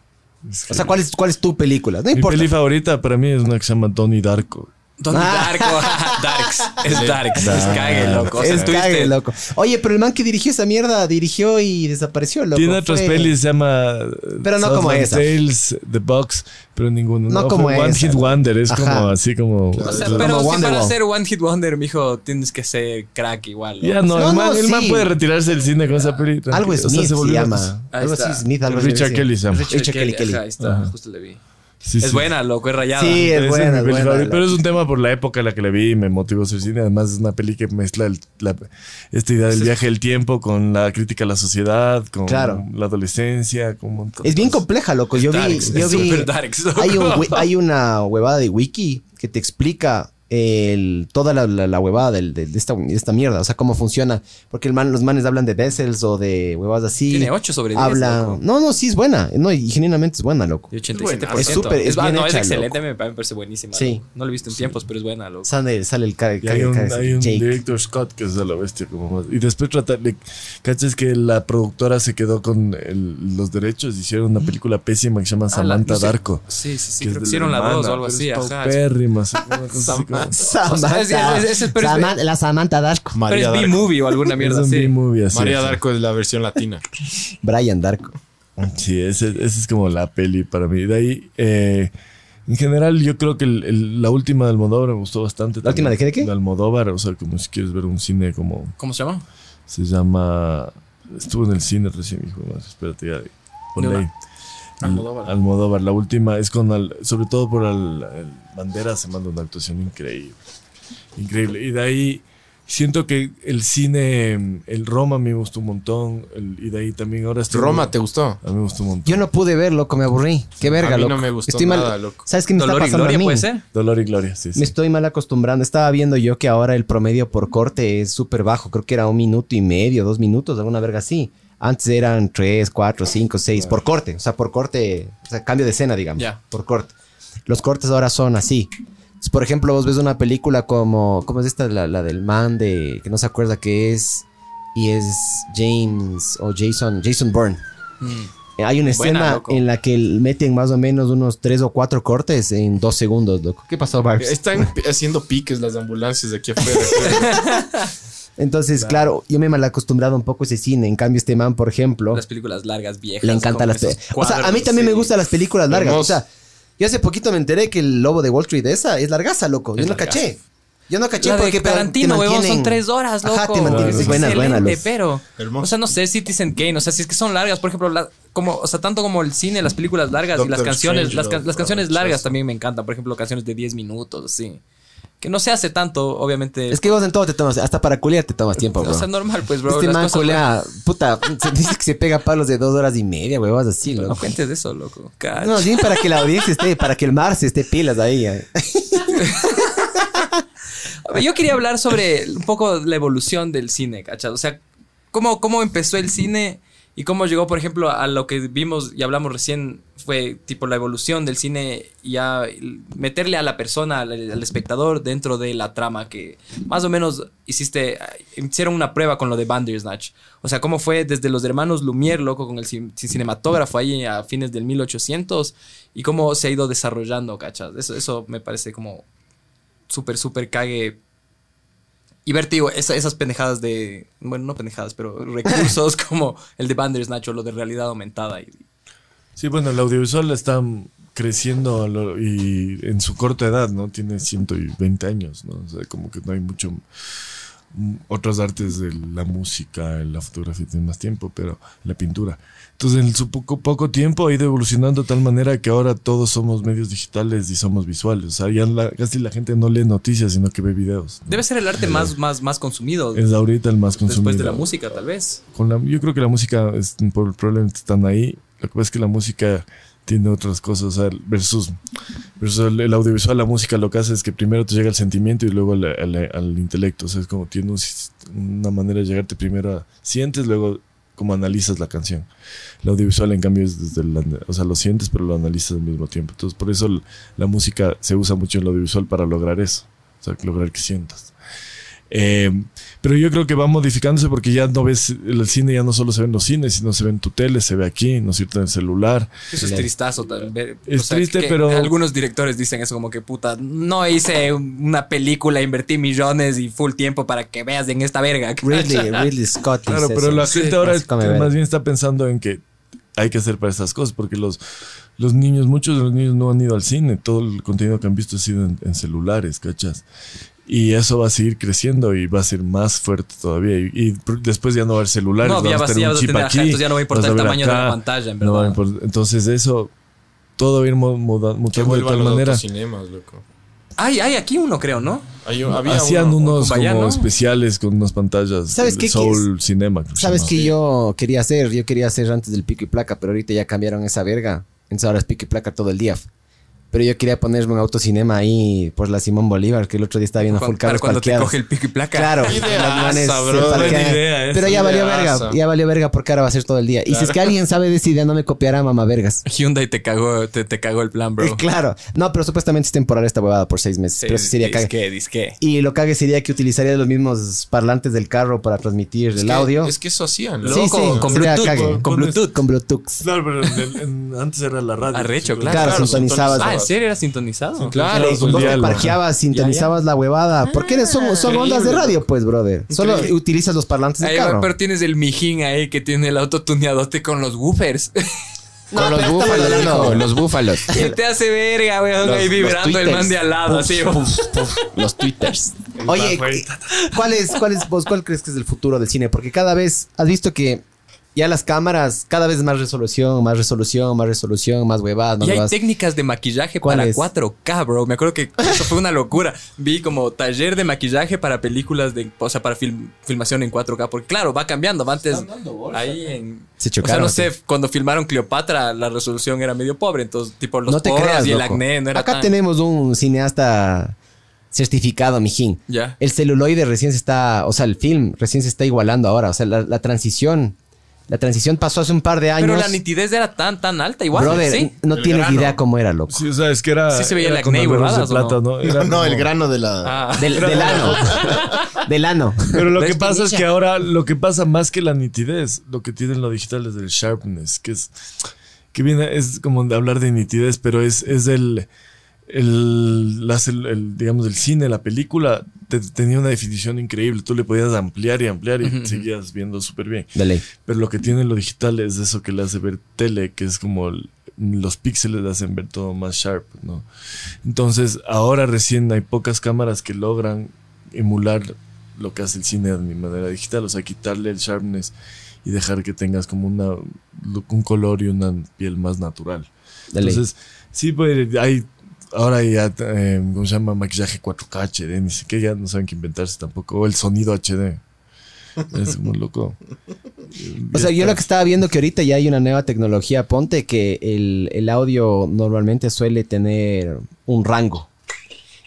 Es O que- sea, ¿cuál es, cuál es tu película? No mi importa. peli favorita para mí es una que se llama Donnie Darko. Don Ah. Darko. Darks. Es Darks. Es cague, loco. O sea, es tuviste- cague, loco. Oye, pero el man que dirigió esa mierda dirigió y desapareció, loco. Tiene otras Fue- pelis, se llama eh, Pero no como esa. Tales, The Box, pero ninguno. No fue como One esa. Hit Wonder, es Ajá. como así como... O sea, Como pero si Wonderwall. para ser One Hit Wonder, mijo, tienes que ser crack igual. ¿no? Ya no, No, el, man, no, el man sí. puede retirarse del cine con esa peli. tranquilo. Algo O sea, Smith se, volvió una cosa. llama. Ahí Algo así, está. Smith, algo Richard así. Kelly se llama. Richard, Kelly. Kelly. Ajá, ahí está, justo le vi. Sí, es sí. buena, loco, es rayada. Sí, es Esa buena, mi es peli buena, favorita, la- Pero es un tema por la época en la que la vi y me motivó a hacer cine. Además, es una peli que mezcla el- la- esta idea del viaje del tiempo con la crítica a la sociedad, con Claro. la adolescencia, con un montón de Es bien cosas. compleja, loco. Yo vi. Darks, Yo es vi super darks, loco. hay, un wi- hay una huevada de wiki que te explica el, toda la, la- la huevada del- del- de, esta, de esta mierda. O sea, cómo funciona. Porque el man, los manes hablan de Dessels o de huevadas así. Tiene 8 sobre 10. Habla. loco. No, no, sí es buena. No, y genuinamente es buena, loco. Y 87%. Es súper- es ah, bien no, hecha, es excelente, me, me parece buenísima. Sí. loco. No lo he visto en tiempos, pero es buena, loco. Sale, sale el cara. Y hay un, hay un director Scott que es de la bestia como más. Y después tratarle, cachas que la productora se quedó con el- los derechos, hicieron una película pésima que se llama Ah, la- Samantha no sé. Darko. Sí, sí, sí. que es creo de que hicieron la hermana, 2 o algo pero así. es Ajá. paupérrima, así como una cosa así como- Samantha. O sea, es- es- es- pero es- Samantha- la Samantha Darko. Pero es B-movie o alguna Es mierda un así. B-movie así, María así. Darko es la versión latina. Brian Darko. Sí, ese- esa es como la peli para mí. De ahí, eh, en general, yo creo que el- el- la última de Almodóvar me gustó bastante. ¿La última de qué, de qué? De Almodóvar, o sea, como si quieres ver un cine como ¿Cómo se llama? se llama... Estuvo en el cine recién, hijo. de madre, Espérate, ya. ponle De una. ahí. Almodóvar. Almodóvar, la última es con, al- sobre todo por al, al Bandera, se manda una actuación increíble. Increíble. Y de ahí siento que el cine, el Roma me gustó un montón. el- y de ahí también ahora estoy. Roma, ¿te gustó? A mí me gustó un montón. Yo no pude ver, loco, me aburrí. Qué verga, a mí loco. no me gustó Estoy mal- nada, loco. ¿Sabes qué me Dolor y está pasando Gloria a mí? puede ser. Dolor y Gloria, sí. sí. Me estoy mal acostumbrando. Estaba viendo yo que ahora el promedio por corte es súper bajo. Creo que era un minuto y medio, dos minutos, alguna verga así. Antes eran tres, cuatro, cinco, seis, por corte. O sea, por corte, o sea, cambio de escena, digamos. Ya. Por corte. Los cortes ahora son así. Entonces, Por ejemplo, vos ves una película como. ¿Cómo es esta? La, la del man de. que no se acuerda que es. Y es James o Jason. Jason Bourne. Hay una Mm. Buena, escena loco. en la que meten más o menos unos tres o cuatro cortes en dos segundos, loco. ¿Qué pasó, Barbs? Están pi- haciendo piques las ambulancias de aquí afuera. Entonces, claro. yo me he mal acostumbrado un poco a ese cine. En cambio, este man, por ejemplo, Las películas largas, viejas. le encantan con las esos películas. O sea, a mí cuadros, también me sí. gustan las películas largas. O Hermoso. sea, yo hace poquito me enteré que el lobo de Wall Street esa es largaza, loco. Yo Es no largaza. caché. Yo no caché La porque de te- te Tarantino, huevón, son mantienen- tres horas, loco. Ajá, te mantienes. Claro. Es buena, es buena, Excelente, loco. pero... Hermoso. O sea, no sé, Citizen Kane, o sea, si es que son largas, por ejemplo, la- como, o sea, tanto como el cine, las películas largas y las Doctor canciones, Strange, las, ca- loco, las canciones rechazo. largas también me encantan, por ejemplo, canciones de 10 minutos, así. Que no se hace tanto, obviamente. Es que vos en todo te tomas, hasta para culear te tomas tiempo, bro. o sea, normal, pues, bro. este las man cosas- culea, puta, se dice que se pega palos de dos horas y media, huevas así, No loco. cuentes de eso, loco. Cacha. No, sí, para que la audiencia esté, para que el mar se esté pilas ahí. eh. A ver, Yo quería hablar sobre un poco la evolución del cine, ¿cachado? O sea, cómo, cómo empezó el cine y cómo llegó, por ejemplo, a lo que vimos y hablamos recién, fue tipo la evolución del cine y a meterle a la persona, al, al espectador, dentro de la trama que más o menos hiciste, hicieron una prueba con lo de Bandersnatch. O sea, cómo fue desde los hermanos Lumière, loco, con el cin- cinematógrafo ahí a fines del 1800 y cómo se ha ido desarrollando, ¿cachas? Eso, eso me parece como súper, súper cague. Y ver, tío, esa- esas pendejadas de. Bueno, no pendejadas, pero recursos como el de Bandersnatch o lo de realidad aumentada. Y, Sí, bueno, el audiovisual está creciendo a lo- y en su corta edad, ¿no? Tiene 120 años, ¿no? O sea, como que no hay mucho... mm, Otras artes de la música, la fotografía tiene más tiempo, pero la pintura. Entonces, en su poco, poco tiempo ha ido evolucionando de tal manera que ahora todos somos medios digitales y somos visuales. O sea, ya la- casi la gente no lee noticias, sino que ve videos. ¿no? debe ser el arte más, más, más consumido Es ahorita el más consumido. después de la música, tal vez. Con la- yo creo que la música es, por- probablemente están ahí. Lo que pasa es que la música tiene otras cosas o sea, versus, versus el, el audiovisual. La música lo que hace es que primero te llega el sentimiento y luego al, al- al intelecto. O sea, es como tiene un sis- una manera de llegarte primero a sientes, luego como analizas la canción. El audiovisual, en cambio, es desde la, o sea, lo sientes, pero lo analizas al mismo tiempo. Entonces, por eso l- la música se usa mucho en el audiovisual para lograr eso. O sea, lograr que sientas. Eh, pero yo creo que va modificándose porque ya no ves el cine, ya no solo se ve en los cines, sino se ve en tu tele, se ve aquí, ¿no es cierto? En el celular. Eso es tristazo. tal vez. Es triste, que pero- Algunos directores dicen eso como que puta, no hice una película, invertí millones y full tiempo para que veas en esta verga. Ridley, Ridley Scott. Claro, dice pero eso. la gente ahora Así come verga. más bien está pensando en que hay que hacer para estas cosas porque los, los niños, muchos de los niños no han ido al cine, todo el contenido que han visto ha sido en, en celulares, ¿cachas? Y eso va a seguir creciendo y va a ser más fuerte todavía. Y, y pr- después ya no va a haber celulares, No, ya vamos vas- a tener ya un vas a chip tener, ajá, aquí. entonces ya no va a importar vas el ver tamaña de la pantalla, en no va a verdad. import- entonces eso todo va a ir mo- moda- Que mutando de vuelvan tal los manera. autocinemas, loco. Ay, hay aquí uno, creo, ¿no? Hay- había Hacían uno- unos con Bayano. como especiales con unas pantallas. ¿Sabes el qué? Soul Cinema. creo que se ¿Sabes llama. qué yo quería hacer? Yo quería hacer antes del pico y placa, pero ahorita ya cambiaron esa verga. Entonces ahora es pico y placa todo el día. Pero yo quería ponerme un autocinema ahí por la Simón Bolívar, que el otro día estaba viendo full Cuando- para carros cuando te parqueados. coge el pico y placa. Claro, Qué los ideaza, manes se bro, buena parquean. idea, esa pero ya valió ideaza. verga, ya valió verga porque ahora va a ser todo el día. Y si es que alguien sabe de esa idea, no me copiará, mamá vergas. Hyundai te cagó, te, te cagó el plan, bro. Eh, Claro, no, pero supuestamente es temporal esta huevada por seis meses. pero eso sería cague. disque, disque. Y lo cague sería que utilizaría los mismos parlantes del carro para transmitir Es el que- audio. Es que eso hacían, Sí, loco. sí, con sería Bluetooth, cague. con- con Bluetooth. Con Bluetooth. Claro, pero en el- en- antes era la radio. Arrecho, claro. Claro, Claro, sintonizabas. Ah, ¿en Claro, serio era sintonizado? Claro, Claro, son son dos- de algo. parqueabas, sintonizabas la huevada. Porque eres- son, son Increíble. ondas de radio, pues, brother. Solo Increíble. utilizas los parlantes del Ah, Ahí va, carro. pero tienes el mijín ahí que tiene el autotuneadote con los woofers. Con los búfalos, loco, los búfalos. que te hace verga, weón, Los- ahí los vibrando el tweeters. man de al lado, así. Los twitters. Oye, ¿cuál es, cuál es, vos, cuál crees que es el futuro del cine? Porque cada vez, has visto que ya las cámaras, cada vez más resolución, más resolución, más resolución, más huevadas, más Y hay huevadas. técnicas de maquillaje ¿Cuál para es? 4K, bro. Me acuerdo que eso fue una locura. Vi como taller de maquillaje para películas de, o sea, para film- filmación en 4K. Porque claro, va cambiando. Va antes ahí en. ¿eh? Se chocaron, o sea, no sé, cuando filmaron Cleopatra, la resolución era medio pobre. Entonces, tipo, los no te poros creas, y el loco. acné no era Acá tan- tenemos un cineasta certificado, mijín. Ya. El celuloide recién se está, o sea, el film recién se está igualando ahora. O sea, la, la transición, la transición pasó hace un par de años. Pero la nitidez era tan, tan alta igual. Brother, sí. no El tienes grano. idea cómo era, loco. Sí, o sea, es que era. Sí se veía era el con acné y aluros de huevadas, ¿o plata, no? ¿no? Era No, no, como- el grano de la. Ah. Del, del ano. del ano. Pero lo La que pasa es espinilla. que ahora lo que pasa más que la nitidez, lo que tiene lo digital es el sharpness, que es que viene es como de hablar de nitidez, pero es es el el, la cel- el, digamos el cine, la película te- tenía una definición increíble, tú le podías ampliar y ampliar y seguías viendo súper bien. De ley. Pero lo que tiene lo digital es eso que le hace ver tele, que es como el- los píxeles le hacen ver todo más sharp, ¿no? Entonces, ahora recién hay pocas cámaras que logran emular lo que hace el cine de mi manera digital, o sea, quitarle el sharpness y dejar que tengas como una, un color y una piel más natural. De ley. Entonces, sí, pues hay ahora ya, eh, ¿cómo se llama? Maquillaje 4K HD, ni siquiera ya no saben qué inventarse tampoco. O el sonido HD. Es muy loco. O sea, yo lo que estaba viendo que ahorita ya hay una nueva tecnología, ponte que el, el audio normalmente suele tener un rango.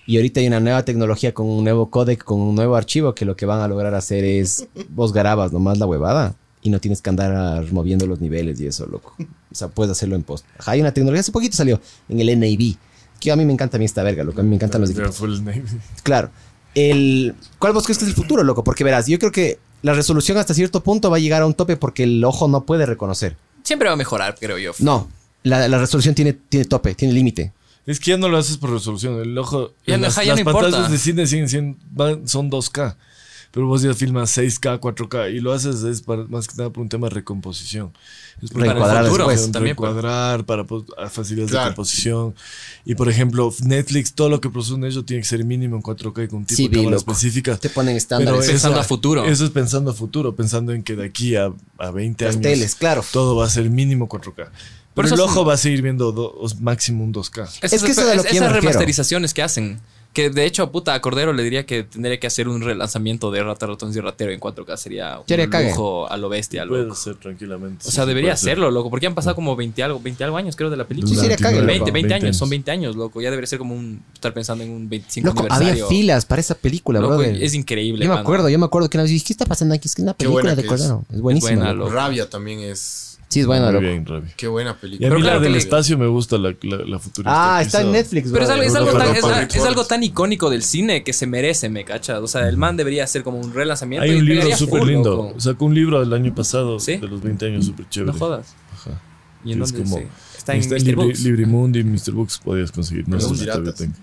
Y ahorita hay una nueva tecnología con un nuevo codec, con un nuevo archivo, que lo que van a lograr hacer es vos grabas nomás la huevada y no tienes que andar moviendo los niveles y eso, loco. O sea, puedes hacerlo en post. Ajá, hay una tecnología, hace poquito salió en el NAB, que a mí me encanta a mí esta verga, loco. A mí me encantan los Ya, equipos. full Navy. Claro. El, ¿Cuál vos crees que es el futuro, loco? Porque verás, yo creo que la resolución hasta cierto punto va a llegar a un tope porque el ojo no puede reconocer. Siempre va a mejorar, creo yo. No, la, la resolución tiene, tiene tope, tiene límite. Es que ya no lo haces por resolución. El ojo. Ya no- las ajá, ya las no pantallas importa. de cine siguen siendo- van- son 2K. Pero vos ya filmas 6K, 4K. Y lo haces es para- más que nada por un tema de recomposición. Es por- Reencuadrar para el futuro, después. También, pues. Recuadrar para pues, a facilidades Claro. de composición. Y por ejemplo, Netflix, todo lo que producen ellos tiene que ser mínimo en 4K y con un tipo Sí, de vi, cámara loco. específica. Te ponen Pero estándares. es- Pensando eso- a futuro. Eso es pensando a futuro, pensando en que de aquí a, a 20 Las años. teles, claro. Todo va a ser mínimo 4K. Pero eso el es- ojo va a seguir viendo dos, máximo un 2K. Es que eso de lo que yo me esas refiero. remasterizaciones que hacen. Que de hecho, puta, a Cordero le diría que tendría que hacer un relanzamiento de Rata, Ratones y Ratero en 4K. Sería un Sería cague. lujo a lo bestia, loco. Puede ser tranquilamente. O Pues, sea, sí, debería puede ser. hacerlo, loco, porque han pasado como 20 algo, 20 algo años, creo, de la película. Sí, sería cague, 20, loco. 20, 20 años, son 20. 20 años, loco. Ya debería ser como un. Estar pensando en un 25 Loco, había aniversario. filas para esa película, Loco, brother. es increíble. Yo me mano. acuerdo, yo me acuerdo que una vez dije, ¿qué está pasando aquí? Es que es una Qué película buena de que Cordero. Es, Es buenísima. buena, loco. loco. Rabia también es. Sí, es buena, Muy loco. bien, Ravi. Qué buena Y a película. Pero mí claro la que del le- espacio me gusta la, la, la futurista Ah, que está en hizo. Netflix, Pero es brother. algo, es, algo Europa tan, es- Park es algo Forest. tan icónico del cine que se merece, me cacha. O sea, el man debería hacer como un relanzamiento. Hay y un libro pegaría full, súper lindo. loco. Sacó un libro del año pasado ¿Sí? de los 20 años súper chévere. No jodas. Ajá. ¿Y en Es dónde como- se- Está en Mr. Libri- Books. Librimundo y Mr. Books podías conseguir. No Los sé si todavía piratas. tengo.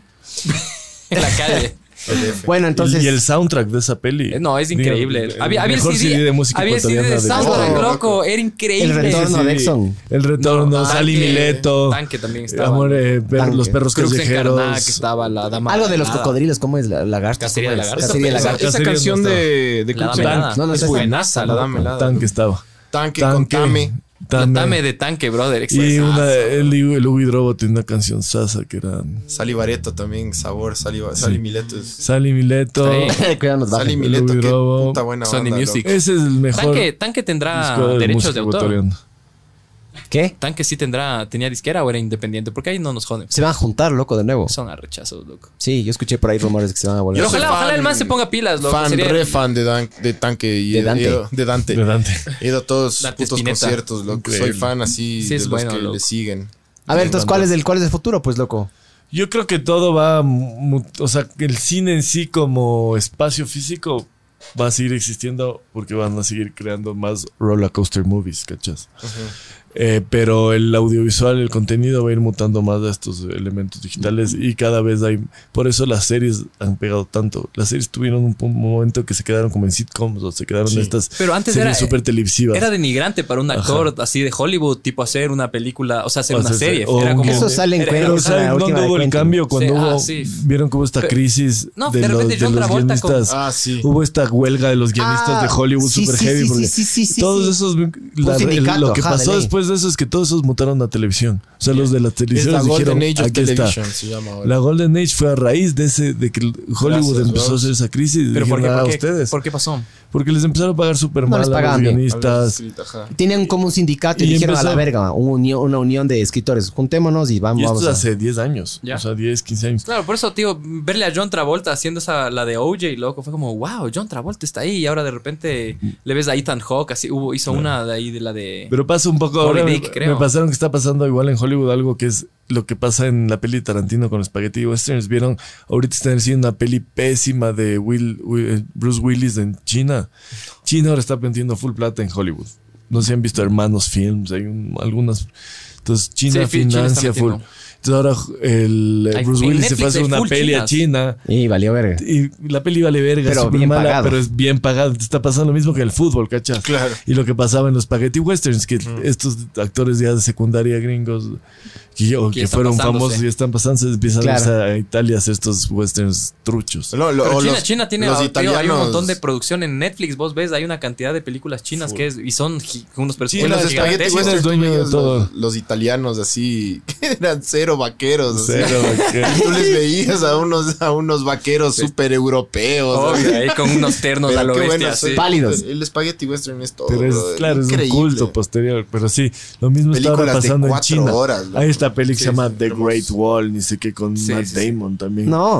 En la calle. PDF. Bueno, entonces. y el soundtrack de esa peli. Eh, No, es Digo, increíble. el había, había el mejor CD, de música había el CD ecuatoriana de del soundtrack, mundo. loco. Era increíble. El retorno. mundo. de Sí, sí. Exxon. El retorno, No, Sally Tanque, Mileto. Tanque también estaba. Amor, eh, per- Tanque. los perros Cruz encarnada que callejeros. estaba la dama. algo de los encarnada. cocodrilos, ¿cómo es? La, lagartos. Cacería de ¿cómo es? lagartos. Cacería de Esa- lagartos. Esa Cacería canción no estaba. de, de La Club dame Tank. helada. No, no, es esa- buenaza, la dame helada. Tanque estaba. Tanque, con Tanque. Tame. La Tame. Dame de Ah, tanque, brother. Y exacto. una, el, el Hugo Hidrobo tiene una canción sasa que era Sally Barreto también, sabor. Sally, Ba- Sally Mileto es. Sally Mileto. Está Cuidado, nos bajan. Sally Mileto, Louis qué Drobo, puta buena Sony banda, Music. Ese es el mejor Tanque, tanque tendrá disco de derechos música de autor. ecuatoriana. ¿Qué? Tanque sí tendrá, tenía disquera o era independiente, porque ahí no nos joden. Se van a juntar, loco, de nuevo. Son arrechazos, loco. Sí, yo escuché por ahí rumores de que se van a volver. Yo Pero soy ojalá, fan- ojalá el man se ponga pilas, loco. Fan, Sería- re fan de, Dan- de Tanque y De he- he Dante. ido- de Dante. De Dante. He ido a todos sus Dante putos Spinetta. conciertos, loco. Increíble. Soy fan así Sí, de es los bueno, que loco. le siguen. A ver, entonces, ¿cuál es el, cuál es el futuro, pues, loco? Yo creo que todo va, mu- o sea, que el cine en sí como espacio físico va a seguir existiendo porque van a seguir creando más roller coaster movies, ¿cachas? Eh, pero el audiovisual, el contenido va a ir mutando más a estos elementos digitales y cada vez hay, por eso las series han pegado tanto. Las series tuvieron un, pu- momento que se quedaron como en sitcoms o se quedaron en estas Pero antes series era- eh, súper televisivas. Era denigrante para un actor así de Hollywood, tipo hacer una película, o sea, hacer O una sea, serie. o Era un- como, Eso sale en era- Pero cuero. la era- ¿saben última dónde de hubo el Quentin. cambio? Cuando Sí, ah, hubo, sí. vieron como esta Pero- crisis No, de, de los, repente de John los Travolta con- guionistas. Ah, sí. Hubo esta huelga de los guionistas Ah, de Hollywood sí, super sí, heavy. sí, porque sí, sí, sí, todos sí. esos. la- el- sindicato, lo que ajá, de pasó ley. después de eso es que todos esos mutaron a televisión. O sea, los de las Es la televisiones dijeron: Golden Age of aquí está. Television, se llama ahora. La Golden Age fue a raíz de ese de que Hollywood Gracias, empezó a hacer esa crisis. Pero ¿por qué, Dijeron, "Ah, por, qué, ustedes. por qué pasó? Porque les empezaron a pagar súper No mal les a los pagaban bien. guionistas. Escrita, ajá. Tenían como un sindicato y, Y dijeron a la empezó- verga, un unión- una unión de escritores. Juntémonos y vamos. Y esto vamos es a- hace 10 años. Ya. O sea, 10, 15 años. Claro, por eso, tío, verle a John Travolta haciendo esa, la de OJ, loco, fue como, wow, John Travolta está ahí y ahora de repente le ves a Ethan Hawke, así hubo, hizo una de ahí de la de... Pero pasa un poco Moby ahora. me- Dick, me, creo. pasaron que está pasando igual en Hollywood algo que es lo que pasa en la peli de Tarantino con Spaghetti y Westerns. Vieron, ahorita están haciendo una peli pésima de Will, Will- eh, Bruce Willis en China. China ahora está vendiendo full plata en Hollywood. No sé si han visto Hermanos Films, hay un- algunas. Entonces China Sí, fi- China está financia full. metiendo. Entonces ahora el eh, Hay- Bruce en Willis se Netflix fue a hacer hay una full peli a chinas. China. Y valió verga. Y la peli vale verga, Pero pero bien mala, pagado. pero es bien pagada. Te está pasando lo mismo que el fútbol, ¿cachas? Claro. Y lo que pasaba en los spaghetti westerns, que Mm. estos actores ya de secundaria gringos que, o Que que están fueron pasándose. famosos y están pasando, empiezan Claro. a irse a Italia a hacer estos westerns truchos. No, lo- Pero o China, los- China tiene los tío, hay un italianos- montón de producción en Netflix, vos ves, hay una cantidad de películas chinas que es, y son gi- unos Y presupuestos los espagueti gigantescos. western, dueño de tú veías todo. Los, los italianos así, que eran cero cero vaqueros. así. Cero vaqueros. Tú les veías a unos, a unos vaqueros súper europeos. Obvio, ahí con unos ternos a lo bestia. soy- así. Pálidos. El espagueti western es pues. todo. Pero es, brother, claro, es un increíble. culto posterior. Pero sí, lo mismo está ahora Películas de pasando en cuatro China. horas, loco. Hay esta peli que se llama The hermoso. Great Wall, ni sé qué, con Sí, Matt sí, sí. Damon también. No.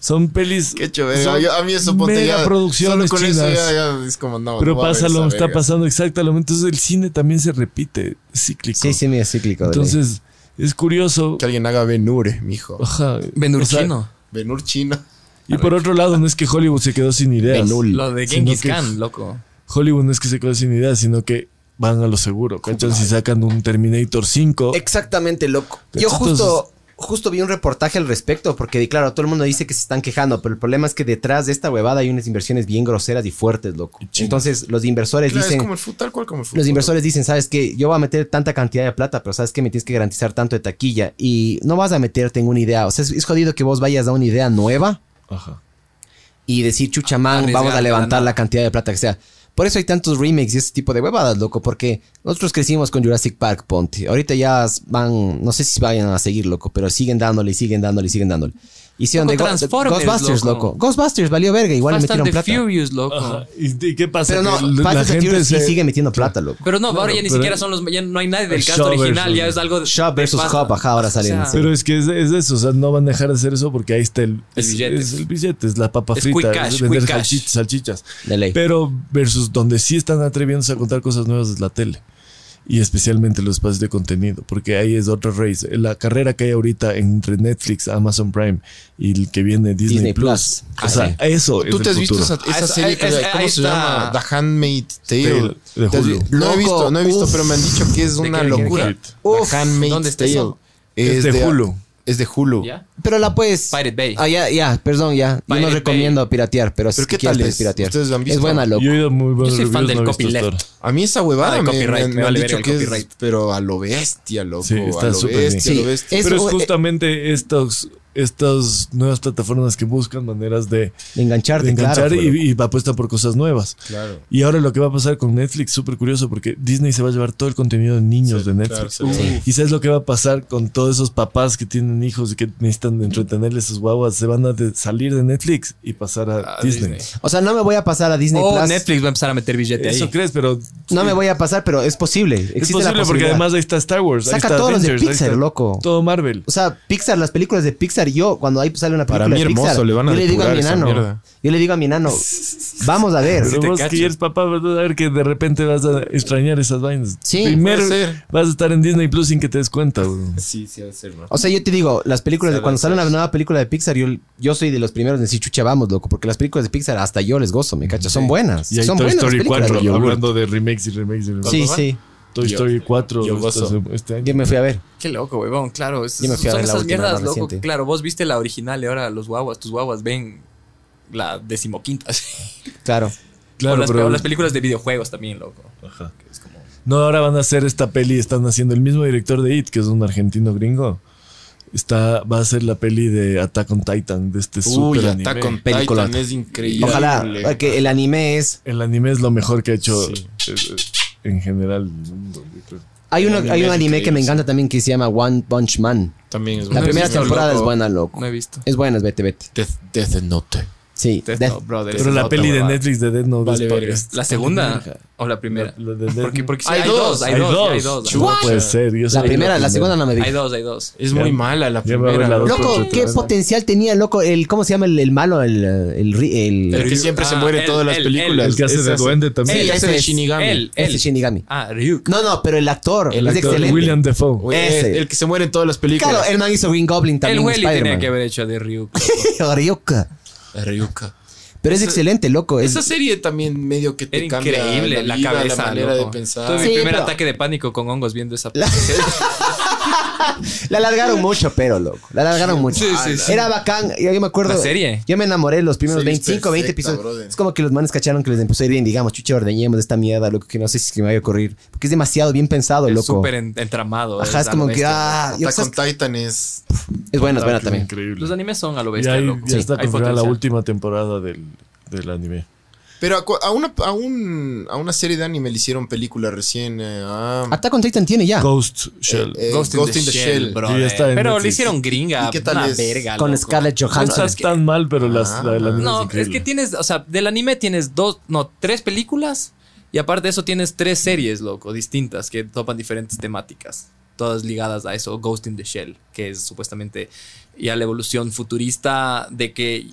Son pelis. Qué chévere. son Yo- a mí eso ponte mega ya- producciones Solo con chinas. eso ya, ya es como no. Pero no va a ver pasa lo esa que está verga. pasando exactamente. Entonces el cine también se repite, es cíclico. Sí, sí, medio cíclico. de ley. Entonces es curioso. Que alguien haga Benure, mijo. Ajá. O Benurchino. Benur chino. sea, y por otro lado, no es que Hollywood se quedó sin ideas. Lo de Sino Genghis que Khan, loco. Hollywood no es que se quedó sin ideas, sino que van a lo seguro. ¿Cachan? Si sacan un Terminator 5. Exactamente, loco. Pero Yo entonces- justo, justo vi un reportaje al respecto, porque claro, todo el mundo dice que se están quejando, pero el problema es que detrás de esta huevada hay unas inversiones bien groseras y fuertes, loco. Entonces los inversores Claro, es dicen... como el fútbol, tal cual como el fútbol. Los inversores dicen, sabes que yo voy a meter tanta cantidad de plata, pero sabes que me tienes que garantizar tanto de taquilla y no vas a meterte en una idea. O sea, es, es jodido que vos vayas a una idea nueva Ajá. y decir, chucha man, Arriesgar vamos a la levantar nada. la cantidad de plata que sea. Por eso hay tantos remakes y ese tipo de huevadas, loco, porque nosotros crecimos con Jurassic Park, ponte. Ahorita ya van, no sé si vayan a seguir, loco, pero siguen dándole, y siguen dándole, y siguen dándole. Hicieron de Loco, Go- de Transformers, Ghostbusters, loco. loco. Ghostbusters valió verga, igual Fast le and metieron the plata. Furious, loco. Ajá. ¿Y, y qué pasa? Pero no, Que l- Fast and the Furious sí se- sigue metiendo plata, loco. Pero no, ahora ya ni pero- siquiera son los. Ya no hay nadie del El cast Shaw original, versus- ya es algo de. Shaw de versus pasa. Hub, ajá, ahora salen O sea, en Pero es que es, es eso, o sea, no van a dejar de hacer eso porque ahí está el, El es- billete. Es, el billete, es la papa Es frita, quick cash, es vender quick cash. salchich- salchichas. De ley. Pero versus donde sí están atreviéndose a contar cosas nuevas es la tele. Y especialmente los espacios de contenido, porque ahí es otra race. La carrera que hay ahorita entre Netflix, Amazon Prime y el que viene Disney, Disney Plus. Plus. O sea, eso es ¿Tú te el has visto futuro. esa, esa Ah, eso- serie? que- es- ¿Cómo ahí se está. llama? The Handmaid's Tale. Tale, de ¿Te has Hulu. vi- No he Loco, visto, no he visto, uf. pero me han dicho que es una qué, de qué, de locura. qué? Uf, The Handmaid's ¿dónde está Tale. eso? Es de Hulu. Es de Hulu. ¿Ya? Pero la puedes. Pirate Bay. Ah, ya, ya, perdón, ya. Yo Pirate no Bay. recomiendo piratear, pero, si ¿qué tal quieres puedes es? piratear. ¿Ustedes la han visto? Es buena, loco. Yo he oído muy buenos Yo soy fan reviews, del no he visto hasta copyleft. ahora. A mí esa Ah, huevada de me, copyright, me- me me han vale dicho verga el que es, copyright. pero a lo bestia, loco. Sí, está a lo súper bestia, bien. a Sí, lo bestia. es- Pero es un- justamente estos, estas nuevas plataformas que buscan maneras de, De engancharte, de enganchar claro. fue loco. y, y apuestan por cosas nuevas. Claro. Y ahora lo que va a pasar con Netflix, súper curioso, porque Disney se va a llevar todo el contenido de niños de Netflix. claro, se lo- Y sabes lo que va a pasar con todos esos papás que tienen hijos y que necesitan entretenerles sus guaguas. Se van a de- salir de Netflix y pasar a, Disney. O sea, no me voy a pasar a Disney O Plus. Oh, Netflix va a empezar a meter billete Eso ahí. crees, pero No me voy a pasar, pero es posible. Existe es la posible porque posibilidad. además ahí está Star Wars. ahí Saca está todos los de Avengers, ahí Pixar, está loco. Pues, Todo Marvel. O sea, Pixar, las películas de Pixar, yo cuando ahí sale una película Para mí de hermoso, Pixar, le van a yo le digo a mi depurar esa enano, mierda. yo le digo a mi enano, vamos a ver. Pero vos que eres papá, vas a ver que de repente vas a extrañar esas vainas. Sí, Primero puede ser. vas a estar en Disney Plus sin que te des cuenta. bro. Sí, sí, debe ser, ¿no? O sea, yo te digo, las películas de Sabe, cuando sale sabe. una nueva película de Pixar, yo, yo soy de los primeros en decir, chucha, vamos, loco, porque las películas de Pixar hasta yo les gozo, me cacho, son buenas. Y hay son Toy buenas las Story películas 4, de yogurt. hablando de remakes y remakes y remakes. Sí, sí, Toy Yo- Story 4 yo esta- gozo. este año. yo me fui a ver. Qué loco, huevón, claro. es- Yo me fui a son ver la esas última, mierdas, la loco. reciente. Claro, vos viste la original y ahora los guaguas, tus guaguas ven la decimoquinta. así. Claro. O Claro, las, pero o las películas de videojuegos también, loco. no, ahora van a hacer esta peli, están haciendo el mismo director de It, que es un argentino gringo. Está, va a hacer la peli de Attack on Titan, de este Uy, super anime. Attack on Película. Titan es increíble. Ojalá, porque el anime es... El anime es lo mejor que ha hecho eh, eh, en general. el mundo, yo creo. Hay, uno, anime hay un es anime que me increíble, encanta también que se llama One Punch Man. También es La bueno. primera temporada es buena, No loco. he visto. Es buena, es vete, vete. Death, Death Note. Sí. Death- Pero la peli de Netflix de Dead Note Vale, es pa- verga. es- Este, ¿La segunda o la primera? La- la de Death Porque, Note. porque sí, hay, dos, hay dos, ya hay dos. No puede ser. yo la sabía primera, la segunda no me vi. Hay dos, hay dos. Es Ya- muy mala la ya me voy a primera. la loco. dos. Loco, qué potencial tenía, loco. El, ¿Cómo se llama el, el malo? El, el, el- El que siempre se Ah, muere en él, todas las él, películas. El que hace Ese de duende también. Sí, Él, hace de ese es- Shinigami. Él, ese él. Shinigami. Ah, Ryuk. Eh, No, no, pero el actor. El es actor, excelente. William Defoe. Güey, es Ese. el que se muere en todas las películas. Claro, el man hizo Green Goblin El también. en Welly tenía Spider-Man. que haber hecho de Ryuk. Ryuka. Ryuka. Pero es excelente, loco. Es, Esa serie también medio que te Era cambia increíble la, vida, cabeza. la manera loco. de pensar. Tuve Sí, mi primer pero- ataque de pánico con hongos viendo esa. la alargaron mucho, pero, loco. La alargaron mucho. Sí, sí, sí. Era bacán. Yo, yo me acuerdo. La serie. Yo me enamoré los primeros Serie es 25, 20 perfecta, episodios. brother. Es como que los manes cacharon que les empezó a ir bien. Digamos, chucha, ordeñemos esta mierda, loco, que no sé si es que me vaya a ocurrir. Porque es demasiado bien pensado, Es loco. súper en- entramado. Ajá, es a como lo que. bestia, Ah, yo- Attack on Titan es... es buena, es buena también. ¿no? Los Ah, Increíble. animes son a lo Y bestia, ahí loco. ya Sí, está hay confirmada la potencial. última temporada del, del anime. Pero a, cu- a una, a, un- a una serie de anime le hicieron película recién. eh, ah, Attack on Titan tiene ya. Ghost Shell. eh, Ghost, in the, Shell, bro. Y ya está en Pero le Netflix. hicieron gringa. ¿Y qué tal una es? verga. con loco. Scarlett No Johansson. estás tan mal, pero las, la, la anime No, es es, increíble. que tienes, o sea, del anime tienes dos, no, tres películas y aparte de eso tienes tres series, loco, distintas que topan diferentes temáticas, todas ligadas a eso, Ghost in the Shell, que es supuestamente ya la evolución futurista de que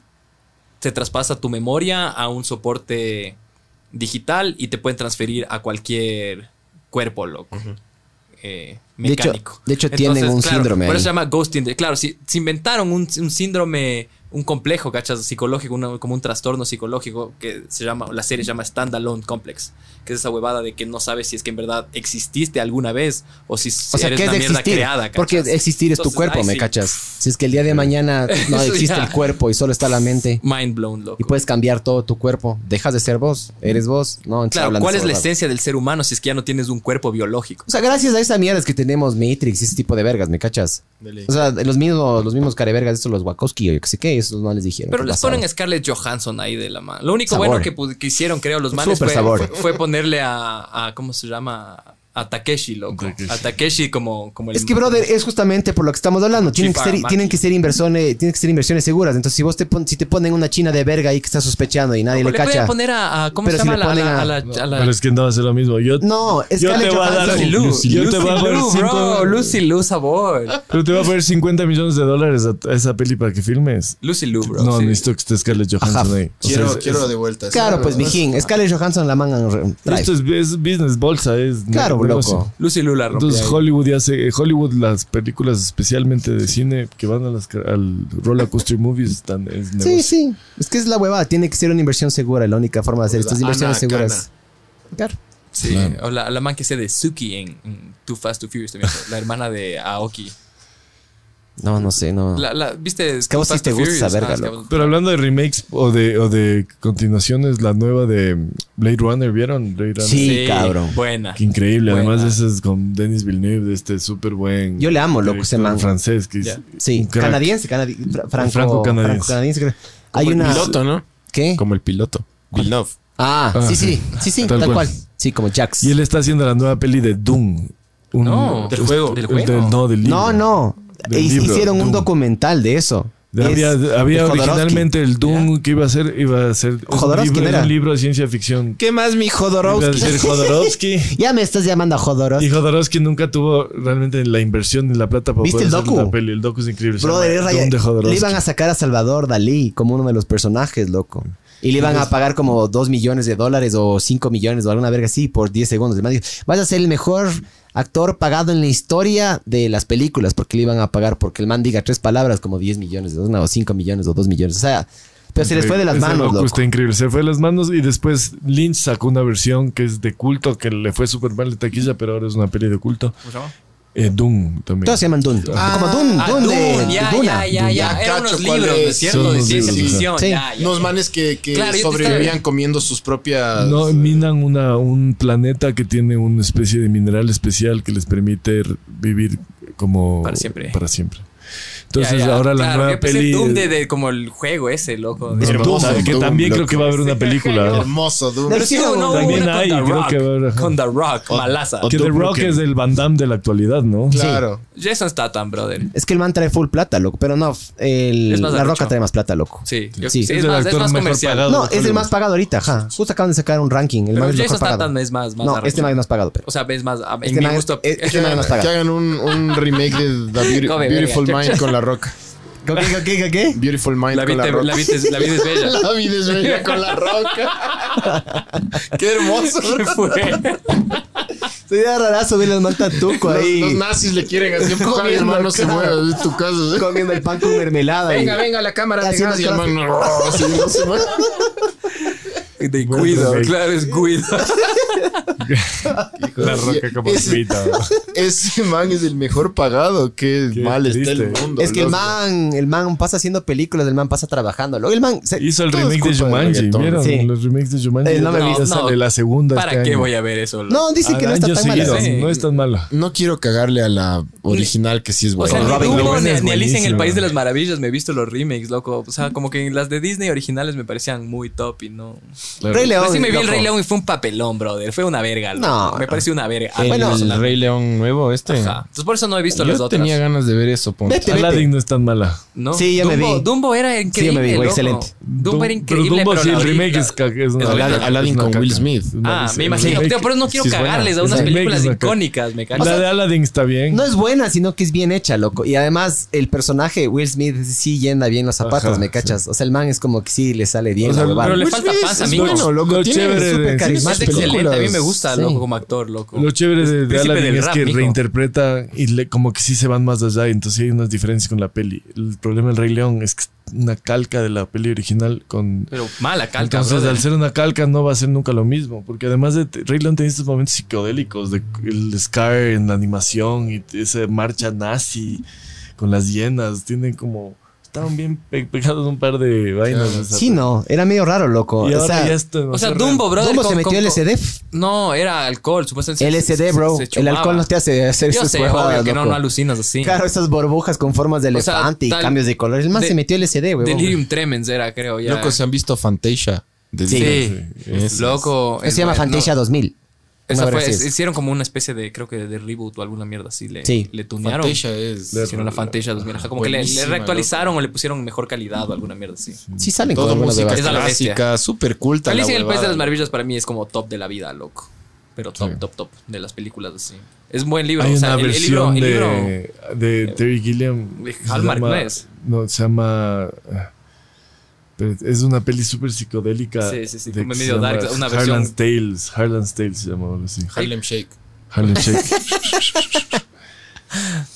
se traspasa tu memoria a un soporte digital y te pueden transferir a cualquier cuerpo, loco. eh, De hecho- mecánico. de hecho tienen un claro, síndrome Por ahí. eso se llama Ghost in the- Claro, si, se inventaron un, un síndrome, un complejo, ¿cachas? Psicológico, una- como un trastorno psicológico que se llama, la serie se llama Standalone Complex, que es esa huevada de que no sabes si es que en verdad exististe alguna vez o si, si O sea, eres ¿qué es una mierda existir? creada, ¿cachas? Porque existir es tu Entonces, cuerpo, ay, ¿me sí. cachas? Si es que el día de mañana no Eso existe ya. el cuerpo y solo está la mente Mind blown, loco. y puedes cambiar todo tu cuerpo, dejas de ser vos, eres vos. No, entonces claro, hablan de ¿cuál es esa la huevada. esencia del ser humano si es que ya no tienes un cuerpo biológico? O sea, gracias a esa mierda es que tenemos Matrix y ese tipo de vergas, ¿me cachas? O sea, los mismos, los mismos carevergas, estos los Wakowski o yo que sé qué, esos no les dijeron. Pero qué les pasaba. ponen a Scarlett Johansson ahí de la mano. Lo único Sabor. bueno que, pu- que hicieron, creo, los manes Súper fue, sabor. fue- fue ponerle a, a- ¿Cómo se llama? A Takeshi, loco. Takeshi. A Takeshi como, como el. Es que, brother, es justamente por lo que estamos hablando. Tienen que Chifa, ser, Maki. tienen que ser inversiones, tienen que ser inversiones seguras. Entonces, si vos te pon- si te ponen una china de verga ahí que está sospechando y nadie O le le pueden cacha. poner a. a- ¿Cómo Pero se si llama? le la- a ponen la- a- a la- a la- Pero es que no va a ser lo mismo. Yo, No, es yo te Scarlett voy a dar. Lucy Johansson. Lu. Lucy, yo te voy a Lucy poner Lu, cinco- bro. Lucy Lu, sabor. Pero te va a poner 50 millones de dólares a, a esa peli para que filmes. Lucy Lu, bro. no, sí. necesito que esté Scarlett Johansson ahí. O sea, Quiero, es- quiero de vuelta. Claro, pues, mi mijín. Scarlett Johansson la manga en es- Esto es, es business, bolsa. Es Claro, negocio. loco. Lucy Lu la rompió Entonces ahí. Hollywood ya hace, Hollywood las películas especialmente de cine que van a las, ca- al roller coaster movies están es Sí, negocio. sí. Es que es la huevada. Tiene que ser una inversión segura. La única forma de hacer Pues, estas Ana, inversiones seguras. Claro. Sí. O la, la man que sea de Suki en, en Too Fast, Too Furious también. La hermana de Aoki. No, no sé, no. La, la- ¿Viste? que a vos Too sí Fast, te Too gusta esa Furious? Ah, verga, es que a loco. vos- Pero hablando de remakes o de, o de continuaciones, la nueva de Blade Runner, ¿vieron? Blade Runner. Sí, cabrón. Buena. Qué increíble. Buena. Además, ese es con Denis Villeneuve, de este súper buen. Yo le amo, loco, ese director man. francés. Que es Ya. un Sí, crack. canadiense, canadi- fra- franco, Franco-canadiense. franco canadiense. creo. Hay una. Piloto, ¿no? ¿Qué? Como el piloto. Villeneuve. Ah, Ah, sí, sí. sí, sí, sí, Tal tal, cual. cual. Sí, como Jax. Y él está haciendo la nueva peli de Doom. Un- No, del es- juego. el Del juego. del- no, del libro. No, no. Del Hic- libro, Hicieron Doom. un documental de eso. Es Había, de había Jodorowsky. originalmente el Doom que iba a ser, iba a ser un, Jodorowsky, libro, era. un libro de ciencia ficción. ¿Qué más, mi Iba a Jodorowsky? ser Jodorowsky. Ya me estás llamando a Y Jodorowsky. Jodorowsky nunca tuvo realmente la inversión ni la plata para ¿Viste poder el hacer docu? la peli. El docu es increíble. se Brother, llama es raya- Doom de le Jodorowsky. iban a sacar a Salvador Dalí como uno de los personajes, loco. Y le iban a pagar como 2 millones de dólares o 5 millones o alguna verga así por 10 segundos. El man dijo, Vas a ser el mejor actor pagado en la historia de las películas porque le iban a pagar porque el man diga tres palabras como 10 millones de dólares o 5 millones o 2 millones. O sea, pero se les fue de las Ese manos, docu loco. este Está increíble. Se fue de las manos y después Lynch sacó una versión que es de culto, que le fue súper mal de taquilla, pero ahora es una peli de culto. ¿Cómo se llama? Eh, Doom también. Todos se llaman Dune. como Dune, Ah, Dune, de- Dune, ya, de Duna. ya, ya, ya. Ya Eran cacho unos cuál libros, ¿no es. es cierto? Son De unos ciencia libros, ficción. sí. Ya, ya, Unos ya. manes que, que Claro, yo te sobrevivían estaba- comiendo sus propias. eh. No, minan una, un planeta que tiene una especie de mineral especial que les permite r- vivir como... Para siempre. Para siempre. Entonces Ya, ya, ahora la claro, nueva yo pensé peli... Doom de, de como el juego ese, loco. No, De- Doom, Hermoso, que Doom, también creo loco. que va a haber una película. ¿eh? Hermoso, Doom. Pero sí, Hicieron no, una. hubo También una hay, con The creo que va a Rock. haber, ajá. con The Rock, Malaza. o- Que The Duke Rock Nukem. es el Van Damme de la actualidad, ¿no? Claro. Jason Statham, brother. Es que el man trae full plata, loco. Pero no, el- Es más la arrecho. roca trae más plata, loco. Sí, yo- Sí. sí, Es es, el más, es actor más mejor comercial. pagado. No, es el más pagado ahorita, ajá. Justo acaban de sacar un ranking. El Pero man es el Jason mejor pagado. Statham es más, más no, arrecho. este man es más pagado, pero. O sea, ves más. a- En Este mi man es- gusto. eh, Que este man es más hagan, que pagado. hagan un, un remake de The Beauty- Come, Beautiful verga. Mind con La Roca. ¿Qué, qué, qué, qué? Beautiful Mind La con vida La te- Roca. la vida es- la vida es bella. La vida es bella con La Roca. Qué hermoso. ¿Qué fue? Sería rarazo verle al man tatuco Los, los ahí. nazis le quieren así empujar y el man no se Comiendo, mueve. Es tu casa. ¿eh? Comiendo el pan con mermelada. y- venga, la cámara Haciendo gas y el caras- man no, así no se mueve. De Guido, remake. claro, es Guido. La roca como Ese- frita. ¿no? Ese man es el mejor pagado. Qué, Qué mal está el triste. mundo. es que el loco. man, el man pasa haciendo películas, el man pasa trabajando. Luego el man se- Hizo el Todo es remake de culpa del Jumanji. reggaetón. ¿Vieron? Sí. Los remakes de Jumanji. Eh, no me Ya vi. sale No. la segunda. este ¿Para qué voy a ver eso? No, dicen que no está tan mal. seguido. así. Sí. No es tan mala. No quiero cagarle a la original que sí es O buena. sea, Con ni Robin Dumbo, Williams ni, es ni Alicia en el buenísimo. País de las Maravillas me he visto los remakes, loco. O sea, como que las de Disney originales me parecían muy top y no. Rey León. Recién me vi el loco. Rey León y fue un papelón, brother. Fue una verga. loco. No, Me no. pareció una verga. el bueno, Rey León nuevo este. Ajá. Entonces por eso no he visto Yo las otras. tenía ganas de ver eso. ponte. Vete, vete. Aladdin no es tan mala. ¿no? Sí, ya me Dumbo, vi. Dumbo era increíble. me vi, güey, loco. excelente. Dumbo era Dum- increíble. Pero Dumbo sí, la el remake original- es, ca- es una- Es buena. Aladdin- Aladdin es una con caca. Will Smith. Ah, Es me una- imagino. remake- Tío, por eso no quiero sí es buena. cagarles a Es unas remake, películas es una caca. icónicas, me cago. La de Aladdin está bien. No es buena, sino que es bien hecha, loco. Y además, el personaje, Will Smith, sí llena bien los zapatos, Ajá, ¿me cachas? O sea, el man es como que sí le sale bien O sea, la huevada. pero le Will falta Smith panza, es amigo. bueno, loco. Lo tiene chévere súper de- Es Es más carismática. excelente, a mí me películas. gusta, Sí. loco, como actor, loco. Lo chévere Es de, de príncipe Aladdin del es rap, que mijo. reinterpreta y le- como que sí se van más allá, entonces hay unas diferencias con la peli. El problema del Rey León es que es una calca de la peli original con... Pero mala calca, entonces brother. al ser una calca no va a ser nunca lo mismo, porque además de Rey León tenía estos momentos psicodélicos, de el Scar en la animación y esa marcha nazi con las hienas, tienen como... Estaban bien pe- pegados un par de vainas. o sea, Sí, no, era medio raro, loco. Y O ahora sea, ya está O sea, demasiado Dumbo, brother. ¿cómo se con- metió con- LSD? No, era alcohol, supuestamente. se- se- LSD, bro. se el chupaba. alcohol no te hace hacer Yo esas sé, huevadas, obvio, que no, loco. no alucinas así. Claro, esas burbujas con formas de O sea, elefante tal- y cambios de colores. El man de- se metió LSD, güey. Delirium Tremens era, creo, ya. Loco, se han visto Fantasia. De Sí. Sí. Loco. Se llama es- Fantasia no, 2000. esa Una fue- verga así es- es. hicieron como una especie de, creo que de reboot o alguna mierda así. Le, Sí. le tunearon. Fantasia es. Hicieron la Fantasia 2000. Ajá, como que le- le, Buenísima, reactualizaron o le pusieron mejor calidad o alguna mierda así. Sí salen con Todo alguna música huevada. Es a la clásica, súper culta. la Alicia en el País de huevada. las Maravillas para mí es como top de la vida, loco. Pero top, Sí. top, top de las películas así. Es un buen libro. Hay o sea, una el- el, libro, versión el libro- eh, de, de Terry Gilliam. de se Hallmark, llama- ¿no es? No, se llama. eh, pero es una peli súper psicodélica. Sí, sí, sí, de como que medio se dark, llama una Harlan's Tales. Harlan's Tales se llamaba algo así. Harlem Shake. Harlem Shake.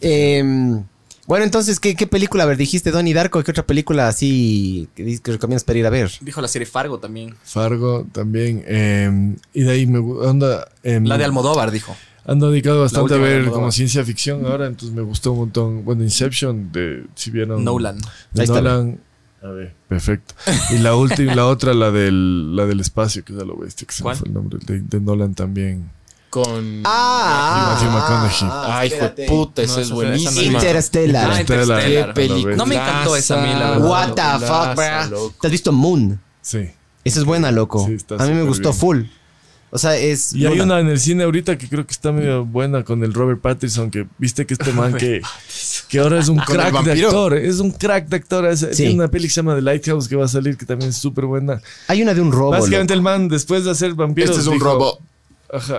Eh, bueno, entonces, ¿qué, qué película? A ver, dijiste Donnie Darko. ¿Qué otra película así que, dices que recomiendas para ir a ver? Dijo la serie Fargo también. Fargo también. eh, y de ahí me gu- anda. eh, La de Almodóvar, dijo. Ando dedicado bastante a última de ver Almodóvar. como ciencia ficción ahora, entonces me gustó un montón. Bueno, Inception, de, si vieron. Nolan. de Ahí está. Nolan. A ver, perfecto. Y la última, la otra, la del, la del espacio, que es a lo bestia, que se me ¿Cuál? fue el nombre, de, de Nolan también. Con. Ah, Matthew McConaughey. Ay, hijo de puta, No, eso es esa- esa no es. buenísimo. Interstellar. Ah, Interstellar. Qué Interstellar. Pues película. No me encantó esa, a mí, la verdad. What the fuck, bruh. ¿Te has visto Moon? Sí. Esa es buena, loco. Sí, está a mí me súper gustó bien. full. O sea, es. Y hay Luna. una en el cine ahorita que creo que está medio buena con el Robert Pattinson, que viste que este man que, que ahora es un el crack de vampiro. actor, es un crack de actor. es- Tiene una peli que se llama The Lighthouse que va a salir, que también es súper buena. Hay una de un robo. Básicamente el man, después de hacer vampiros... Este es un dijo- robo. Ajá.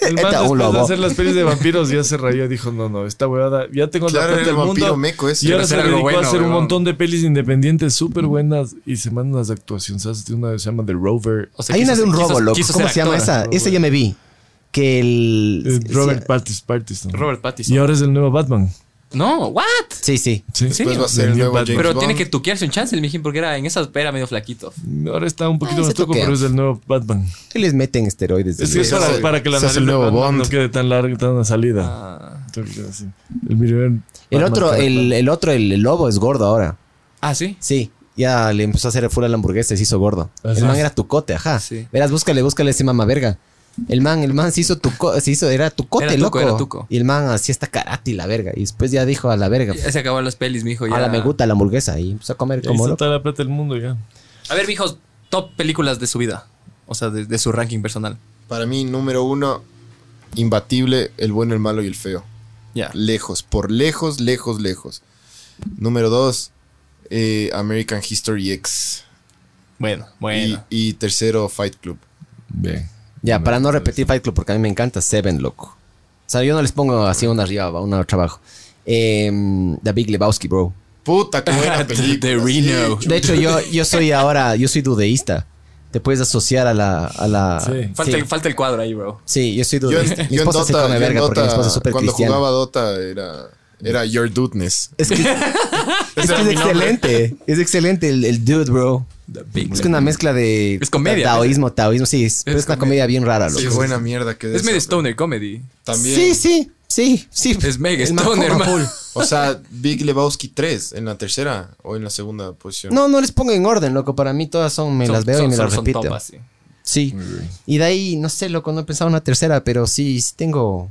El man Este, Eta, después un de lobo. hacer las pelis de vampiros ya se rayó dijo, no, no, esta huevada, ya tengo Claro, la era plata el del mundo. vampiro meco ese. Y ahora Pero se hacer algo dedicó bueno, a hacer un huevón. montón de pelis independientes súper buenas y se mandan unas actuaciones. ¿sabes? Tiene una que se llama The Rover. O sea, Hay una quiso de un ser- robo, quiso- loco. quiso ¿Cómo ser se llama actora. esa? Esa ya me vi. Que eh, el. Robert Pattis- Pattinson. Robert Pattinson. Y ahora es el nuevo Batman. No, what? Sí, sí. Sí. Después va a ser The el New nuevo Batman. Pero James tiene Bond. que tuquearse un chance el mijín porque era en esa espera medio flaquito. Ahora está un Ah, poquito ese más tuco, toquea. pero es el nuevo Batman. ¿Qué les meten esteroides? Es que es se para, hace- para que la se hace nariz el de nuevo Bond. Batman no quede tan larga, tan una salida. Ah, Entonces, así. El primer el Batman otro, está- el, el otro, el lobo es gordo ahora. Ah, sí. Sí. Ya le empezó a hacer full a la hamburguesa y se hizo gordo. Así el man es. era tucote, ajá. Sí. Verás, búscale, búscale ese mamá verga. El man, el man se hizo tuco, se hizo, era tucote, Era tuco, loco. era tuco. Y el man así está karate y la verga. Y después ya dijo a la verga. Ya se acabaron las pelis, mijo. pues Ya. A la Ah, me gusta la hamburguesa. Y empezó a comer Ya hizo como loco. toda la plata del mundo ya. A ver, mijos, top películas de su vida. O sea, de, de su ranking personal. Para mí, número uno, imbatible, el bueno, el malo y el feo. Ya. Lejos, por lejos, lejos, lejos. Número dos, eh, American History X. Bueno, Y, bueno. y tercero, Fight Club. Bien. Ya, para no repetir Fight Club, porque a mí me encanta Seven, loco. O sea, yo no les pongo así una arriba, una otra abajo. Em, The Big Lebowski, bro. Puta, qué buena The- película. The sí. Reno. De hecho, yo, yo soy ahora, yo soy dudeísta. Te puedes asociar a la... A la Sí. Falta, sí. el, falta el cuadro ahí, bro. Sí, yo soy Yo, en- dudeísta. mi yo en esposa Dota, se come yo en verga porque mi Dota, esposa es súper cuando cristiana. jugaba Dota era, era Your Dudeness. Es que Es que es excelente. Es excelente el, el dude, bro. Es que una mezcla de. Es comedia, pues. Taoísmo, taoísmo, sí. Es, pero Es es una comedia. comedia bien rara, loco. Qué buena mierda que de Es medio eso, stoner comedy. También. Sí, sí, sí, sí. Es mega El man stoner, forma man. full. O sea, Big Lebowski 3 en la tercera o en la segunda posición. No, no les pongo en orden, loco. Para mí todas son, me las veo y me las son repito. top, así. Sí. Y de ahí, no sé, loco, no he pensado en una tercera, pero sí, sí tengo.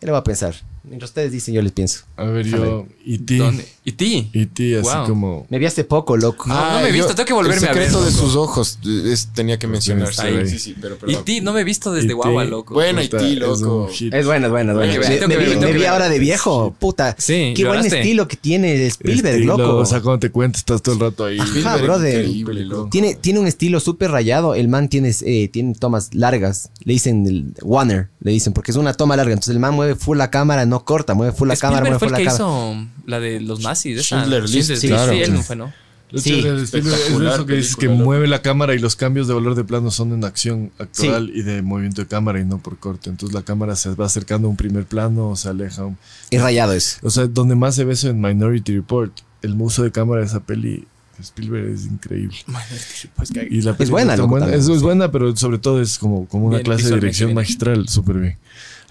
¿Qué le va a pensar? Mientras ustedes dicen, yo les pienso. A ver, yo. E Y ti. ¿Dónde? ¿Y ti? Y ti, así Wow. como. Me vi hace poco, loco. Ah, No, no me he visto, tengo que volverme a ver. Pues, El secreto de loco. sus ojos eh, es- tenía que mencionarse. Ahí. Sí, sí, pero Y perdón. ti, no me he visto desde E.T. guagua, loco. Buena y puta, ti, es un loco. hit. Es buena, es buena, es Tengo que buena. Me, ver, tengo que me ver, vi- tengo me que vi ver. ahora de viejo, puta. Sí, Qué buen lloraste. estilo que tiene Spielberg, Estilo, loco. O sea, cuando te cuentas, estás todo el rato ahí. Ajá, brother. Increíble, loco. Tiene, tiene un estilo súper rayado. El man tiene, eh, tiene tomas largas. Le dicen el Warner, le dicen, porque es una toma larga. Entonces el man mueve full la cámara, no corta, mueve full la Spielberg cámara, mueve fue full el la que cámara. hizo la de los nazis. esa. Schindler List, Schindler's sí, Sí, claro. él no fue, ¿no? Lo Sí. chévere de Spielberg es Espectacular eso que dices que película, loco. mueve la cámara y los cambios de valor de plano son en acción actoral y de movimiento de cámara y no por corte. Entonces la cámara se va acercando a un primer plano o se aleja. un- Es rayado eso. O sea, donde más se ve eso en Minority Report, el uso de cámara de esa peli. de Spielberg es increíble. pues, Y la peli buena, no es tan loco, también, Es, es sí. buena, pero sobre todo es como, como una Bien, clase de visualmente dirección bien. magistral, súper bien.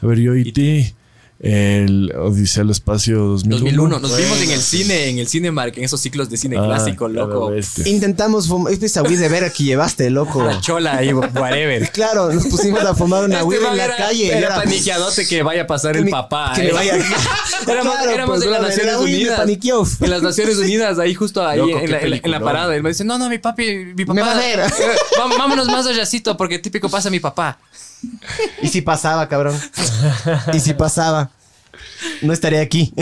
A ver, yo y ti, el Odisea al Espacio 2001. Nos vimos en el cine, en el Cinemark, en esos ciclos de cine Ah, clásico, claro, loco. bestia. Intentamos fumar. Este es a de vera que llevaste, loco. La chola ahí, whatever. Claro, nos pusimos a fumar una Este weed man en la era- calle. y Era, era- paniqueadote que vaya a pasar que el me- papá. que me ¿eh? vaya- Era más, Claro, era más pues, de las brother, Naciones era uy, me Unidas. paniqueó. En las Naciones Unidas, ahí justo ahí en, la, en la- en la parada. Él me dice, no, no, mi papi, mi papá. Me Eh, va a ver. Vam- Vámonos más allacito porque típico pasa mi papá. Y si pasaba, cabrón. Y si pasaba, no estaría aquí.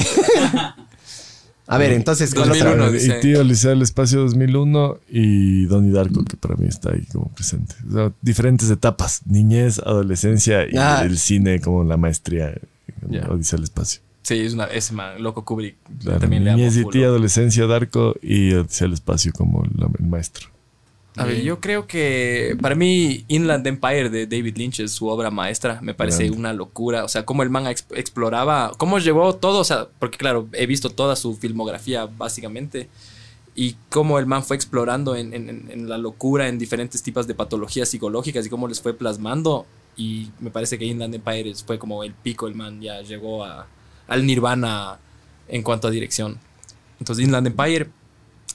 A ver, entonces, ¿cuál otra? 2001, A ver, dice. Y tío, E Odisea del Espacio 2001 y Donnie Darko, que para mí está ahí como presente. O sea, diferentes etapas, niñez, adolescencia y Ah. el cine como la maestría. Ya. Odisea del Espacio. Sí, es una, ese man, loco Kubrick. Claro, también le amo. niñez y full, tío, loco. adolescencia, Darko y Odisea del Espacio como la- el maestro. A ver, yo creo que para mí Inland Empire de David Lynch es su obra maestra. Me parece Grande. una locura. O sea, cómo el man ex- exploraba, cómo llevó todo. O sea, porque claro, he visto toda su filmografía básicamente. Y cómo el man fue explorando en, en- en- en la locura, en diferentes tipos de patologías psicológicas y cómo les fue plasmando. Y me parece que Inland Empire es- fue como el pico. El man ya llegó a- al nirvana en cuanto a dirección. Entonces, Inland Empire.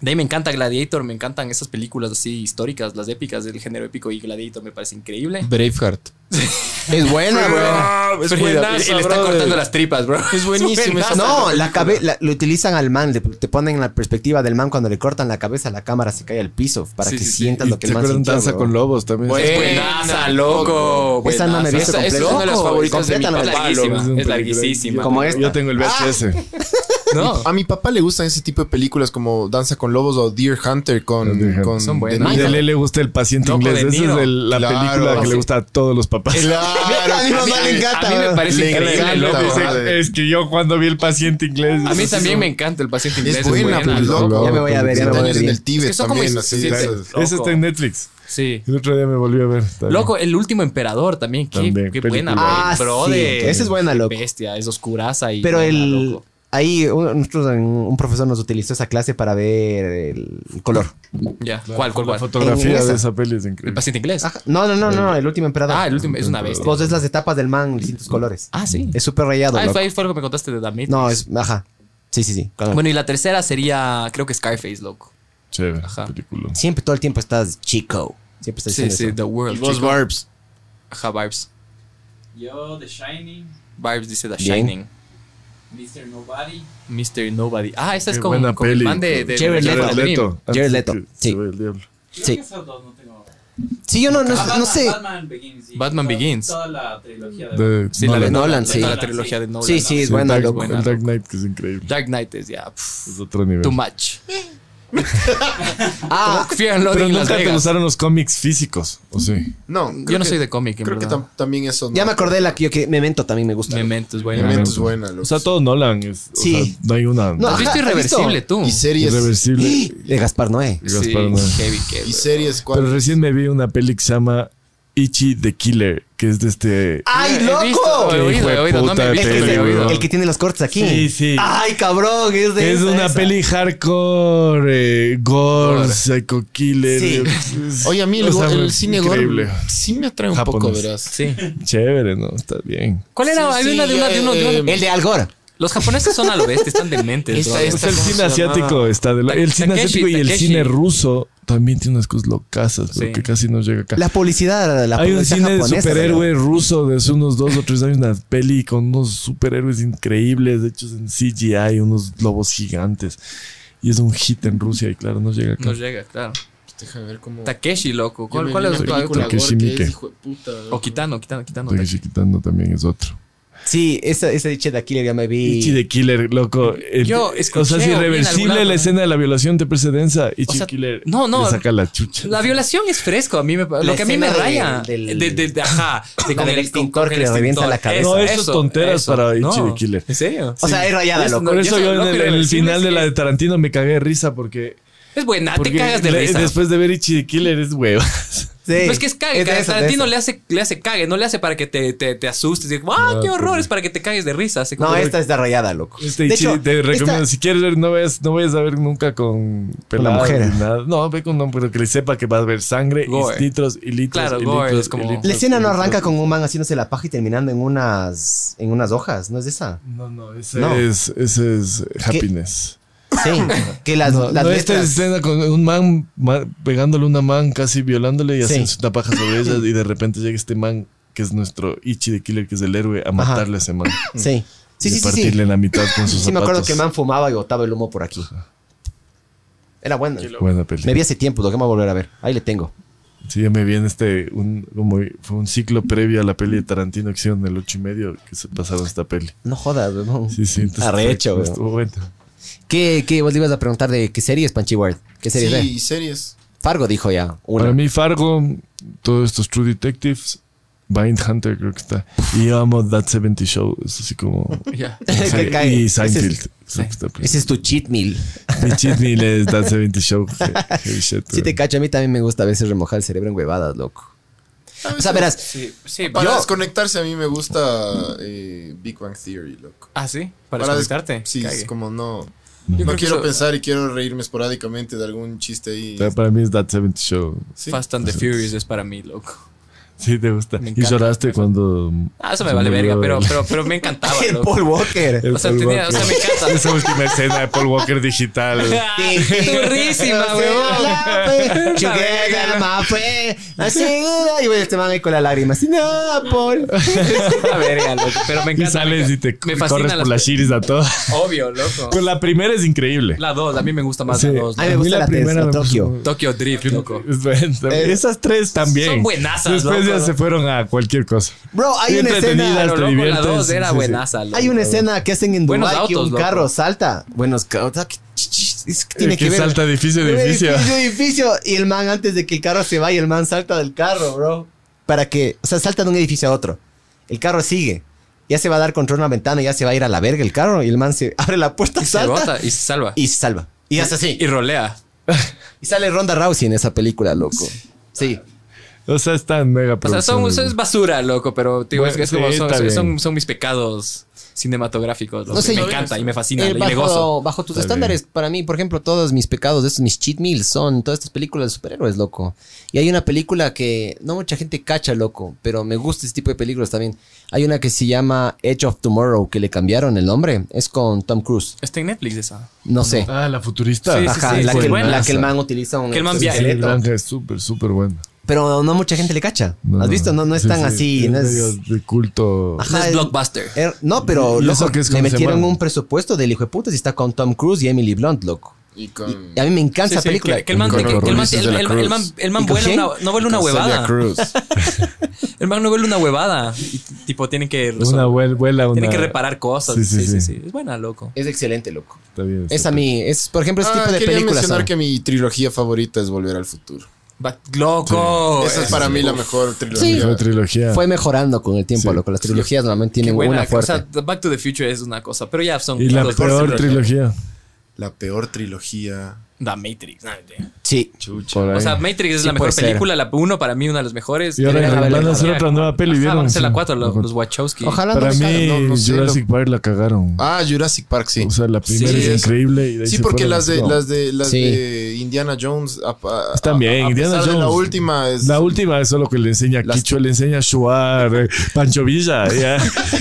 De ahí me encanta Gladiator, me encantan esas películas así históricas, las épicas del género épico y Gladiator me parece increíble. Braveheart. Es buena, bro. Pero y, y le está cortando las tripas, bro. Es buenísimo. No, la cabe- la- lo utilizan al man, le- te ponen la perspectiva del man cuando le cortan la cabeza, la cámara se cae al piso para Sí, que sí, sí. sientas Y lo ¿Te que el man acuerdas sintió, Danza bro. con Lobos también? Es buenaza, loco. Esa no me he visto buenaza. Esa- esa es una de las completa. favoritas de mi Completa, papá, no loco. Es un Es película. larguísima. Como Yo- Yo esta. tengo el VHS. No. A mi papá le gustan ese tipo de películas como Danza con Lobos o Deer Hunter con. Deer Hunter. con Son buenas. De Y Niro. a él le gusta el paciente Loco inglés. de Esa Niro. es el- la Claro. película que le gusta a todos los papás. Claro, A mi mamá le encanta, A mí me bro. parece Le increíble, encanta, loco. bro. Esa- Madre. Es que yo cuando vi el paciente inglés. A mí también me encanta el paciente inglés. Es buena, pues, loco. loco. Ya me voy a ver, ya me voy a ver. También en bien. el Tíbet Es que son como también, is- así. sí, esas- sí. Ese está en Netflix. Sí. El otro día me volví a ver. Está Loco, el último emperador también. Qué, También, qué película. buena, bro. Ah, sí. Brother. Esa es buena, loco. Bestia, es oscuraza y. Pero buena, el loco. ahí un, nosotros en- un profesor nos utilizó esa clase para ver el color. bien. Ya. ¿Cuál, cuál, La cuál? En fotografía esa. de esa peli es El increíble. paciente inglés. Mm. Ajá. No, no, no, no, el último emperador. Ah, el último es una bestia. Vos ves las etapas del man, distintos colores. Ah, sí. Es súper rayado. Ah, loco. fue, fue lo que me contaste de Damit. No, es ajá. Sí, sí, sí. claro. Bueno, y la tercera sería, creo que Scarface, loco. Chévere, Ajá. película. Siempre todo el tiempo estás chico. Siempre estás Sí, diciendo sí, eso. The World. Los chico. Barbs. Ajá, Vibes. Yo, The Shining, Vibes dice The Bien. Shining. Mr. Nobody. Mr. Nobody. Ah, esa es Qué con, buena con el peli. man de, de Jared de- Leto. de- de- Jared Leto, Antes que sí. se vaya el diablo. Creo Sí. que esos dos no tengo. Sí, yo no, no, Ah, no Batman, sé. Batman Begins. sí. Batman Toda- Begins. Toda la trilogía de. De- Sí, Nolan. la de Nolan, Nolan, sí. sí. Toda la trilogía de Nolan. Sí, sí, es Sí, buena, Dark- loco. El Dark Knight, que es increíble. Dark Knight es ya. pff, Es otro nivel. too much. Ah, Fear and Pero Loathing en Las nunca te Vegas. gustaron los cómics físicos, ¿o sí? No. Yo creo no que- soy de cómic, en Creo que verdad. tam- también eso. ya no. me acordé la que yo que Memento también me gusta. Memento es bueno. Memento es buena, loco. O sea, todo Nolan es. o Sí. sea, no hay una. No, Ajá, Ah, ¿Has visto ¿has visto? Irreversible, tú? Y series. irreversible. De Gaspar Noé. Sí, Gaspar Noé. heavy, que Y series, ¿cuál? Pero recién me vi una peli que se llama Ichi the Killer, que es de este. Ah, ¡Ay, He visto, loco! he oído, he oído, no me he Hijueputa, visto, Es te el, pero he digo. oído. el que tiene los cortes aquí. Sí, sí. Ah, ¡Ay, cabrón! Es, de Es esa, una esa. peli hardcore, eh, gore, Gore. psycho killer. Sí. Es- Oye, a mí el, o sea, el cine gore increíble. sí me atrae un poco, Japonés. verás. Sí. Chévere, ¿no? Está bien. ¿Cuál era? Sí, Hay una de sí, una de uno de uno. eh, El de Algor. Los japoneses son a lo bestia, están dementes. Esta- bro. esta- O sea, el ¿cómo cine se asiático llamaba? está de la- El cine Takeshi, asiático y el Takeshi. cine ruso también tiene unas cosas locas, Sí. que casi no llega acá. La publicidad, la Hay un publicidad cine de japonesa, superhéroe ruso de hace unos dos o tres años, una peli con unos superhéroes increíbles hechos en CGI, unos globos gigantes. Y es un hit en Rusia y claro, no llega acá. Nos llega, claro. Déjame Pues ver cómo. Takeshi, loco. ¿Cuál, Yo me cuál vi es una tu película Takeshi gore que es, Miike. hijo de puta, ¿no? O Kitano, Kitano, Kitano. Estoy quitando también es otro. ¿verdad? Sí, esa, esa dicha de Killer ya me vi. Ichi de Killer, loco. El- Yo o escuché sea, o es vi en algún irreversible lado. la escena de la violación te precedenza. Ichi O sea, de Killer no, no. le saca la chucha. La violación es fresco, a mí me, lo que a mí escena me del- raya. del- de, de- de- ajá, de del extintor que le revienta la cabeza. No, eso es tonteras para Ichi no. de Killer. ¿En serio? O sea, es rayada, loco. Por yo eso soy yo, en loco el, y en el irreversible, final de sí la es. de Tarantino me cagué de risa porque. Es buena, te porque cagas de le- risa. Después de ver Ichi de Killer es huevas. Sí. No es que es cague, de cague. esa, de Tarantino esa. le hace, le hace cague, no le hace para que te, te, te asustes. Y, ¡Ah, pues qué horror! Es para que te cagues de risa. así como- No, esta es de rayada, loco. Este De Ichi, hecho, te recomiendo, esta- si quieres ver, no vayas, no vayas a ver nunca con peladas mujer. ni nada. No, ve con una mujer que le sepa que va a ver sangre, Gore. y litros y litros. Claro, y gore, litros, es como- y litros, La escena y no litros. arranca con un man haciéndose la paja y terminando en unas, en unas hojas, ¿no es esa? No, no, ese No. es, ese es happiness. Sí, que las, No, las no, esta letras... escena con un man ma- pegándole a una man, casi violándole y Sí. haciendo una paja sobre ella y de repente llega este man que es nuestro Ichi de Killer, que es el héroe, a matarle a ese man. Sí, sí, y sí, sí, sí. partirle en la mitad con sus Sí, me acuerdo zapatos. que man fumaba y botaba el humo por aquí. Era bueno. Buena peli. Me vi hace tiempo, lo que me voy a volver a ver. Ahí le tengo. Sí, ya me vi en este, un, como fue un ciclo previo a la peli de Tarantino que hicieron el ocho y medio que se pasaron esta peli. No jodas, weón. Sí, sí. entonces- pues, Arrecho, weón. estuvo bueno. ¿Qué, ¿Qué vos le ibas a preguntar de qué series, Panchi Ward? ¿Qué series ve? Sí, series. Fargo dijo ya. Una. Para mí, Fargo, todos estos True Detectives, Hunter creo que está. Y yo amo That 70 Show. Es así como. Ya. Que Sí, cae. Y Ese es- Seinfeld. creo que está por ahí. Ese es tu cheat meal. Mi Chitney es That 70 Show. He- heavy shit, Sí te weón. cacho, a mí también me gusta a veces remojar el cerebro en huevadas, loco. O sea, verás, Sí, sí, Para yo- desconectarse a mí me gusta eh, Big Bang Theory, loco. Ah, sí, para, Para des- desconectarte. Sí, Cague. es como no. Yo creo no que quiero eso- pensar y quiero reírme esporádicamente de algún chiste ahí. Pero Para mí es That 70 Show. Sí. Fast and the Furious es para mí, loco. Sí, te gusta. Me Y encanta. lloraste cuando. Ah, eso me se vale verga, murió pero, el- pero, pero me encantaba, el loco. Paul Walker. el O sea, Paul tenía- o sea, Walker. me encanta. Esa última escena de Paul Walker digital. Ah, Turrísima, huevón. pues, Together, my friend. Así, pues, y güey, este man ahí con la lágrima. Así, no, Paul. Una verga, loco. Pero me Y encanta. sales y te Me corres fascinan por las- las shiris a todo. Obvio, loco. Pues la primera es increíble. La 2, a mí me gusta más Sí. la 2. A mí me A mí gusta la la, primera tercera, me puso- Tokio. Eh, Tokyo Drift, loco. Es buena también. Esas tres también. son buenazas, Después ya loco. se fueron a cualquier cosa. Bro, hay Bien una entretenidas, escena. Pero te loco, la diviertes, 2 sí, era sí, sí. buenaza, loco. Hay una escena que hacen en Buenos Dubái que autos, un loco. carro salta. Buenos carros. Es que tiene que, que ver. salta de edificio a edificio. Edificio, edificio. Y el man, antes de que el carro se vaya, el man salta del carro, bro. Para que. O sea, salta de un edificio a otro. El carro sigue. Ya se va a dar contra una ventana, ya se va a ir a la verga el carro. Y el man se abre la puerta, Y se salta bota y se salva. y se salva. Y hace así. Y rolea. Y sale Ronda Rousey en esa película, loco. Sí. O sea, están mega O sea, son, producciones, son- es basura, loco, pero tío, Bueno, es que es sí, como son, está son, bien. son- son mis pecados cinematográficos. loco, No sé, y me yo- encanta y me fascina Eh, y me gozo. bajo, bajo tus Está estándares, para mí, por ejemplo, todos mis pecados, esos mis cheat meals, son todas estas películas de superhéroes, loco. Y hay una película que no mucha gente cacha, loco, pero me gusta este tipo de películas también. Hay una que se llama Edge of Tomorrow, que le cambiaron el nombre. Es con Tom Cruise. Está en Netflix esa. No sé. Ah, la futurista. Sí, sí, Ajá, sí, la, que, buena. la que el man utiliza un Que el man un viaja. Sí, esqueleto. Blanca es súper, súper buena. Pero no mucha gente le cacha. No, ¿Has visto? No, no es sí, tan sí, así. es no es- medio de culto. Ajá, No es el- blockbuster. Er- no, pero ¿Y loco, eso qué es le con ese metieron man? un presupuesto del hijo de putas y está con Tom Cruise y Emily Blunt, loco. Y Y, con. y a mí me encanta Mm. Sí, esa sí, película. que- que el man, Con que- que el man- Ulises de el- la el- Cruz. el man- el man ¿Y con vuela quién? una, no vuela una con Celia huevada. Este Cruz. El man no vuela una huevada. Y tipo, tienen que, Una vuel- vuela, una. tienen que reparar cosas. Sí, sí, sí. Es buena, loco. Es excelente, loco. Está bien. Es a mí, es por ejemplo ese Ah, tipo de quería películas. mencionar son. que mi trilogía favorita es Volver al Futuro. But- loco. Esa Oh, es para mí la mejor Sí. trilogía. Fue trilogía. Fue mejorando con el tiempo, Sí. loco. Las trilogías normalmente Qué tienen buena, una fuerte. O sea, The Back to the Future es una cosa, pero ya son y la los- peor trilogía. La peor trilogía. The Matrix. No, mentira. Sí. Por o ahí. sea, Matrix es Sí, la mejor puede ser. película, la 1 para mí, una de las mejores. y ahora Eh, van a la- hacer otra nueva peli, Ajá, ¿vieron? van a hacer la Sí. 4, los, los Wachowski. Ojalá no Para me mí, salga, no, no sé, Jurassic Park la cagaron. Ah, Jurassic Park, sí. O sea, la primera Sí, es es- increíble. Y de ahí Sí, se porque fueron. las de, No. las de, las Sí. de Indiana Jones. a- a- Están bien, a- a Indiana pesar de la Jones. última es. La última es solo que le enseña a Las- Quicho, le enseña a Shuar, eh, Pancho Villa. ya.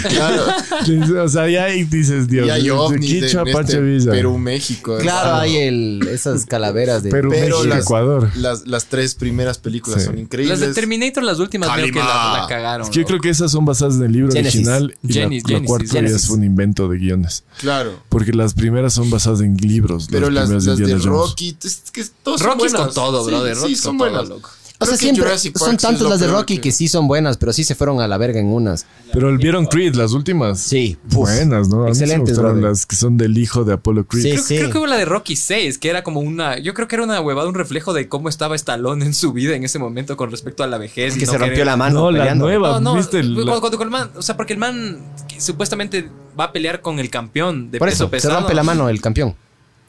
Claro, Le- o sea, ya ahí dices, Dios y hay mío, ovnis de- Quicho a en Pancho este Villa. Perú, México. eh. Claro, hermano. hay el, esas calaveras de... Perú, pero México, las- Ecuador. Las, las tres primeras películas Sí. son Las increíbles. de Terminator, las últimas, creo que la, la cagaron. Es que yo loco. creo que esas son basadas en el libro Genesis. original y la- Genesis, la, Genesis, cuarta ya Genesis. es un invento de guiones. Claro. Porque las primeras son basadas en libros. Pero las, primeras las de Indiana Jones. Rocky, es que todos son Rocky es con buenas. todo, Sí, brother. sí, Rocky es son con todo, buenas. loco. O sea, Creo que siempre Jurassic Park son sí es tantas lo las de peor Rocky que- que... sí son buenas, pero sí se fueron a la verga en unas. Pero vieron Creed, las últimas. Sí. Buenas, ¿no? A mí sí me Excelentes, gustaron brother. las que son del hijo de Apollo Creed. Sí. Creo, creo que hubo la de Rocky 6, que era como una. Yo creo que era una huevada, un reflejo de cómo estaba Stallone en su vida en ese momento con respecto a la vejez. y que no se rompió querer- la mano No, la peleando. nueva, No, no, ¿viste? La- cuando, cuando el man, o sea, porque el man que supuestamente va a pelear con el campeón de Por eso, peso se pesado. rompe la mano el campeón.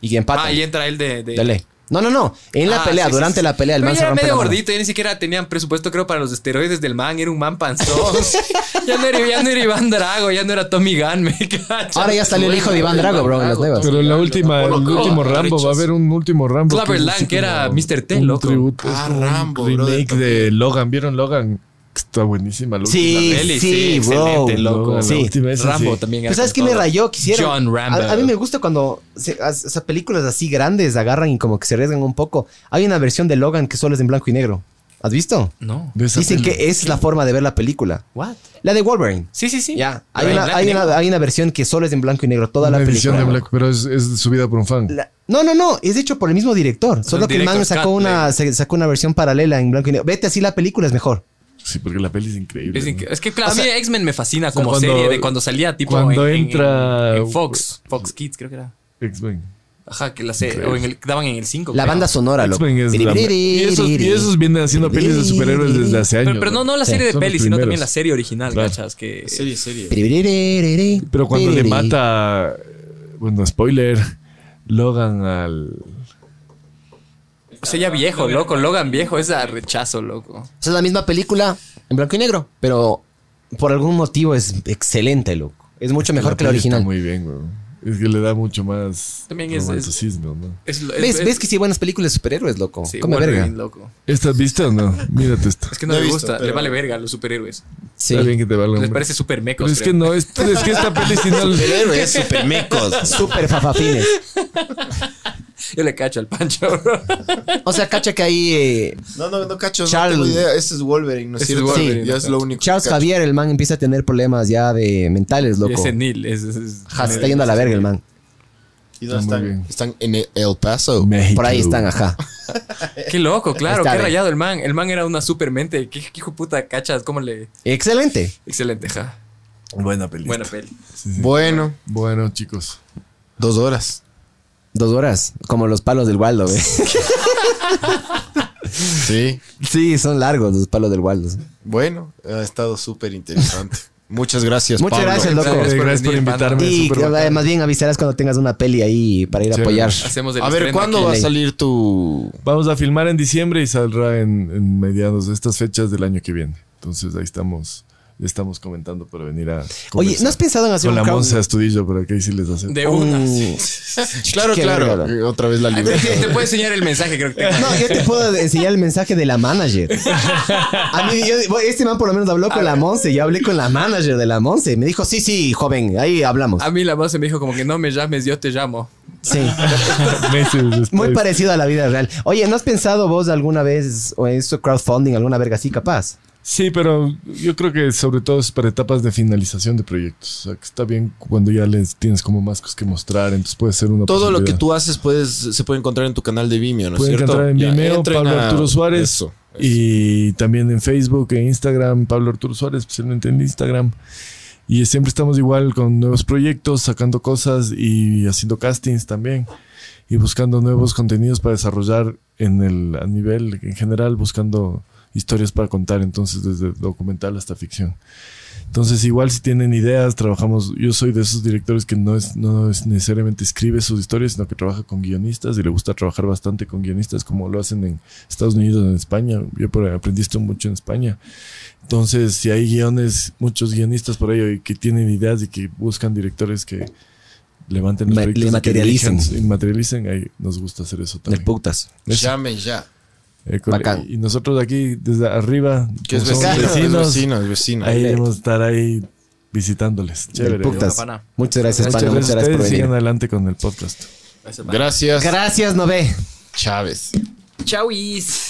Y empata. Ah, y entra él de. de- Dale. No, no, no. En la Ah, pelea, sí, sí, durante sí. la pelea, el Pero man ya se era rompe medio la mano. gordito, ya ni siquiera tenían presupuesto, creo, para los esteroides del man. Era un man panzón. ya, no era, ya no era Iván Drago, ya no era Tommy Gunn, me cachas. Ahora ya salió el hijo de Iván Drago, bro, en las nuevas. Pero la última, el Apollo último Creed. Rambo, va a haber un último Rambo. Clubber es Lang, así que era como Mr. T, un loco. tributo, es Ah, como un Rambo, brother, Remake de Logan. ¿Vieron Logan? Está buenísima. La Sí, última. peli, sí, sí, bro. excelente, loco. Sí. La última esa, Rambo sí. también. Pero Pues, ¿Sabes que quién me rayó? Quisiera. John Rambo. A, a mí me gusta cuando se- as- esas películas así grandes agarran y como que se arriesgan un poco. Hay una versión de Logan que solo es en blanco y negro. ¿Has visto? No. De esa Dicen peli. que esa es la forma de ver la película. What? La de Wolverine. Sí, sí, sí. Ya. Hay Pero en una, blanco y hay, negro. una, hay una versión que solo es en blanco y negro. Toda Una la edición película. de Black, pero es, es subida por un fan. La- no, no, no. Es hecho por el mismo director. Solo que el man director's sacó cut, una, le- se- sacó una versión paralela en blanco y negro. Vete así, la película es mejor. Sí, porque la peli es increíble. Es, ¿no? inque- es que claro, O sea, a mí X-Men me fascina sea, como cuando- serie de cuando salía tipo cuando en, en- entra- en Fox, Fox Kids creo que era. X-Men. Ajá, que la se, Increíble. o en el, daban en el 5. La banda sonora, loco. X-Men es la... Y esos, y esos vienen haciendo pelis de superhéroes desde hace años. pero, pero no, no la Sí, serie de son los peli, sino también primeros. la serie original, Claro. cachas, que Serie, serie. Pero cuando le mata... Bueno, spoiler. Logan al... o sea, ya viejo, loco, Logan viejo, esa rechazo, loco. O sea, es la misma película en blanco y negro, pero por algún motivo es excelente, loco. Es mucho mejor que la peli original. Está Este muy bien, weón. Es que le da mucho más También es- es- romanticismo, ¿no? Es, es- ¿Ves, es- ves que sí hay buenas películas de superhéroes, loco? sí, Come Wolverine, verga. loco. ¿Esta viste o no? Mírate esto. Es que no, No he le visto, gusta, le pero- vale verga a los superhéroes. Sí. Está bien que te valga. Les hombre. parece super Pero mecos. es que creo. no, es, es que esta peli si no... Superhéroes, supermecos. Súper fafafines. Yo le cacho al pancho, bro. O sea, cacha que ahí eh, No, no, no cacho, Charles. no tengo idea. Ese es Wolverine, ¿no es Ese es cierto? Wolverine, ya ¿no? es lo único. que Charles cacho. Javier, el man, empieza a tener problemas ya de mentales, Y loco. es senil. Es, es- es- Ja, se está yendo a la verga el man. ¿Y dónde Está muy están? bien. Están en El Paso. México. Por ahí están, ajá. Qué loco, claro, Está qué bien. rayado el man. El man era una supermente. Qué, qué hijo de puta, cachas, cómo le. Excelente. Excelente, ja. Buena peli. Buena peli. Bueno, Bueno, chicos. dos horas. Dos horas, como los palos del Waldo, ¿ve? Sí. Sí, son largos los palos del Waldo. Bueno, ha estado súper interesante. Muchas gracias, Muchas Pablo. gracias, loco. Gracias Eh, por gracias por venir, invitarme. Y súper eh, bacán. más bien avisarás cuando tengas una peli ahí para ir a Chévere. apoyar. Hacemos el A ver, estreno ¿cuándo aquí. va a salir tu...? Vamos a filmar en diciembre y saldrá en, en mediados de estas fechas del año que viene. Entonces ahí estamos, ya estamos comentando para venir a. Oye, conversar. ¿no has pensado en hacer Con un la crowd- Monza Estudillo, pero que ahí sí les hace. De una. un- Claro, Qué claro. verga. Eh, Otra vez la Te, te libertad. puedo enseñar el mensaje, creo que tengo. No, yo te puedo enseñar el mensaje de la manager. A mí, yo- este man por lo menos habló con la Monse. Yo hablé con la manager de la Monse. Me dijo, sí, sí, joven, ahí hablamos. Ah, A mí la voz se me dijo como que no me llames, yo te llamo. Sí. meses después. Muy parecido a la vida real. Oye, ¿no has pensado vos alguna vez o en esto crowdfunding, alguna verga así capaz? Sí, pero yo creo que sobre todo es para etapas de finalización de proyectos. O sea, que está bien cuando ya les tienes como más cosas que mostrar, entonces puede ser una. Todo lo que posibilidad. tú haces puedes, se puede encontrar en tu canal de Vimeo, ¿no es Pueden cierto? entrar en Ya, Vimeo, entren Pablo a- Arturo Suárez. Eso, eso. Y también en Facebook e Instagram, Pablo Arturo Suárez, especialmente en Instagram. Y siempre estamos igual con nuevos proyectos, sacando cosas y haciendo castings también. Y buscando nuevos contenidos para desarrollar en el a nivel en general, buscando historias para contar, entonces desde documental hasta ficción. Entonces, igual si tienen ideas, trabajamos. Yo soy de esos directores que no es, no es necesariamente escribe sus historias, sino que trabaja con guionistas y le gusta trabajar bastante con guionistas, como lo hacen en Estados Unidos, en España. Yo por ahí aprendí esto mucho en España. Entonces, si hay guiones, muchos guionistas por ahí hoy que tienen ideas y que buscan directores que levanten los Ma- le proyectos y que materialicen. dirijan, Y materialicen, ahí nos gusta hacer eso De también. putas. Eso. Llame ya. Eh, con- Bacán. Y nosotros aquí, desde arriba, Que es como somos vecino, es vecino, vecinos, es vecino. ahí debemos estar ahí visitándoles. Del Chévere. putas. pana. Muchas gracias, Muchas pana. Muchas gracias por Ustedes venir. sigan adelante con el podcast. Ese man. Gracias, Gracias, Nové. Chávez. Chauis.